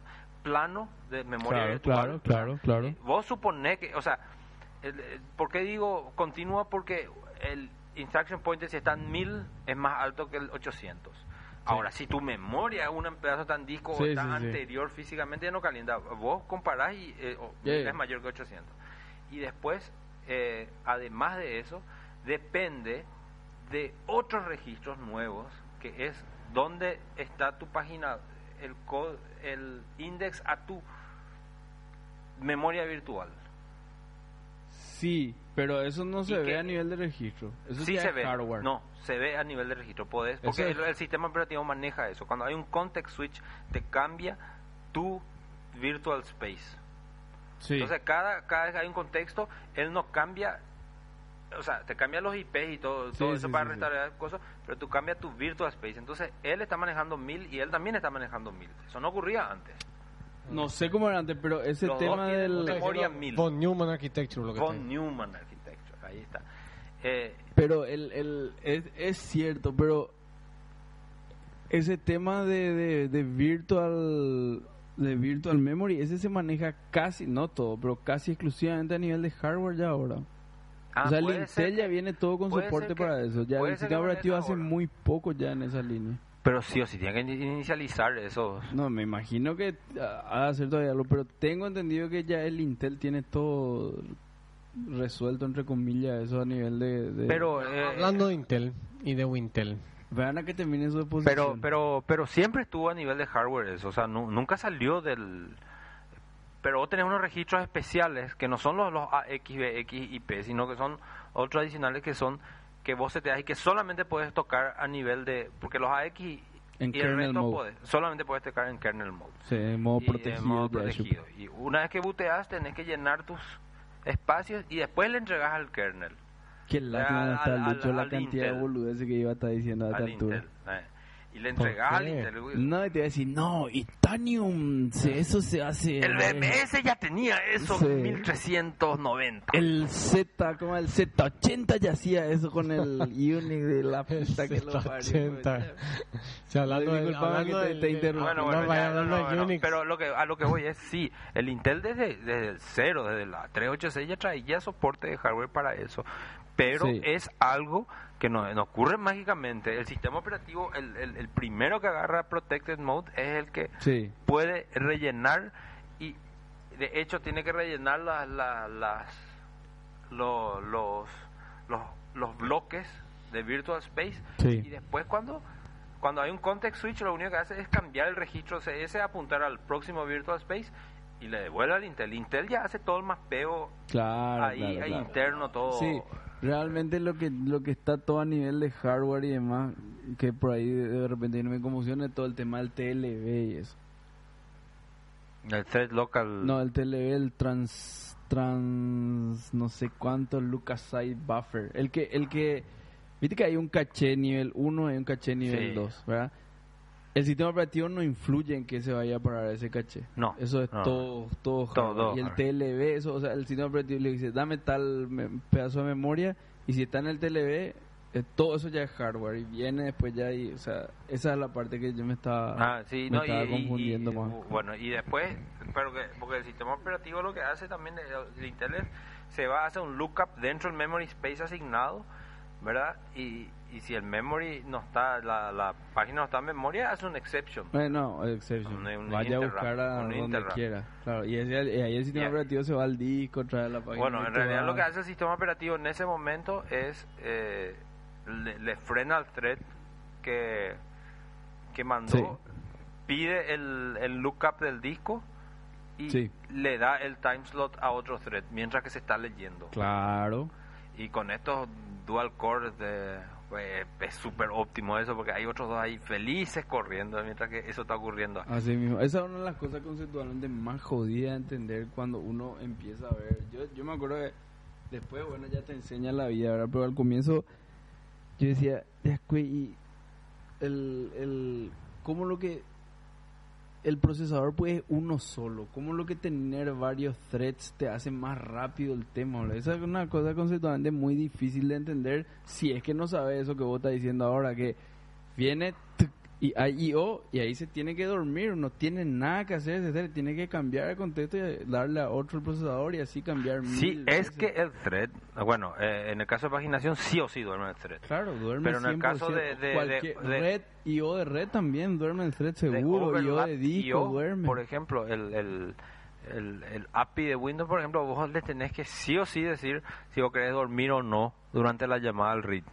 S3: plano de memoria
S1: Claro,
S3: virtual.
S1: claro, claro, claro.
S3: Vos suponés que, o sea, el- el- ¿por qué digo continúa? Porque el Instruction Pointer, si está en 1000, es más alto que el 800. Ahora, si tu memoria es un pedazo tan disco o
S1: Sí,
S3: está
S1: sí, sí.
S3: anterior físicamente, ya no calienta. Vos comparás y eh, o-
S1: Yeah.
S3: es mayor que 800. Y después, eh, además de eso, depende de otros registros nuevos, que es donde está tu página, el, co- el index a tu memoria virtual.
S1: Sí, pero eso no se
S3: ¿Y
S1: ve
S3: qué?
S1: a nivel de registro. Eso
S3: sí
S1: ya
S3: se
S1: es
S3: ve.
S1: hardware.
S3: No, se ve a nivel de registro. Podés,
S2: Eso
S3: porque
S2: es-
S3: el, el sistema operativo maneja eso. Cuando hay un context switch, te cambia tu virtual space.
S1: Sí.
S3: Entonces, cada, cada vez que hay un contexto, él no cambia. O sea, te cambia los IPs y todo,
S1: Sí,
S3: todo eso
S1: sí,
S3: para
S1: sí,
S3: restaurar cosas, pero tú cambias tu virtual space. Entonces, él está manejando 1000 y él también está manejando 1000. Eso no ocurría antes.
S1: no sé cómo era antes, pero ese
S3: Los dos
S1: tema
S3: tienen
S1: del.
S3: otra memoria mil.
S2: Von Neumann Architecture, lo que
S3: Von
S2: tenga.
S3: Neumann Architecture, ahí está. Eh,
S1: Pero el, el, es, es cierto, pero ese tema de, de, de virtual de virtual memory, ese se maneja casi, no todo, pero casi exclusivamente a nivel de hardware ya ahora.
S3: ah,
S1: o sea, el
S3: puede ser
S1: Intel ya
S3: que-
S1: viene todo con
S3: puede
S1: soporte
S3: ser que-
S1: para eso. Ya
S3: puede
S1: el
S3: ser que
S1: sistema operativo
S3: maneja
S1: hace
S3: ahora.
S1: muy poco ya en esa línea.
S3: Pero sí o sí, tiene que in- inicializar eso.
S1: No, me imagino que ah, ha de hacer todavía algo, pero tengo entendido que ya el Intel tiene todo resuelto, entre comillas, eso a nivel de... de-
S3: Pero, eh,
S2: Hablando de Intel y de Wintel.
S1: Vean a que termine su
S3: pero,
S1: exposición.
S3: pero, pero siempre estuvo a nivel de hardware eso. O sea, nu- nunca salió del... Pero vos tenés unos registros especiales que no son los, los AXBX y P, sino que son otros adicionales que son que vos se te das y que solamente puedes tocar a nivel de... Porque los AX y
S1: En
S3: y el
S1: kernel
S3: resto
S1: mode.
S3: podés- solamente puedes tocar en kernel mode.
S1: Sí, en modo
S3: y en
S1: protegido.
S3: modo
S1: ya, chup.
S3: protegido. Y una vez que booteas tenés que llenar tus espacios y después le entregas al kernel.
S1: Qué lástima
S3: al-
S1: está el
S3: al-
S1: dicho, la
S3: al
S1: cantidad de
S3: Intel.
S1: boludeces que iba a estar diciendo a esta
S3: al
S1: altura.
S3: Intel. eh. Y le
S2: ¿Por
S3: entregás al
S2: qué?
S3: Intel. güey.
S1: No, y te iba a decir, no, Itanium, se- eso se hace...
S3: Ah. El BMS ya tenía eso
S1: Sí.
S3: en 1390.
S1: El Z, como el Z80 ya hacía eso con el Unix de la puta
S2: Este,
S1: que lo parió. güey.
S2: 80. Si hablando de,
S1: Disculpame
S2: hablando
S1: que te-
S2: del-
S1: te
S2: del-
S1: interrumpa.
S3: Ah, bueno,
S2: no,
S3: bueno,
S2: vaya
S3: ya,
S2: a hablar
S3: no,
S2: de
S3: bueno,
S2: Unix.
S3: pero lo que, a lo que voy es, sí, el Intel desde, desde el cero, desde la 386 ya traía soporte de hardware para eso, pero
S1: Sí.
S3: es algo que no, no ocurre mágicamente. El sistema operativo, el, el- el primero que agarra Protected Mode es el que
S1: Sí,
S3: puede rellenar y de hecho tiene que rellenar las, las, las- lo- los, los, los bloques de virtual space
S1: Sí.
S3: y después cuando cuando hay un context switch lo único que hace es cambiar el registro CS apuntar al próximo virtual space y le devuelve al Intel Intel ya hace todo el mapeo
S1: claro,
S3: ahí,
S1: claro,
S3: ahí oh.
S1: claro.
S3: interno todo
S1: Sí, realmente lo que lo que está todo a nivel de hardware y demás, que por ahí de de repente no me confusione todo el tema del TLB y eso.
S3: el thread local
S1: No, el TLB, el trans trans no sé cuánto Lucasite buffer, el que el que viste que hay un caché nivel 1 y un caché nivel
S3: Sí.
S1: 2, ¿verdad? El sistema operativo no influye en que se vaya a parar ese caché.
S3: No,
S1: Eso es
S3: no.
S1: todo, todo hardware.
S3: Todo
S1: Y el
S3: hardware.
S1: TLB, eso, o sea, el sistema operativo le dice, dame tal me- pedazo de memoria y si está en el TLB, eh, todo eso ya es hardware y viene después ya y, o sea, esa es la parte que yo me estaba,
S3: Ah, sí,
S1: me
S3: no, y-
S1: estaba
S3: y-
S1: confundiendo
S3: y-
S1: más.
S3: Bueno, y después, pero que, porque el sistema operativo lo que hace también, eh, el, el Intel es- se va a hacer un lookup dentro del memory space asignado, ¿verdad? Y, y si el memory no está, la, la página no está en memoria, hace un exception.
S1: Eh, no, exception.
S3: Un- un
S1: Vaya a
S3: interrupt,
S1: buscar a
S3: un
S1: donde
S3: interrupt.
S1: quiera. Claro, y, ese- y ahí el sistema
S3: Yeah.
S1: operativo se va al disco, trae la página.
S3: Bueno, en realidad
S1: virtual.
S3: lo que hace el sistema operativo en ese momento es eh, le, le frena al thread que, que mandó,
S1: Sí.
S3: pide el, el lookup del disco y
S1: Sí.
S3: le da el time slot a otro thread mientras que se está leyendo.
S1: Claro.
S3: Y con estos dual cores de, pues, es súper óptimo eso porque hay otros dos ahí felices corriendo mientras que eso está ocurriendo.
S1: Así mismo. Esa es una de las cosas conceptualmente más jodidas de entender cuando uno empieza a ver. Yo, yo me acuerdo que después, bueno, ya te enseña la vida, ¿verdad? Pero al comienzo yo decía, "Ya, güey, y el, el, ¿cómo lo que el procesador pues es uno solo? ¿Cómo lo que tener varios threads te hace más rápido el tema? boludo? Esa es una cosa conceptualmente muy difícil de entender si es que no sabes eso que vos estás diciendo ahora, que viene tuc, y hay IO y ahí se tiene que dormir, no tiene nada que hacer, ese thread, tiene que cambiar el contexto y darle a otro el procesador y así cambiar
S3: Sí,
S1: mil
S3: es
S1: veces.
S3: que el thread, bueno, eh, en el caso de paginación sí o sí duerme el thread.
S1: Claro, duerme
S3: Pero en el
S1: 100%.
S3: caso de- de- de-
S1: Cualquier
S3: de-
S1: red y O de red también duerme el thread
S3: de
S1: seguro, y O
S3: overlap
S1: de disco
S3: IO,
S1: duerme.
S3: Por ejemplo, el, el, el, el API de Windows, por ejemplo, vos le tenés que sí o sí decir si vos querés dormir o no durante la llamada al RIT.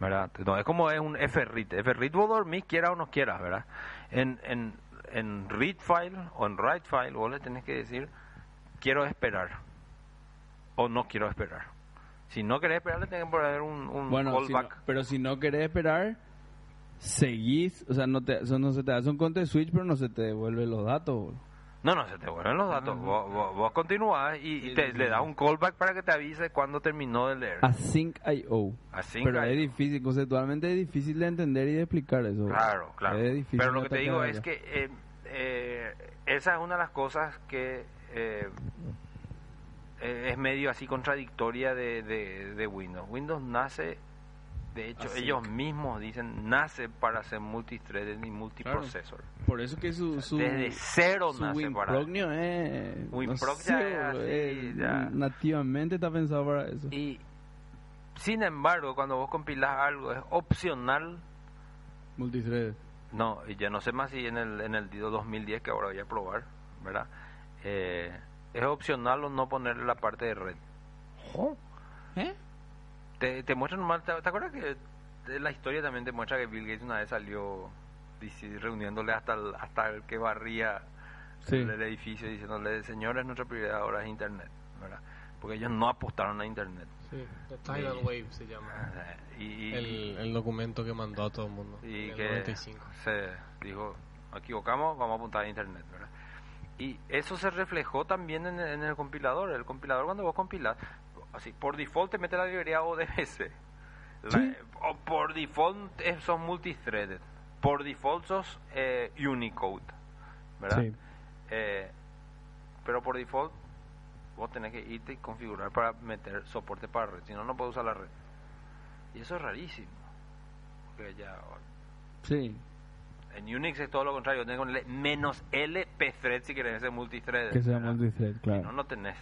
S3: ¿Verdad? No, es como es un FRIT. FRIT vos dormís quiera o no quieras, ¿verdad? En, en, en read file o en write file vos le tenés que decir quiero esperar o no quiero esperar. Si no querés esperar, le tenés que poner un, un
S1: bueno, si no-
S3: callback.
S1: pero si no querés esperar, seguís, o sea, no, te, eso no se te hace un context switch, pero no se te devuelve los datos. boludo.
S3: No, no, se te vuelven los datos. Vos, vos, vos continuás y, y
S1: Ah. Sí,
S3: te,
S1: sí,
S3: le
S1: sí.
S3: das un callback para que te avise cuando terminó de leer.
S1: Async IO.
S3: Así
S1: Ah, Pero
S3: que-
S1: es difícil, conceptualmente es difícil de entender y de explicar eso. boludo.
S3: Claro, claro.
S1: Es difícil
S3: Pero lo que te
S1: atacar
S3: digo
S1: allá.
S3: es que eh, eh, esa es una de las cosas que eh, eh, es medio así contradictoria de, de- de Windows. Windows nace, de hecho,
S1: Así.
S3: ellos mismos dicen, nace para ser multithreaded y multiprocessor.
S1: Por eso que su... su
S3: Desde cero
S1: su
S3: nace para
S1: Wimprognio es...
S3: Wimprog ya es
S1: boludo,
S3: así,
S1: es-
S3: ya.
S1: Nativamente está pensado para eso.
S3: Y sin embargo, cuando vos compilás algo es opcional.
S1: Multithread.
S3: No, y ya no sé más si en el, en el DIO 2010 que ahora voy a probar, ¿verdad? Eh, es opcional o no ponerle la parte de red.
S1: ¿Eh?
S3: Te, te muestran mal, ¿te, te acuerdas que de la historia también te muestra que Bill Gates una vez salió dici- reuniéndole hasta el, hasta el que barría
S1: Sí.
S3: el, el edificio diciéndole, señores, nuestra prioridad ahora es Internet, ¿verdad? Porque ellos no apostaron a Internet.
S2: Sí, The Tidal Wave se llama.
S3: Eh, y, y-
S2: El, el documento que mandó a todo el mundo.
S3: y
S2: en el
S3: que
S2: 95.
S3: se dijo, "Nos equivocamos, vamos a apuntar a internet, ¿verdad? Y eso se reflejó también en, en el compilador. El compilador cuando vos compilas, así por default te mete la librería ODS. La-
S1: Sí.
S3: o por default eh, son multithreaded. Por default sos eh, Unicode, ¿verdad?
S1: Sí.
S3: Eh, pero por default vos tenés que irte y configurar para meter soporte para red, si no, no puedes usar la red. Y eso es rarísimo. Porque ya
S1: Sí.
S3: en Unix es todo lo contrario, tenés que ponerle menos L pthread si querés ese multithread.
S1: Que sea
S3: ¿verdad?
S1: multithread,
S3: Si Ah. No,
S1: claro.
S3: no tenés.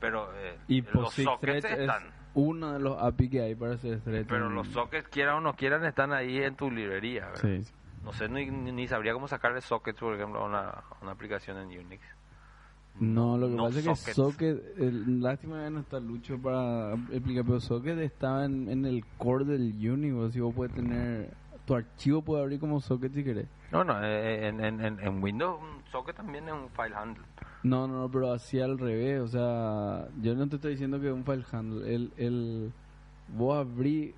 S3: Pero eh,
S1: Y
S3: los sockets
S1: POSIXThread es
S3: están.
S1: uno de los API que hay para hacer thread.
S3: Pero
S1: en-
S3: los sockets, quieran o no quieran, están ahí en tu librería. ¿verdad?
S1: Sí, sí.
S3: No sé, ni, ni- ni sabría cómo sacarle sockets, por ejemplo, a una, a una aplicación en Unix.
S1: No, lo que
S3: No
S1: pasa es que
S3: sockets.
S1: socket, el- lástima que no está Lucho para explicar, pero socket estaba en, en el core del Unix, si vos puedes tener, tu archivo puede abrir como socket si querés.
S3: No, no, eh, en, en- en- en Windows un socket también es un file handle.
S1: No, no, no, pero así al revés, o sea, yo no te estoy diciendo que es un file handle, el, el, vos abrí,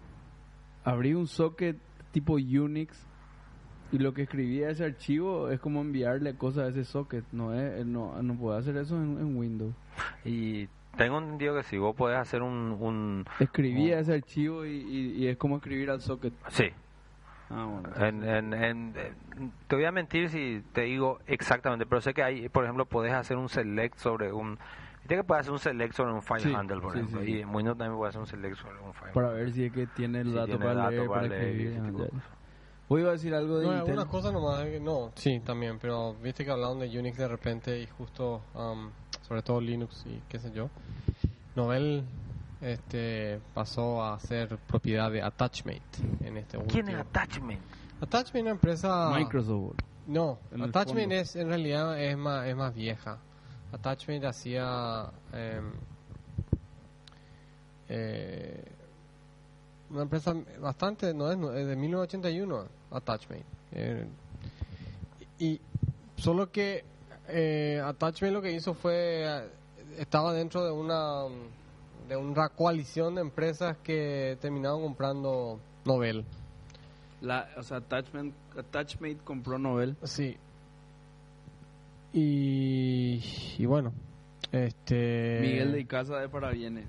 S1: abrí un socket tipo Unix y lo que escribía ese archivo es como enviarle cosas a ese socket, no es, eh, no, no puedo hacer eso en, en Windows.
S3: Y tengo entendido que si vos podés hacer un... un
S1: Escribía ese archivo y, y- y es como escribir al socket.
S3: sí,
S1: Ah, bueno.
S3: En- en- en- eh, te voy a mentir si te digo exactamente, pero sé que hay, por ejemplo, podés hacer un select sobre un. Viste que puedes hacer un select sobre un file
S1: Sí,
S3: handle, por
S1: sí,
S3: ejemplo.
S1: sí, sí.
S3: Y en Windows también puedes hacer un select sobre un file
S1: Para ver si es que tiene el
S3: si
S1: dato
S3: tiene
S1: para
S3: dato
S1: leer, para
S3: para leer y
S1: escribir.
S3: ese tipo
S1: ah,
S3: de
S1: ya.
S3: cosas.
S1: Vos ibas a decir algo de
S2: No,
S1: Intel.
S2: algunas cosas nomás. eh, No, sí, también. Pero viste que hablaron de Unix de repente y justo, am, sobre todo Linux y qué sé yo. Nobel este, pasó a ser propiedad de Attachmate en este último.
S3: ¿Quién es Attachment?
S2: Attachmate? es una empresa.
S1: Microsoft. boludo.
S2: No,
S1: En el
S2: Attachment
S1: fondo.
S2: es, en realidad es más, es más vieja. Attachment hacía... em, eh, una empresa bastante, no es, nue- es de 1981, Attachmate. Eh, y solo que eh, Attachmate lo que hizo fue, eh, estaba dentro de una, mm, de una coalición de empresas que terminaron comprando Nobel.
S1: La, o sea, Attachment, Attachmate compró Nobel.
S2: Sí. Y, y bueno, este...
S1: Miguel de Icaza de Parabienes.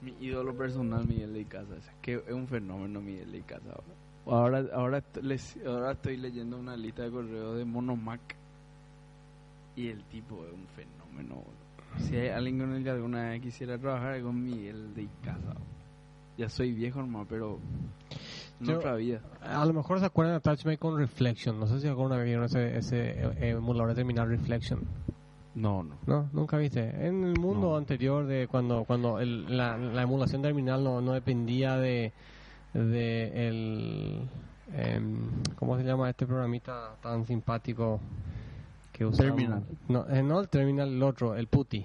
S1: Mi ídolo personal, Miguel de Icaza. O sea, que es un fenómeno, Miguel de Icaza. Ahora, ahora, est- les- ahora estoy leyendo una lista de correos de Monomac. Y el tipo es un fenómeno. boludo. Si hay alguien con el que alguna vez quisiera trabajar, es con Miguel de Icaza. boludo. Ya soy viejo, hermano, pero. No
S2: Yo-
S1: sabía.
S2: A lo mejor se acuerdan de Attachmate con Reflection. No sé si alguna vez vieron ese, ese eh, emulador de terminal Reflection.
S1: No, no.
S2: No, nunca viste. En el mundo
S1: No.
S2: anterior de cuando cuando el- la, la emulación terminal no, no dependía de de el em, ¿cómo se llama este programita tan simpático que usamos?
S1: Terminal.
S2: No, eh, no el terminal, el otro, el Putty.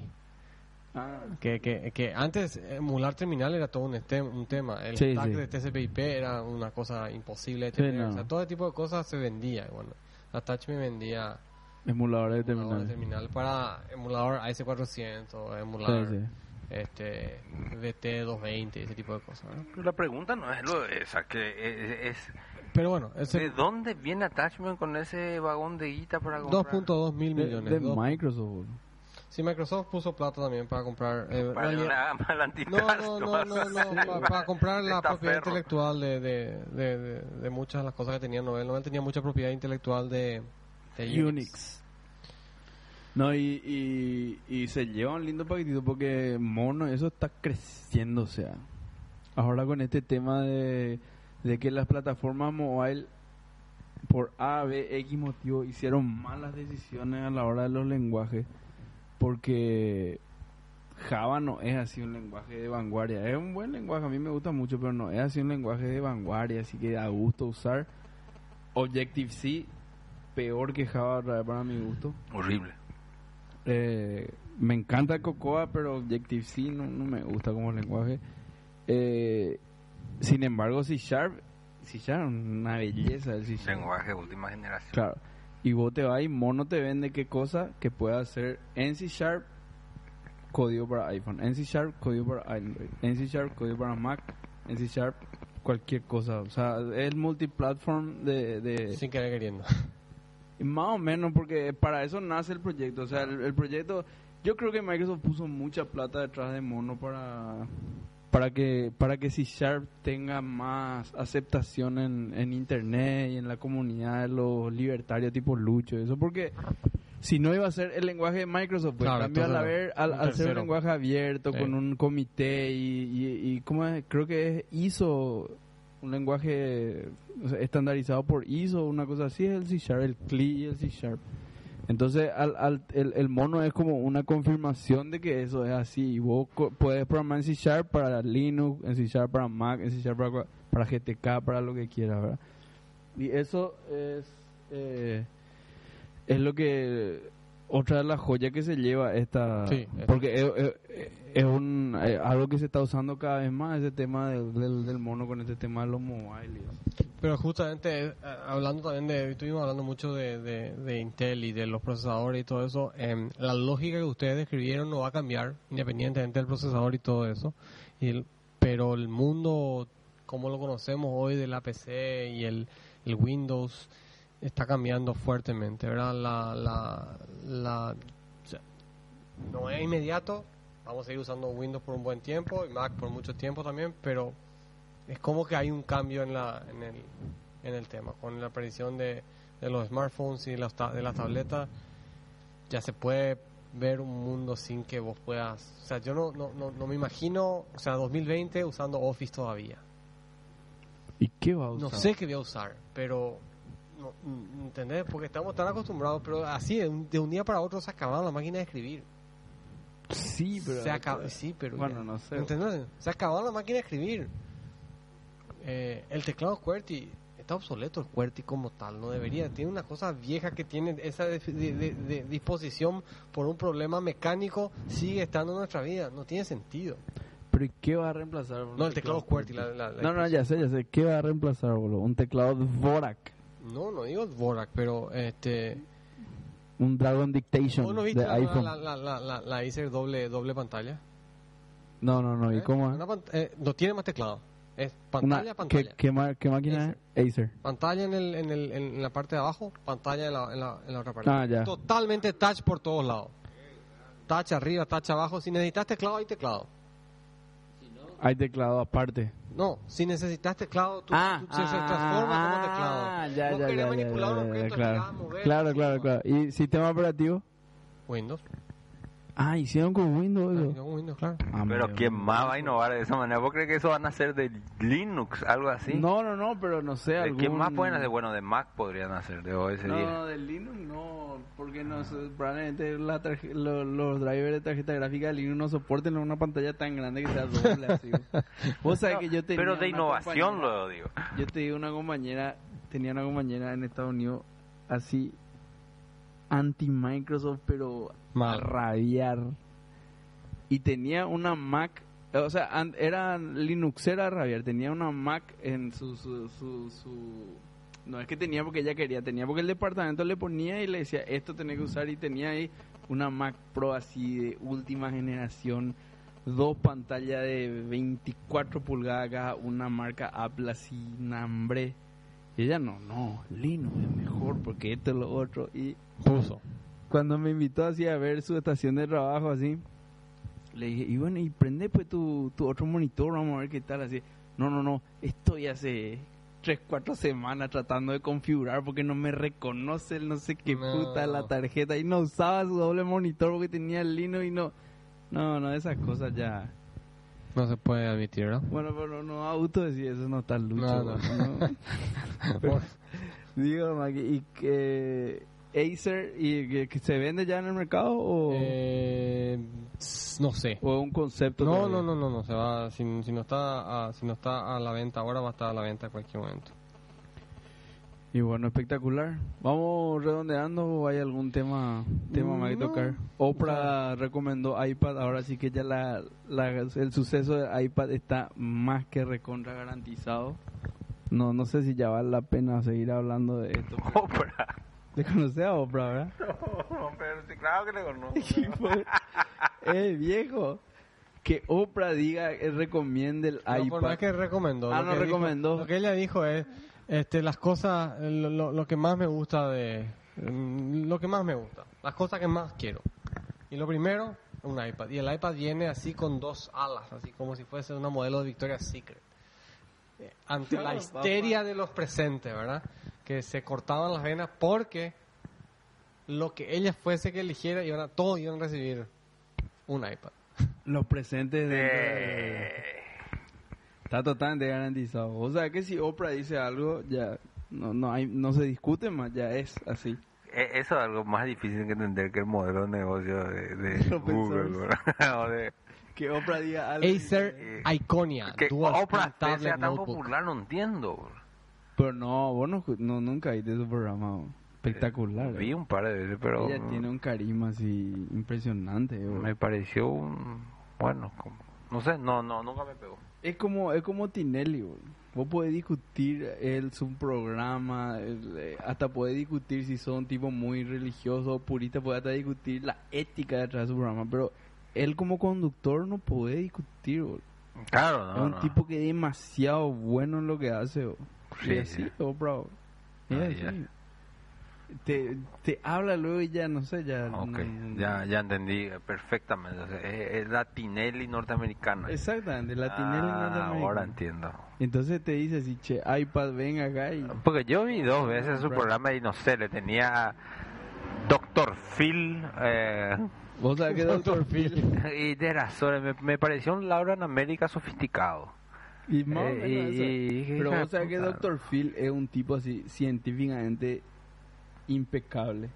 S1: Ah,
S2: Que, que, que antes emular terminal era todo un, este- un tema. El
S1: Sí,
S2: stack
S1: sí.
S2: de TCP/IP era una cosa imposible de
S1: Sí,
S2: tener.
S1: no.
S2: O sea, todo tipo de cosas se vendía. y Bueno, Attach me vendía
S1: emulador de
S2: emulador de
S1: terminal.
S2: terminal para emulador AS400, emulador
S1: Sí, sí.
S2: este VT220, ese tipo de cosas. ¿no?
S3: La pregunta no es lo esa, que e, es, es-
S2: Pero bueno,
S3: ¿de
S2: ese
S3: dónde viene Attachment con ese vagón de guita para comprar?
S2: 2.2 mil
S1: De,
S2: millones.
S1: de
S2: dos-
S1: Microsoft. boludo.
S2: Sí, Microsoft puso plata también para comprar. eh,
S3: Para
S2: realidad-
S3: una- para
S2: No,
S3: el
S2: no,
S3: antitrust,
S2: no, no, no, pa- para, comprar la
S3: Está
S2: propiedad
S3: ferro.
S2: intelectual de, de, de, de- de muchas de las cosas que tenía Nobel. Nobel tenía mucha propiedad intelectual de, de
S1: Unix. No, y, y, y se lleva un lindo paquetito porque mono, eso está creciendo, o sea. Ahora con este tema de, de que las plataformas mobile por A, B, X motivo hicieron malas decisiones a la hora de los lenguajes porque Java no es así un lenguaje de vanguardia. Es un buen lenguaje, a mí me gusta mucho, pero no es así un lenguaje de vanguardia, así que da gusto usar. Objective-C, peor que Java otra vez para mi gusto.
S3: Horrible.
S1: Eh, me encanta Cocoa, pero Objective-C no, no me gusta como lenguaje. Eh, sin embargo, C Sharp, C Sharp, una belleza del C Sharp.
S3: Lenguaje de última generación.
S1: Claro. Y vos te vas y Mono te vende qué cosa que puede hacer en C Sharp código para iPhone, en C Sharp código para Android, en C Sharp código para Mac, en C Sharp cualquier cosa. O sea, es multiplatform de, de,
S2: Unix, sin querer queriendo.
S1: y Más o menos, porque para eso nace el proyecto. O sea, el, el proyecto. Yo creo que Microsoft puso mucha plata detrás de Mono para para que para que C Sharp tenga más aceptación en, en internet y en la comunidad de los libertarios tipo Lucho y eso porque si no iba a ser el lenguaje de Microsoft pues
S2: Claro,
S1: en cambio al,
S2: entonces,
S1: haber- al, al
S2: un
S1: ser un
S2: tercero.
S1: lenguaje abierto
S2: Sí.
S1: con un comité y, y, y ¿cómo es? creo que es ISO un lenguaje o sea, estandarizado por ISO, una cosa así, es el C Sharp, el CLI y el C Sharp. Entonces, al, al- el, el mono es como una confirmación de que eso es así. Y vos co- puedes programar en C Sharp para Linux, en C Sharp para Mac, en C Sharp para, cua- para GTK, para lo que quieras, ¿verdad? Y eso es, eh, es lo que. Otra de las joyas que se lleva esta.
S2: Sí, es-
S1: porque es, es- es un, eh, algo que se está usando cada vez más, ese tema del, del, del mono con este tema de los mobile. y eso.
S2: Pero justamente eh, hablando también de, estuvimos hablando mucho de, de- de Intel y de los procesadores y todo eso, em, la lógica que ustedes describieron no va a cambiar independientemente del procesador y todo eso, y el- pero el mundo como lo conocemos hoy de la PC y el, el Windows está cambiando fuertemente, ¿verdad? La, la, la, o sea, no es inmediato, vamos a seguir usando Windows por un buen tiempo y Mac por mucho tiempo también, pero es como que hay un cambio en la en el, en el tema con la aparición de, de los smartphones y las ta- de las tabletas ya se puede ver un mundo sin que vos puedas o sea yo no no, no, no me imagino o sea 2020 usando Office todavía
S1: ¿Y qué va a
S2: no
S1: usar?
S2: sé qué voy a usar pero no, mm, ¿entendés? porque estamos tan acostumbrados pero así de un, de un día para otro se acabaron las máquinas de escribir
S1: Sí, pero.
S2: se acaba- sí, pero
S1: Bueno,
S2: ya.
S1: no sé.
S2: ¿Entendés? Se acabó la máquina de escribir. Eh, el teclado QWERTY está obsoleto el QWERTY como tal, no debería. Tiene una cosa vieja que tiene esa de- de- de- de disposición por un problema mecánico sigue estando en nuestra vida, no tiene sentido.
S1: Pero pero ¿y qué va a reemplazar? boludo?
S2: No, el teclado QWERTY. La, la- la-
S1: No, no, ya sé, ya sé. ¿Qué va a reemplazar, boludo? Un teclado Dvorak.
S2: No, no digo Dvorak, pero este...
S1: Un Dragon Dictation
S2: ¿Vos no viste
S1: de
S2: la,
S1: iPhone.
S2: la, la, la, la, la Acer doble, doble pantalla?
S1: No, no, no. ¿Y
S2: ¿Eh?
S1: cómo es?
S2: Una pant- eh, no tiene más teclado. Es
S1: Una-
S2: pantalla,
S1: ¿qué,
S2: pantalla.
S1: qué mar- qué máquina es? Acer.
S2: Pantalla en, el, en, el, en la parte de abajo, pantalla en la, en la, en la otra parte.
S1: Ah, ya.
S2: Totalmente touch por todos lados. Touch arriba, touch abajo. Si necesitas teclado, hay teclado.
S1: Hay teclado aparte.
S2: No, si necesitas teclado, tú,
S1: Ah,
S2: tú- se, se transforma como teclado.
S1: ah, ya,
S2: Vos
S1: ya,
S2: querés
S1: ya,
S2: manipular
S1: ya,
S2: un
S1: ya,
S2: objeto,
S1: claro.
S2: girar, mover,
S1: claro,
S2: así,
S1: claro,
S2: ¿no?
S1: claro. ¿Y sistema operativo?
S2: Windows.
S1: Ah, hicieron con Windows. eso.
S2: Windows, Windows, claro.
S1: Ah,
S3: Pero
S1: hombre,
S3: ¿quién más va a innovar de esa manera? ¿Vos crees que eso van a ser de Linux, algo así?
S1: No, no, no, pero no sé.
S3: ¿De
S1: Algún...
S3: ¿Quién más pueden hacer? Bueno, de Mac podrían hacer, de OS 10.
S1: No, no, de Linux no, porque no, sé, probablemente la tarje- lo- los drivers de tarjeta gráfica de Linux no soporten una pantalla tan grande que sea doble así. Vos sabés
S3: No,
S1: que yo tenía
S3: pero de
S1: una
S3: innovación
S1: compañera-
S3: luego digo.
S1: Yo te digo una compañera, tenía una compañera en Estados Unidos así anti Microsoft, pero a
S2: Mal.
S1: rabiar. Y tenía una Mac, o sea, an- era Linuxera a rabiar, tenía una Mac en su, su, su, su- no es que tenía porque ella quería, tenía porque el departamento le ponía y le decía, esto tenés que usar y tenía ahí una Mac Pro así de última generación, dos pantallas de 24 pulgadas cada una marca Apple así, hambre. Y ella no, no, Linux es mejor porque esto es lo otro. Y
S2: Puso.
S1: cuando me invitó así a ver su estación de trabajo así, le dije, y bueno, y prende pues tu, tu otro monitor, vamos a ver qué tal así. No, no, no, estoy hace tres, cuatro semanas tratando de configurar porque no me reconoce el no sé qué
S2: No.
S1: puta la tarjeta y no usaba su doble monitor porque tenía el lino y no. No, no, esas cosas ya.
S2: No se puede admitir, ¿no?
S1: Bueno, pero no, auto decir eso no está lucho.
S2: No, no.
S1: boludo, ¿no? Digo, Maki, ¿y que Acer y que, que se vende ya en el mercado o,
S2: Eh, s- no sé.
S1: o un concepto?
S2: No,
S1: todavía?
S2: no, no, no, no, se va, si, si no está a, si no está a la venta ahora va a estar a la venta en cualquier momento.
S1: Y bueno, espectacular. Vamos redondeando o hay algún tema tema más que
S2: No.
S1: tocar. Oprah recomendó iPad, ahora sí que ya la, la- el suceso de iPad está más que recontra garantizado. No, no sé si ya vale la pena seguir hablando de esto.
S3: Oprah.
S1: De conocer a Oprah, ¿verdad?
S3: No, pero sí, claro que le conozco.
S1: Y fue- eh, viejo. Que Oprah diga, eh, recomiende el
S2: No, pues no
S1: iPad.
S2: es que recomendó.
S1: Ah,
S2: lo
S1: no
S2: que dijo-
S1: recomendó.
S2: lo que ella dijo es, este, las cosas, lo, lo- lo que más me gusta de, mm, lo que más me gusta, las cosas que más quiero. Y lo primero, un iPad. Y el iPad viene así con dos alas, así como si fuese una modelo de Victoria's Secret. Eh, Ante la
S1: Claro,
S2: histeria de los presentes, ¿verdad? Que se cortaban las venas porque lo que ella fuese que eligiera, iban a, todos iban a recibir un iPad.
S1: Los presentes de...
S3: Eh,
S1: Está totalmente garantizado. O sea, que si Oprah dice algo, ya no, no, hay, no se discute más, ya es así.
S3: e- eso es algo más difícil que entender que el modelo de negocio de, de
S1: Lo
S3: Google.
S1: pensamos.
S3: ¿verdad? O de-
S1: Que Oprah diga algo. y-
S2: Acer
S3: Eh,
S2: Iconia.
S3: que
S2: Dual
S3: Oprah
S2: Screen Tablet
S3: sea tan
S2: Notebook.
S3: popular, no entiendo. bro.
S1: Pero no, vos no, escu- no, nunca oíste su programa. vos. Espectacular.
S3: Eh, Vi
S1: eh.
S3: un par de veces, pero mm,
S1: Ella tiene un carisma así impresionante. eh,
S3: me pareció un... Bueno, como- no sé, no, no, nunca me pegó.
S1: Es como, es como Tinelli, boludo. Vos podés discutir el, su programa, el, eh, hasta podés discutir si son tipo muy religioso o purista, podés hasta discutir la ética detrás de su programa, pero él como conductor no puede discutir, boludo.
S3: Claro, no.
S1: es un
S3: no.
S1: tipo que es demasiado bueno en lo que hace, boludo.
S3: Sí,
S1: Y así,
S3: sí.
S1: Oprah, boludo. Y
S3: Ah,
S1: así.
S3: ya.
S1: Te, te habla luego y ya, no sé, ya...
S3: Ah, Ok,
S1: no-
S3: ya, ya entendí perfectamente. o sea, eh, es, es la Tinelli norteamericana.
S1: Exactamente, la Tinelli
S3: Ah,
S1: norteamericana.
S3: Ahora entiendo.
S1: Entonces te dice así, che, iPad, ven acá y...
S3: Porque yo vi dos veces su
S1: Right.
S3: programa y no sé, le tenía Doctor Phil eh,
S1: Vos sabés que Dr. Phil.
S3: y de razón, me, me pareció un Laura en América sofisticado.
S1: Y más o
S3: Eh,
S1: menos
S3: y-
S1: eso.
S3: y- y-
S1: Pero
S3: hija de
S1: vos sabés que
S3: puta.
S1: Dr. Phil es un tipo así científicamente impecable.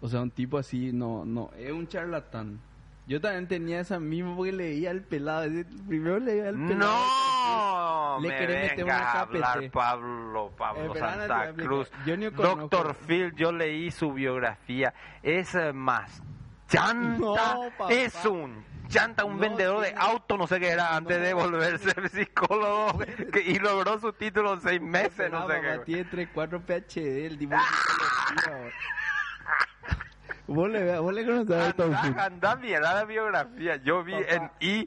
S1: O sea, un tipo así, no, no, es un charlatán. Yo también tenía esa misma porque leía al pelado. ese- Primero leía al pelado.
S3: No,
S1: este Le
S3: me
S1: querés meter
S3: vengas
S1: una
S3: a
S1: KPT.
S3: hablar Pablo, Pablo
S1: Espera, no te voy a
S3: Santa
S1: explicar.
S3: Cruz.
S1: Yo ni conozco.
S3: Doctor Phil, yo leí su biografía, es eh, más
S1: No,
S3: chanta,
S1: papá.
S3: es un chanta un
S2: No,
S3: vendedor de
S2: tiene-
S3: auto, no sé qué era, antes
S2: No.
S3: de volverse psicólogo que- y logró su título en seis meses, no sé qué.
S1: Tiene 3, 4 PhD, el tipo. Vos le, vos le conocés a Tom Hanks.
S3: Andá, andá, mirá la biografía. Yo vi
S1: Papá.
S3: en E!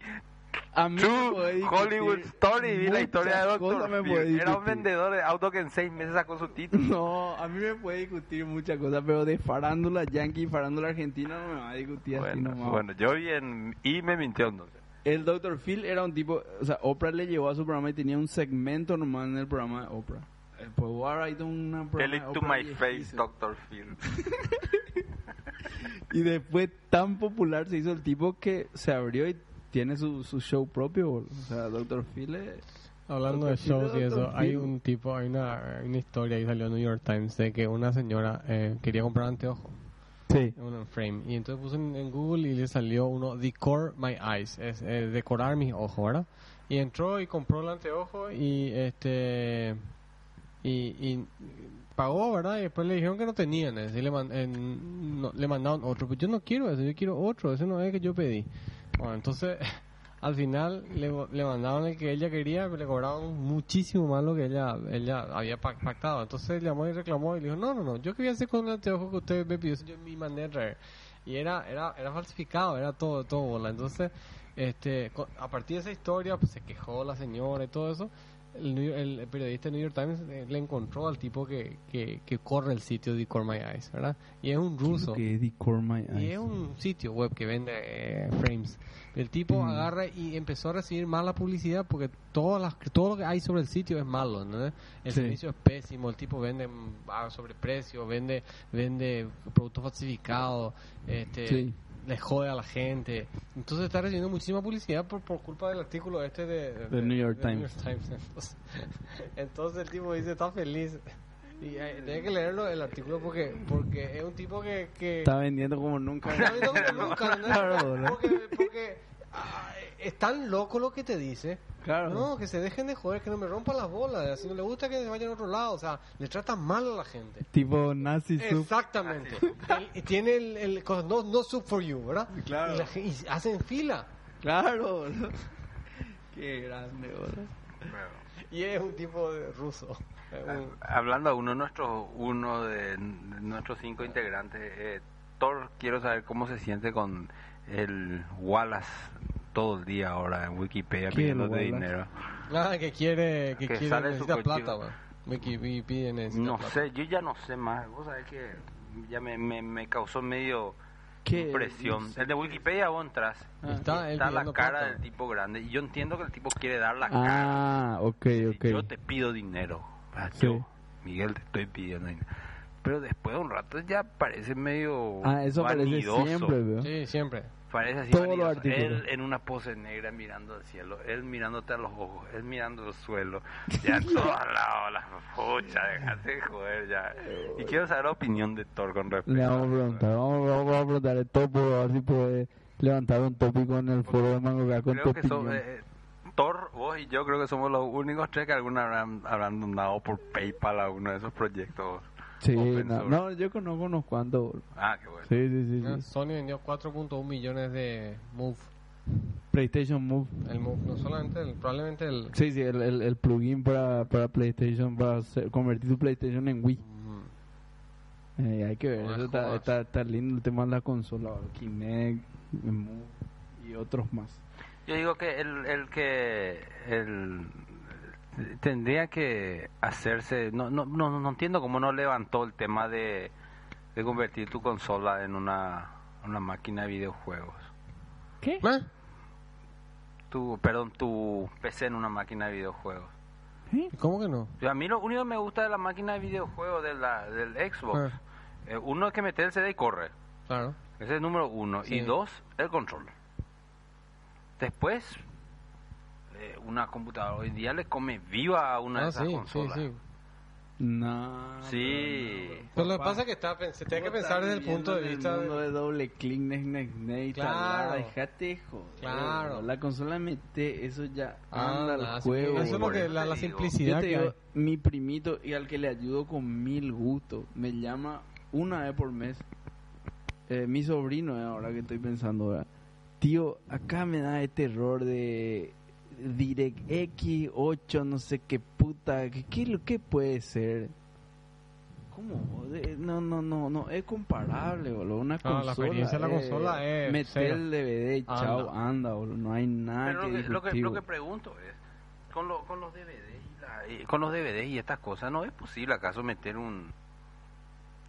S1: A mí me podés
S3: True
S1: discutir
S3: Hollywood Story, vi la historia de
S1: muchas
S3: Doctor
S1: cosas me
S3: Phil.
S1: podés
S3: Era un
S1: discutir.
S3: vendedor de auto que en seis meses sacó su título.
S1: No, a mí me puede discutir muchas cosas, pero de farándula yankee y farándula argentina no me va a discutir así
S3: Bueno,
S1: nomás.
S3: bueno, yo vi en E! me mintió entonces.
S1: El Dr. Phil era un tipo, o sea, Oprah le llevó a su programa y tenía un segmento nomás en el programa de Oprah. Eh, Pues vos ahora hay una
S3: Tell
S1: programa de
S3: it to
S1: Oprah
S3: my face,
S1: viejísimo.
S3: Dr. Phil.
S1: Y después tan popular se hizo el tipo que se abrió y tiene su, su show propio, boludo. O sea, Dr. Phil es...
S2: Hablando
S1: Otro
S2: de shows y
S1: estilo, otro
S2: eso, hay
S1: estilo.
S2: un tipo, hay una, hay una historia que salió en New York Times de que una señora eh, quería comprar anteojos,
S1: Sí.
S2: un frame, y entonces puso en, en Google y le salió uno, Decor My Eyes, es eh, decorar mis ojos, ¿verdad? Y entró y compró el anteojo y este. Y, y pagó, ¿verdad? Y después le dijeron que no tenían ese, y le, man- en- no- le mandaron otro, pues yo no quiero ese, yo quiero otro, ese no es el que yo pedí. Bueno, entonces. Al final le, le mandaron el que ella quería, pero le cobraron muchísimo más lo que ella, ella había pac- pactado. Entonces llamó y reclamó y le dijo, no, no, no, yo quería hacer con el anteojo que usted me pidió, eso yo me mandé a traer. Y era, era, era falsificado, era todo, todo bola. Entonces, este, co- a partir de esa historia, pues se quejó la señora y todo eso. El, New- el periodista del New York Times eh, le encontró al tipo que, que, que corre el sitio de Core My Eyes, ¿verdad? Y es un ruso.
S1: Que Eddie Cormay...
S2: Y es un sitio web que vende eh, frames. El tipo
S1: Mm.
S2: agarra y empezó a recibir mala publicidad porque todas las, todo lo que hay sobre el sitio es malo. ¿no? El
S1: Sí.
S2: servicio es pésimo. El tipo vende mm, a sobreprecio, vende vende productos falsificados, este,
S1: Sí.
S2: le jode a la gente. Entonces está recibiendo muchísima publicidad por, por culpa del artículo este de, de-
S1: Del New York
S2: del
S1: Times.
S2: Times. Entonces, entonces el tipo dice, está feliz. Y eh, tenés que leerlo el artículo porque porque es un tipo que, que
S1: Está vendiendo como nunca.
S2: no, no, no, nunca, no,
S1: Claro,
S2: no,
S1: ¿no?
S2: porque, porque ah, es tan loco lo que te dice.
S1: Claro.
S2: No, que se dejen de joder, que no me rompan las bolas. Si no le gusta que se vayan a otro lado, o sea, le tratan mal a la gente.
S1: Tipo nazi sub.
S2: Exactamente. El- y tiene el, el co- no, no sub for you, ¿verdad?
S1: Ah, Claro.
S2: Y, la gen- y hacen fila.
S1: Claro, boludo. Qué grande, boludo.
S2: Y es un tipo de ruso. Es
S3: Ah.
S2: un-
S3: Hablando a uno de nuestros, uno de, de nuestros cinco integrantes, eh, Thor, quiero saber cómo se siente con el Wallace todo el día ahora en Wikipedia
S1: ¿Qué
S3: pidiéndote
S1: Wallace?
S3: dinero.
S2: Ah, que quiere, que,
S3: Que
S2: quiere,
S3: sale su
S2: necesita
S3: colchón.
S2: plata, weón. Me qui- me piden necesita
S3: No
S2: plata.
S3: sé, yo ya no sé más. Vos sabés que ya me, me, me causó medio
S1: ¿Qué?
S3: impresión. El de Wikipedia vos entras.
S1: Ah.
S2: Está, él
S3: Está la
S2: pidiendo
S3: cara
S2: plata.
S3: del tipo grande. Y yo entiendo que el tipo quiere dar la cara.
S1: Ah, ok,
S3: Si
S1: ok.
S3: Yo te pido dinero. ah,
S1: Sí.
S3: Yo, Miguel, te estoy pidiendo dinero. Pero después de un rato ya parece medio
S1: Ah, eso parece
S3: vanidoso.
S1: siempre, veo.
S2: Sí, siempre.
S3: Parece así
S1: Todos los
S3: vanidoso.
S1: artículos.
S3: Él en una pose negra mirando al cielo, él mirándote a los ojos, él mirando al suelo. Ya en todos lados, las pucha, dejate de joder ya. Y quiero saber la opinión de Thor con respecto
S1: Le vamos
S3: a
S1: a
S3: eso.
S1: preguntar, vamos, vamos- vamos a preguntar el topo, a ver si puede levantar un tópico en el foro de Mango Gas con
S3: Creo
S1: tu
S3: que somos,
S1: opinión.
S3: eh, Thor, vos y yo creo que somos los únicos tres que alguna habrán, habrán donado por PayPal a uno de esos proyectos.
S1: Sí,
S3: open
S1: no,
S3: source.
S1: no, yo conozco unos cuantos. boludo.
S3: Ah, qué bueno.
S1: Sí, sí, sí.
S2: Ah,
S1: sí.
S2: Sony vendió 4.1 millones de Move.
S1: PlayStation Move.
S2: El Move, no solamente el, probablemente el.
S1: Sí, sí, el, el, el plugin para, para PlayStation, para hacer- convertir tu PlayStation en Wii.
S2: Mm,
S1: Eh, hay que ver,
S2: No
S1: eso está,
S2: jodas.
S1: está, está lindo el tema de la consola, boludo. Kinect, Move y otros más.
S3: Yo digo que el, el que el tendría que hacerse no no no, no entiendo cómo no levantó el tema de, de convertir tu consola en una una máquina de videojuegos.
S1: ¿Qué?
S2: ¿Eh?
S3: Tu perdón, tu PC en una máquina de videojuegos.
S2: ¿Cómo que no?
S3: Yo, a mí lo único que me gusta de la máquina de videojuegos de la del Xbox,
S2: Ah.
S3: eh, uno es que meter el CD y corre.
S2: Claro.
S3: Ese es número uno.
S2: Sí.
S3: Y dos, el control. Después, eh, una computadora hoy en día le come viva a una de
S2: Ah,
S3: esas
S2: sí, sí,
S3: consolas.
S2: sí.
S1: No.
S3: Sí.
S1: pero no,
S2: Pero Pues lo que
S1: papá.
S2: pasa es que está, pen- se tiene que pensar desde el punto de vista.
S1: del mundo
S2: de-
S1: de doble clic, neck, neck, neck,
S2: Claro.
S1: talada, dejate de joder.
S2: Claro.
S1: boludo. La consola mete, eso ya
S2: Ah,
S1: anda
S2: la-
S1: al juego.
S2: Eso es lo
S1: boludo.
S2: que
S3: Por
S2: la,
S3: eso
S2: la
S3: te digo.
S1: Yo
S2: simplicidad
S1: te
S2: que
S1: digo,
S2: hay.
S1: mi primito y al que le ayudo con mil gustos, me eh, llama una vez por mes. Eh, mi sobrino es ahora que estoy pensando, ¿verdad? Tío, acá me da el terror de DirectX 8, no sé qué puta, ¿qué, qué, lo- qué puede ser? ¿Cómo? De- No, no, no, no, es comparable, boludo. Una
S2: Ah, la
S1: consola.
S2: experiencia de la consola es
S1: Meter
S2: cero.
S1: el DVD, y
S2: Anda.
S1: chao, anda, boludo. No hay nada
S3: Pero
S1: que
S3: lo que, lo, que,
S1: discutir,
S3: lo que
S1: boludo.
S3: pregunto es, con, lo- con los DVDs y la- eh, con los DVDs y estas cosas, ¿no es posible acaso meter un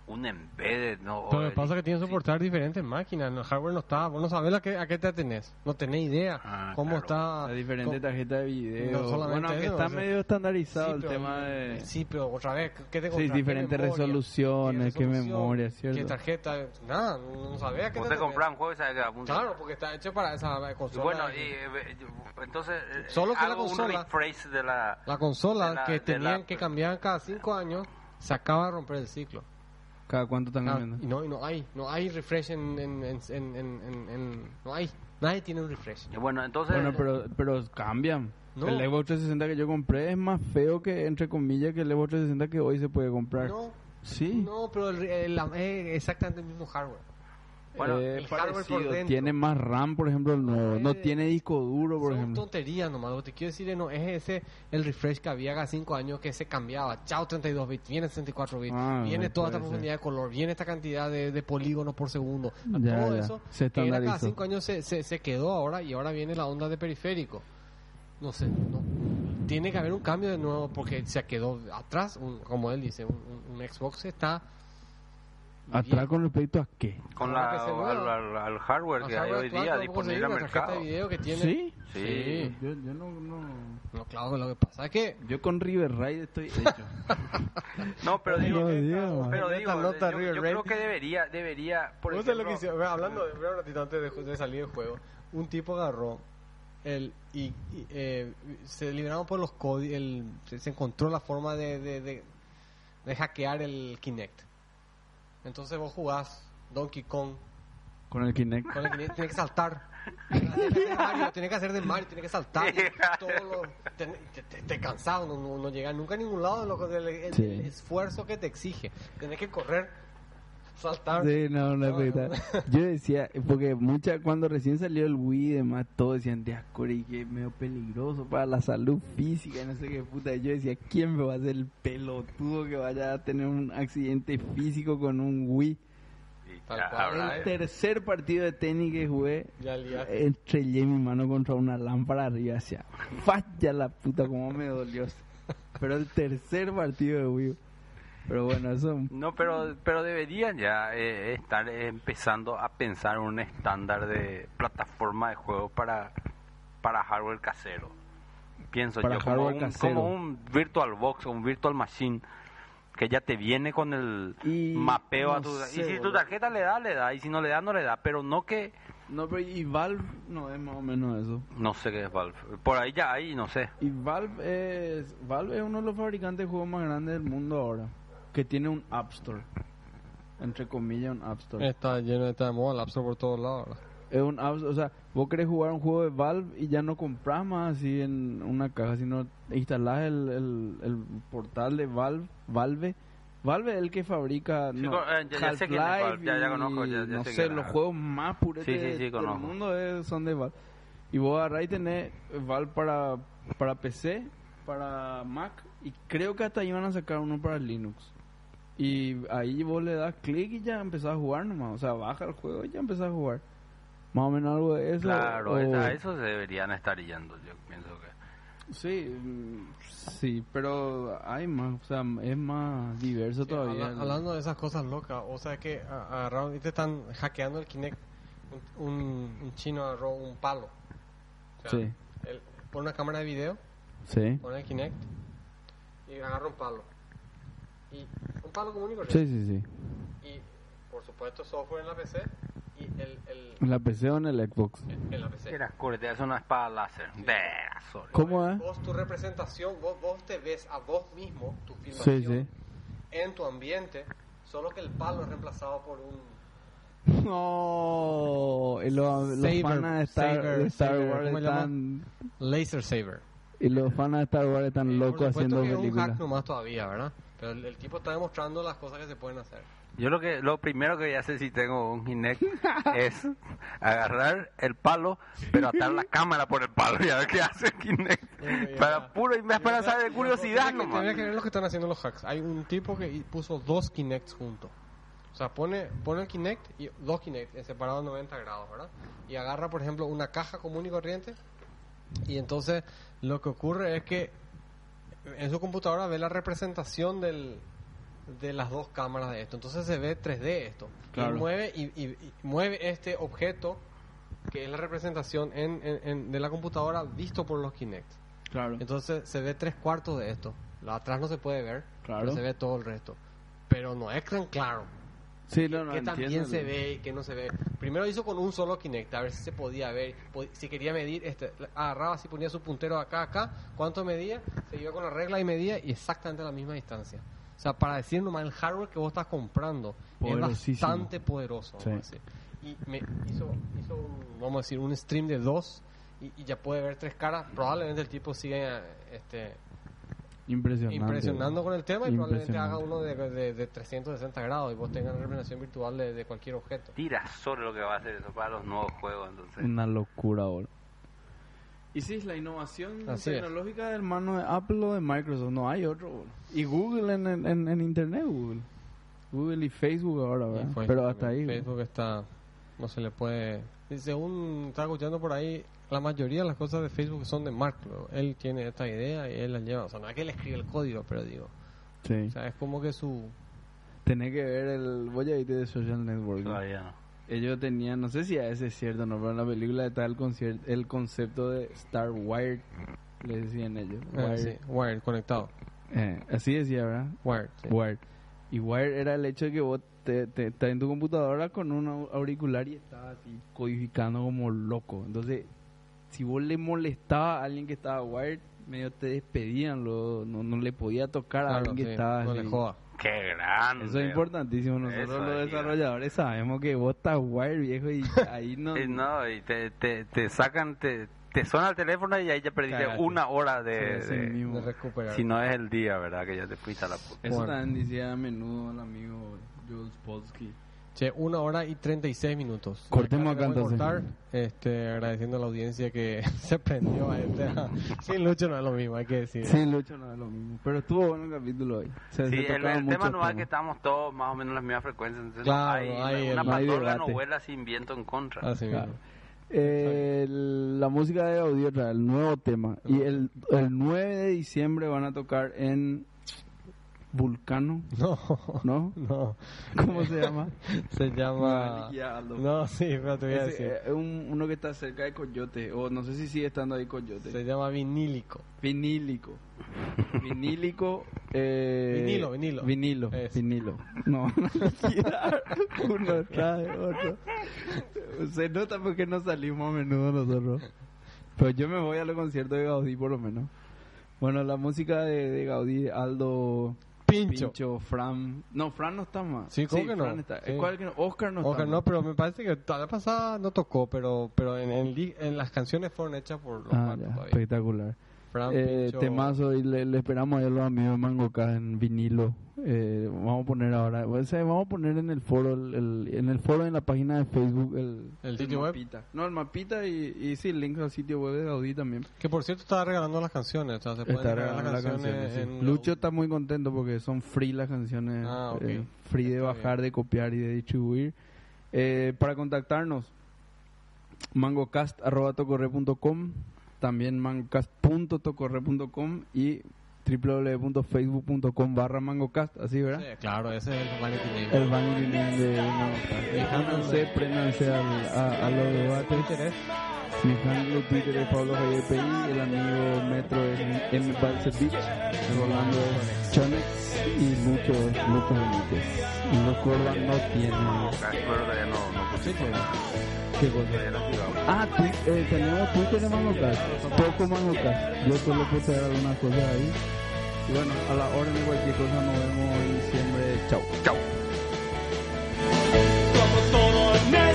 S3: un embedded? No,
S2: Pero
S3: O
S2: lo que
S3: el-
S2: pasa es que tienes que
S3: sí.
S2: soportar diferentes máquinas. El hardware no está. Vos no sabés a qué, a qué te atenés. No tenés idea
S3: Ah,
S2: cómo
S3: claro.
S2: está.
S1: La diferente
S2: cómo-
S1: tarjeta de video.
S2: No solamente
S1: bueno, aunque
S2: eso,
S1: está
S2: o sea,
S1: medio estandarizado
S2: Sí,
S1: el
S2: pero-
S1: tema de.
S2: Sí, pero otra vez, ¿qué te
S1: Sí,
S2: compras? ¿Qué
S1: diferentes
S2: memoria?
S1: resoluciones, qué memoria,
S2: ¿Qué
S1: ¿cierto?
S2: tarjeta? Nada, no sabés a qué
S3: Vos
S2: te atenés.
S3: te compras un juego y sabes que apunta.
S2: Claro, porque está hecho para esa
S3: Y
S2: consola.
S3: bueno, y, eh, yo- entonces eh,
S2: Solo que la
S3: hago un
S2: consola-
S3: rephrase de la...
S2: La consola
S3: de la-
S2: que
S3: de
S2: tenían
S3: la-
S2: que cambiar cada cinco años se acaba de romper el ciclo.
S1: ¿Cada cuánto están
S2: Ah,
S1: cambiando?
S2: y no, y no hay, no hay refresh en, en, en, en- en- en- en- no hay, nadie tiene un refresh.
S3: Y Bueno, entonces...
S1: Bueno, pero, pero cambian.
S2: No.
S1: El Xbox 360 que yo compré es más feo que, entre comillas, que el Xbox 360 que hoy se puede comprar.
S2: No,
S1: sí.
S2: no, pero el- el- la- es exactamente el mismo hardware.
S3: Bueno,
S1: Eh,
S2: el hardware por
S1: parecido.
S2: dentro.
S1: tiene más RAM, por ejemplo, el nuevo. No
S2: Eh,
S1: tiene disco duro, por
S2: Son
S1: ejemplo.
S2: tonterías nomás, lo que te quiero decir es, no, es ese el refresh que había cada cinco años que se cambiaba. Chao 32 bits, viene 64 bits,
S1: Ah,
S2: viene
S1: no
S2: toda esta
S1: puede
S2: profundidad de color, viene esta cantidad de, de polígonos por segundo.
S1: Ya,
S2: Todo
S1: ya.
S2: eso
S1: Se
S2: que era cada
S1: estandarizó.
S2: cinco años se, se, se quedó ahora y ahora viene la onda de periférico. No sé, no. Tiene que haber un cambio de nuevo porque se quedó atrás, un- como él dice, un, un- un Xbox está...
S1: ¿Atrás con respecto a qué?
S3: con
S2: ahora
S3: la,
S2: que se mueva.
S3: al, al- al hardware que hay hoy día disponible al mercado.
S2: de video que tiene...
S1: ¿Sí?
S3: Sí.
S2: Sí.
S1: Yo, yo no, no-
S2: No, claro, lo que pasa es que...
S1: Yo con River Raid estoy hecho.
S3: No, pero
S1: No
S3: digo,
S1: digo,
S3: pero
S2: man.
S3: digo,
S2: Esta nota,
S3: yo,
S2: River
S3: yo creo
S2: Raid.
S3: que debería, debería, por
S2: ¿Vos sabés lo que
S3: ejemplo-
S2: hicieron? Hablando de, un ratito antes de, de salir del juego, un tipo agarró el y, y, eh, se liberaron por los códigos, se, se encontró la forma de, de, de- de hackear el Kinect. Entonces vos jugás Donkey Kong
S1: con el Kinect.
S2: con el Kinect, tenés que saltar. Tenés que hacer de Mario, tenés que hacer de Mario, tenés que saltar. Todos los- ten- te, te, te cansado, no, no, no llegas nunca a ningún lado loco, del el-
S1: Sí.
S2: el esfuerzo que te exige. Tenés que correr, saltar.
S1: Sí, no, una
S2: No,
S1: cosa. Yo decía, porque mucha, cuando recién salió el Wii y demás, todos decían, Diascori, que es medio peligroso para la salud física, y no sé qué puta. Y yo decía, ¿quién me va a hacer el pelotudo que vaya a tener un accidente físico con un Wii?
S3: Sí,
S2: Tal
S3: ya,
S2: cual.
S3: habrá,
S1: El
S3: eh.
S1: tercer partido de tenis que jugué,
S2: Ya liaste.
S1: estrellé mi mano contra una lámpara arriba hacia, falla la puta, como me dolió. Pero el tercer partido de Wii. Pero bueno, eso...
S3: No, pero, pero deberían ya eh, estar empezando a pensar un estándar de plataforma de juego para, para hardware casero. Pienso
S1: Para
S3: yo, como
S1: hardware
S3: un,
S1: casero.
S3: como un Virtual Box o un Virtual Machine que ya te viene con el
S1: Y
S3: mapeo a
S1: no
S3: tu...
S1: sé,
S3: y si tu
S1: boludo.
S3: tarjeta le da, le da. Y si no le da, no le da. Pero no que...
S1: No, pero y Valve no es más o menos eso.
S3: No sé qué es Valve. Por ahí ya hay, no sé.
S1: Y Valve es, Valve es uno de los fabricantes de juegos más grandes del mundo ahora. Que tiene un App Store. Entre comillas, un App Store.
S2: Está lleno de esta moda, lapso por todos lados. ahora.
S1: Es un App Store, o sea, vos querés jugar un juego de Valve y ya no compras más así en una caja, sino instalás el, el, el portal de Valve. Valve. Valve es el que fabrica
S3: Sí,
S1: no,
S3: con- eh, ya- ya sé quién es
S1: Half-Life
S3: Valve, ya- ya
S1: y,
S3: conozco, ya- ya
S1: no
S3: sé
S1: sé,
S3: quién es. Ah.
S1: los juegos más puretes
S3: Sí, sí, sí,
S1: del
S3: conozco.
S1: mundo es- son de Valve. Y vos agarrás y tenés Valve para, para PC, para Mac, y creo que hasta iban a sacar uno para Linux. Y ahí vos le das clic y ya empezás a jugar nomás. O sea, baja el juego y ya empezás a jugar. Más o menos algo de eso. Oh.
S3: Claro,
S1: o-
S3: a eso se deberían estar yendo, yo pienso que...
S1: Sí, mm, sí, pero hay más. O sea, es más diverso
S2: Eh,
S1: todavía.
S2: habla- hablando de esas cosas locas, o sea que a- agarraron y te están hackeando el Kinect. Un, un- un chino agarró un palo. O sea,
S1: Sí.
S2: él pone una cámara de video,
S1: Sí.
S2: pone el Kinect y agarra un palo. Y un palo común y
S1: Sí,
S2: corriente.
S1: sí, sí.
S2: Y por supuesto, software en la PC y el, el,
S1: ¿En la PC o en el Xbox?
S2: en la PC.
S3: Era corte, es una espada láser. Verá, sorry.
S1: ¿Cómo es?
S2: Vos, tu representación, vos, vos te ves a vos mismo, tu filmación
S1: Sí, sí.
S2: en tu ambiente, solo que el palo es reemplazado por un.
S1: No, Oh, y los, los
S2: Saber,
S1: fanas de Star,
S2: saber,
S1: de Star
S2: saber,
S1: Wars
S2: ¿cómo le
S1: están
S2: Laser Saber.
S1: y los fanas de Star Wars están
S2: Eh, Por
S1: locos
S2: supuesto
S1: haciendo
S2: que es un hack
S1: películas.
S2: nomás todavía, ¿verdad? Pero el, el tipo está demostrando las cosas que se pueden hacer.
S3: Yo lo que lo primero que voy a hacer si tengo un Kinect es agarrar el palo, pero atar la cámara por el palo y a ver qué hace el Kinect.
S2: Ya, ya.
S3: Para puro y me para saber de curiosidad
S2: Tienes que- tienes
S3: nomás.
S2: que ver lo que están haciendo los hacks. Hay un tipo que i- puso dos Kinects juntos. O sea, pone, pone el Kinect y dos Kinect en separado 90 grados, ¿verdad? Y agarra, por ejemplo, una caja común y corriente. Y entonces lo que ocurre es que en su computadora ve la representación del, de las dos cámaras de esto. Entonces se ve 3D esto.
S1: Claro.
S2: Y mueve, y, y- y mueve este objeto que es la representación en- en- en- de la computadora visto por los Kinect.
S1: Claro.
S2: Entonces se ve tres cuartos de esto. Lo atrás no se puede ver,
S1: Claro.
S2: pero se ve todo el resto. Pero no es tan claro
S1: Sí, no, no,
S2: que también
S1: entiendo.
S2: se ve y que no se ve. Primero hizo con un solo Kinect, a ver si se podía ver. po- Si quería medir, este, la- agarraba así, ponía su puntero acá, acá, cuánto medía, se iba con la regla y medía y exactamente a la misma distancia. O sea, para decir nomás el hardware que vos estás comprando es
S1: Poderosísimo.
S2: bastante poderoso. vamos a
S1: Sí.
S2: decir. Y me hizo, hizo un, vamos a decir, un stream de dos y, y ya puede ver tres caras. Probablemente el tipo siga este,
S1: Impresionante.
S2: impresionando con el tema y probablemente haga
S1: Impresionante.
S2: uno de, de- de 360 grados y vos tengas una representación virtual de, de cualquier objeto.
S3: Tira sobre lo que va a hacer eso para los nuevos juegos, entonces.
S1: Una locura ahora. Y sí, es la innovación
S2: Así es.
S1: tecnológica del mano de Apple o de Microsoft. No hay otro. boludo. Y Google en, en, en- en Internet, Google. Google y Facebook ahora,
S2: Y
S1: ¿verdad?
S2: fue-
S1: ¿eh? Pero hasta ahí. boludo.
S2: Facebook está. No se le puede. y Según está escuchando por ahí, la mayoría de las cosas de Facebook son de Mark. ¿no? Él tiene esta idea y él la lleva. O sea, no es que él escribe el código, pero digo.
S1: Sí.
S2: O sea, es como que su.
S1: Tenés que ver el... Voy a irte de Social Network. ¿no?
S3: Todavía no.
S1: Ellos tenían, no sé si a ese es cierto, no, pero en la película está el, concierto, el concepto de Star Wired, le decían ellos.
S2: Ah,
S1: Wired.
S2: sí, wired, conectado.
S1: Eh, así decía, ¿verdad?
S2: Wired. sí.
S1: Wired. Y Wired era el hecho de que vos te, te- estás en tu computadora con un au- auricular y estabas así codificando como loco. Entonces, si vos le molestaba a alguien que estaba Wired, medio te despedían, luego no, no le podía tocar a
S2: Claro,
S1: alguien que
S2: sí,
S1: estaba
S2: no le
S1: así.
S2: joda.
S3: Qué grande.
S1: Eso es importantísimo. Nosotros
S3: Eso
S1: los
S3: ahí,
S1: desarrolladores sabemos que vos estás Wired, viejo, y ahí no...
S2: Mm.
S3: Eh, no, y te, te, te sacan, te, te suena el teléfono y ahí ya perdiste
S1: Cagaste.
S3: una hora de...
S1: Sí, así
S3: de-
S1: mismo.
S2: De recuperar.
S3: si no es el día, ¿verdad? Que ya te fuiste a la puta.
S1: Eso
S2: Bueno.
S1: también decía a menudo el amigo Jules Polsky.
S2: Che, una hora y 36 minutos.
S1: Cortemos
S2: Acá
S1: acá,
S2: voy a
S1: entonces.
S2: cortar, este, agradeciendo a la audiencia que se prendió a este. Sin Lucho no es lo mismo, hay que decir.
S1: Sí, Lucho no es lo mismo. Pero estuvo bueno el capítulo hoy. Se,
S3: Sí,
S1: se
S3: el,
S1: tocaban
S3: el tema
S1: muchos
S3: no es que
S1: temas.
S3: estamos todos más o menos en las mismas frecuencias. Entonces
S2: Claro,
S3: no hay,
S2: hay
S3: una
S2: el- no
S1: hay
S3: patorra no
S1: debate.
S3: vuela sin viento en contra.
S2: Así mismo.
S1: Claro. Eh, el- la música de audio, el nuevo tema. Y el, el 9 de diciembre van a tocar en Vulcano,
S2: No,
S1: ¿no?
S2: no.
S1: ¿Cómo se llama?
S2: Se llama. No, sí, pero te voy a
S1: Ese,
S2: decir.
S1: eh, un- uno que está cerca de Coyote, o no sé si sigue estando ahí Coyote.
S2: Se llama vinílico.
S1: Vinílico. Vinílico. eh,
S2: Vinilo, vinilo.
S1: Vinilo.
S2: Es.
S1: Vinilo. No, mentira. Uno está de otro. Se nota porque no salimos a menudo nosotros. Pero yo me voy a los conciertos de Gaudí por lo menos. Bueno, la música de, de Gaudí, Aldo,
S2: Pincho.
S1: Pincho. Fran. No, Fran no está más.
S2: Sí, ¿cómo que no?
S1: Fran está.
S2: Sí.
S1: ¿Cuál que no? Oscar no
S2: Ojalá
S1: está.
S2: no,
S1: más.
S2: pero me parece que la vez pasada no tocó, pero pero en, en, li- en las canciones fueron hechas por los
S1: Ah,
S2: cuatro
S1: ya,
S2: todavía.
S1: espectacular.
S2: Fran,
S1: Eh,
S2: Pincho,
S1: temazo y le, le esperamos ahí a los amigos de Mango acá en vinilo. Eh, vamos a poner ahora, o sea, vamos a poner en el foro, el, el- en el foro en la página de Facebook el,
S2: ¿El sitio web?
S1: mapita. No, el mapita y, y sí, el link al sitio web de Gaudí también.
S2: Que por cierto estaba regalando las canciones. O sea, se pueden
S1: Está
S2: regalar
S1: regalando
S2: las
S1: las
S2: canciones.
S1: canciones, sí.
S2: en
S1: Lucho está muy contento porque son free las canciones.
S2: Ah, ok.
S1: eh, free de
S2: Está
S1: bajar, de copiar y de distribuir. Eh, para contactarnos, mangocast.tocorre.com, también mangocast.tocorre.com y www.facebook.com barra mangocast, así, ¿verdad?
S2: Sí, claro, ese es el Vanity Name.
S1: El banner de Mangocast. Y Métanse, préndanse al- a, a los
S2: Twitter
S1: debates.
S2: es
S1: Mi handle de Twitter es Pablo Javier Peñi, el amigo Metro es M. Balcevich, Rolando es Chonex y Lucho es Lucho Benítez. No Corban no tiene.
S3: Casi, pero todavía no, no
S2: Sí,
S3: pusimos,
S2: pues,
S1: ¿Qué cosa?
S3: todavía no activamos.
S1: Ah, tu- eh, tenemos Twitter de Manocas, poco Manocas. Yo solo puse algunas cosas ahí. Y bueno, a la orden de cualquier cosa nos vemos en diciembre. Chao.
S3: Chau.
S4: Somos todo en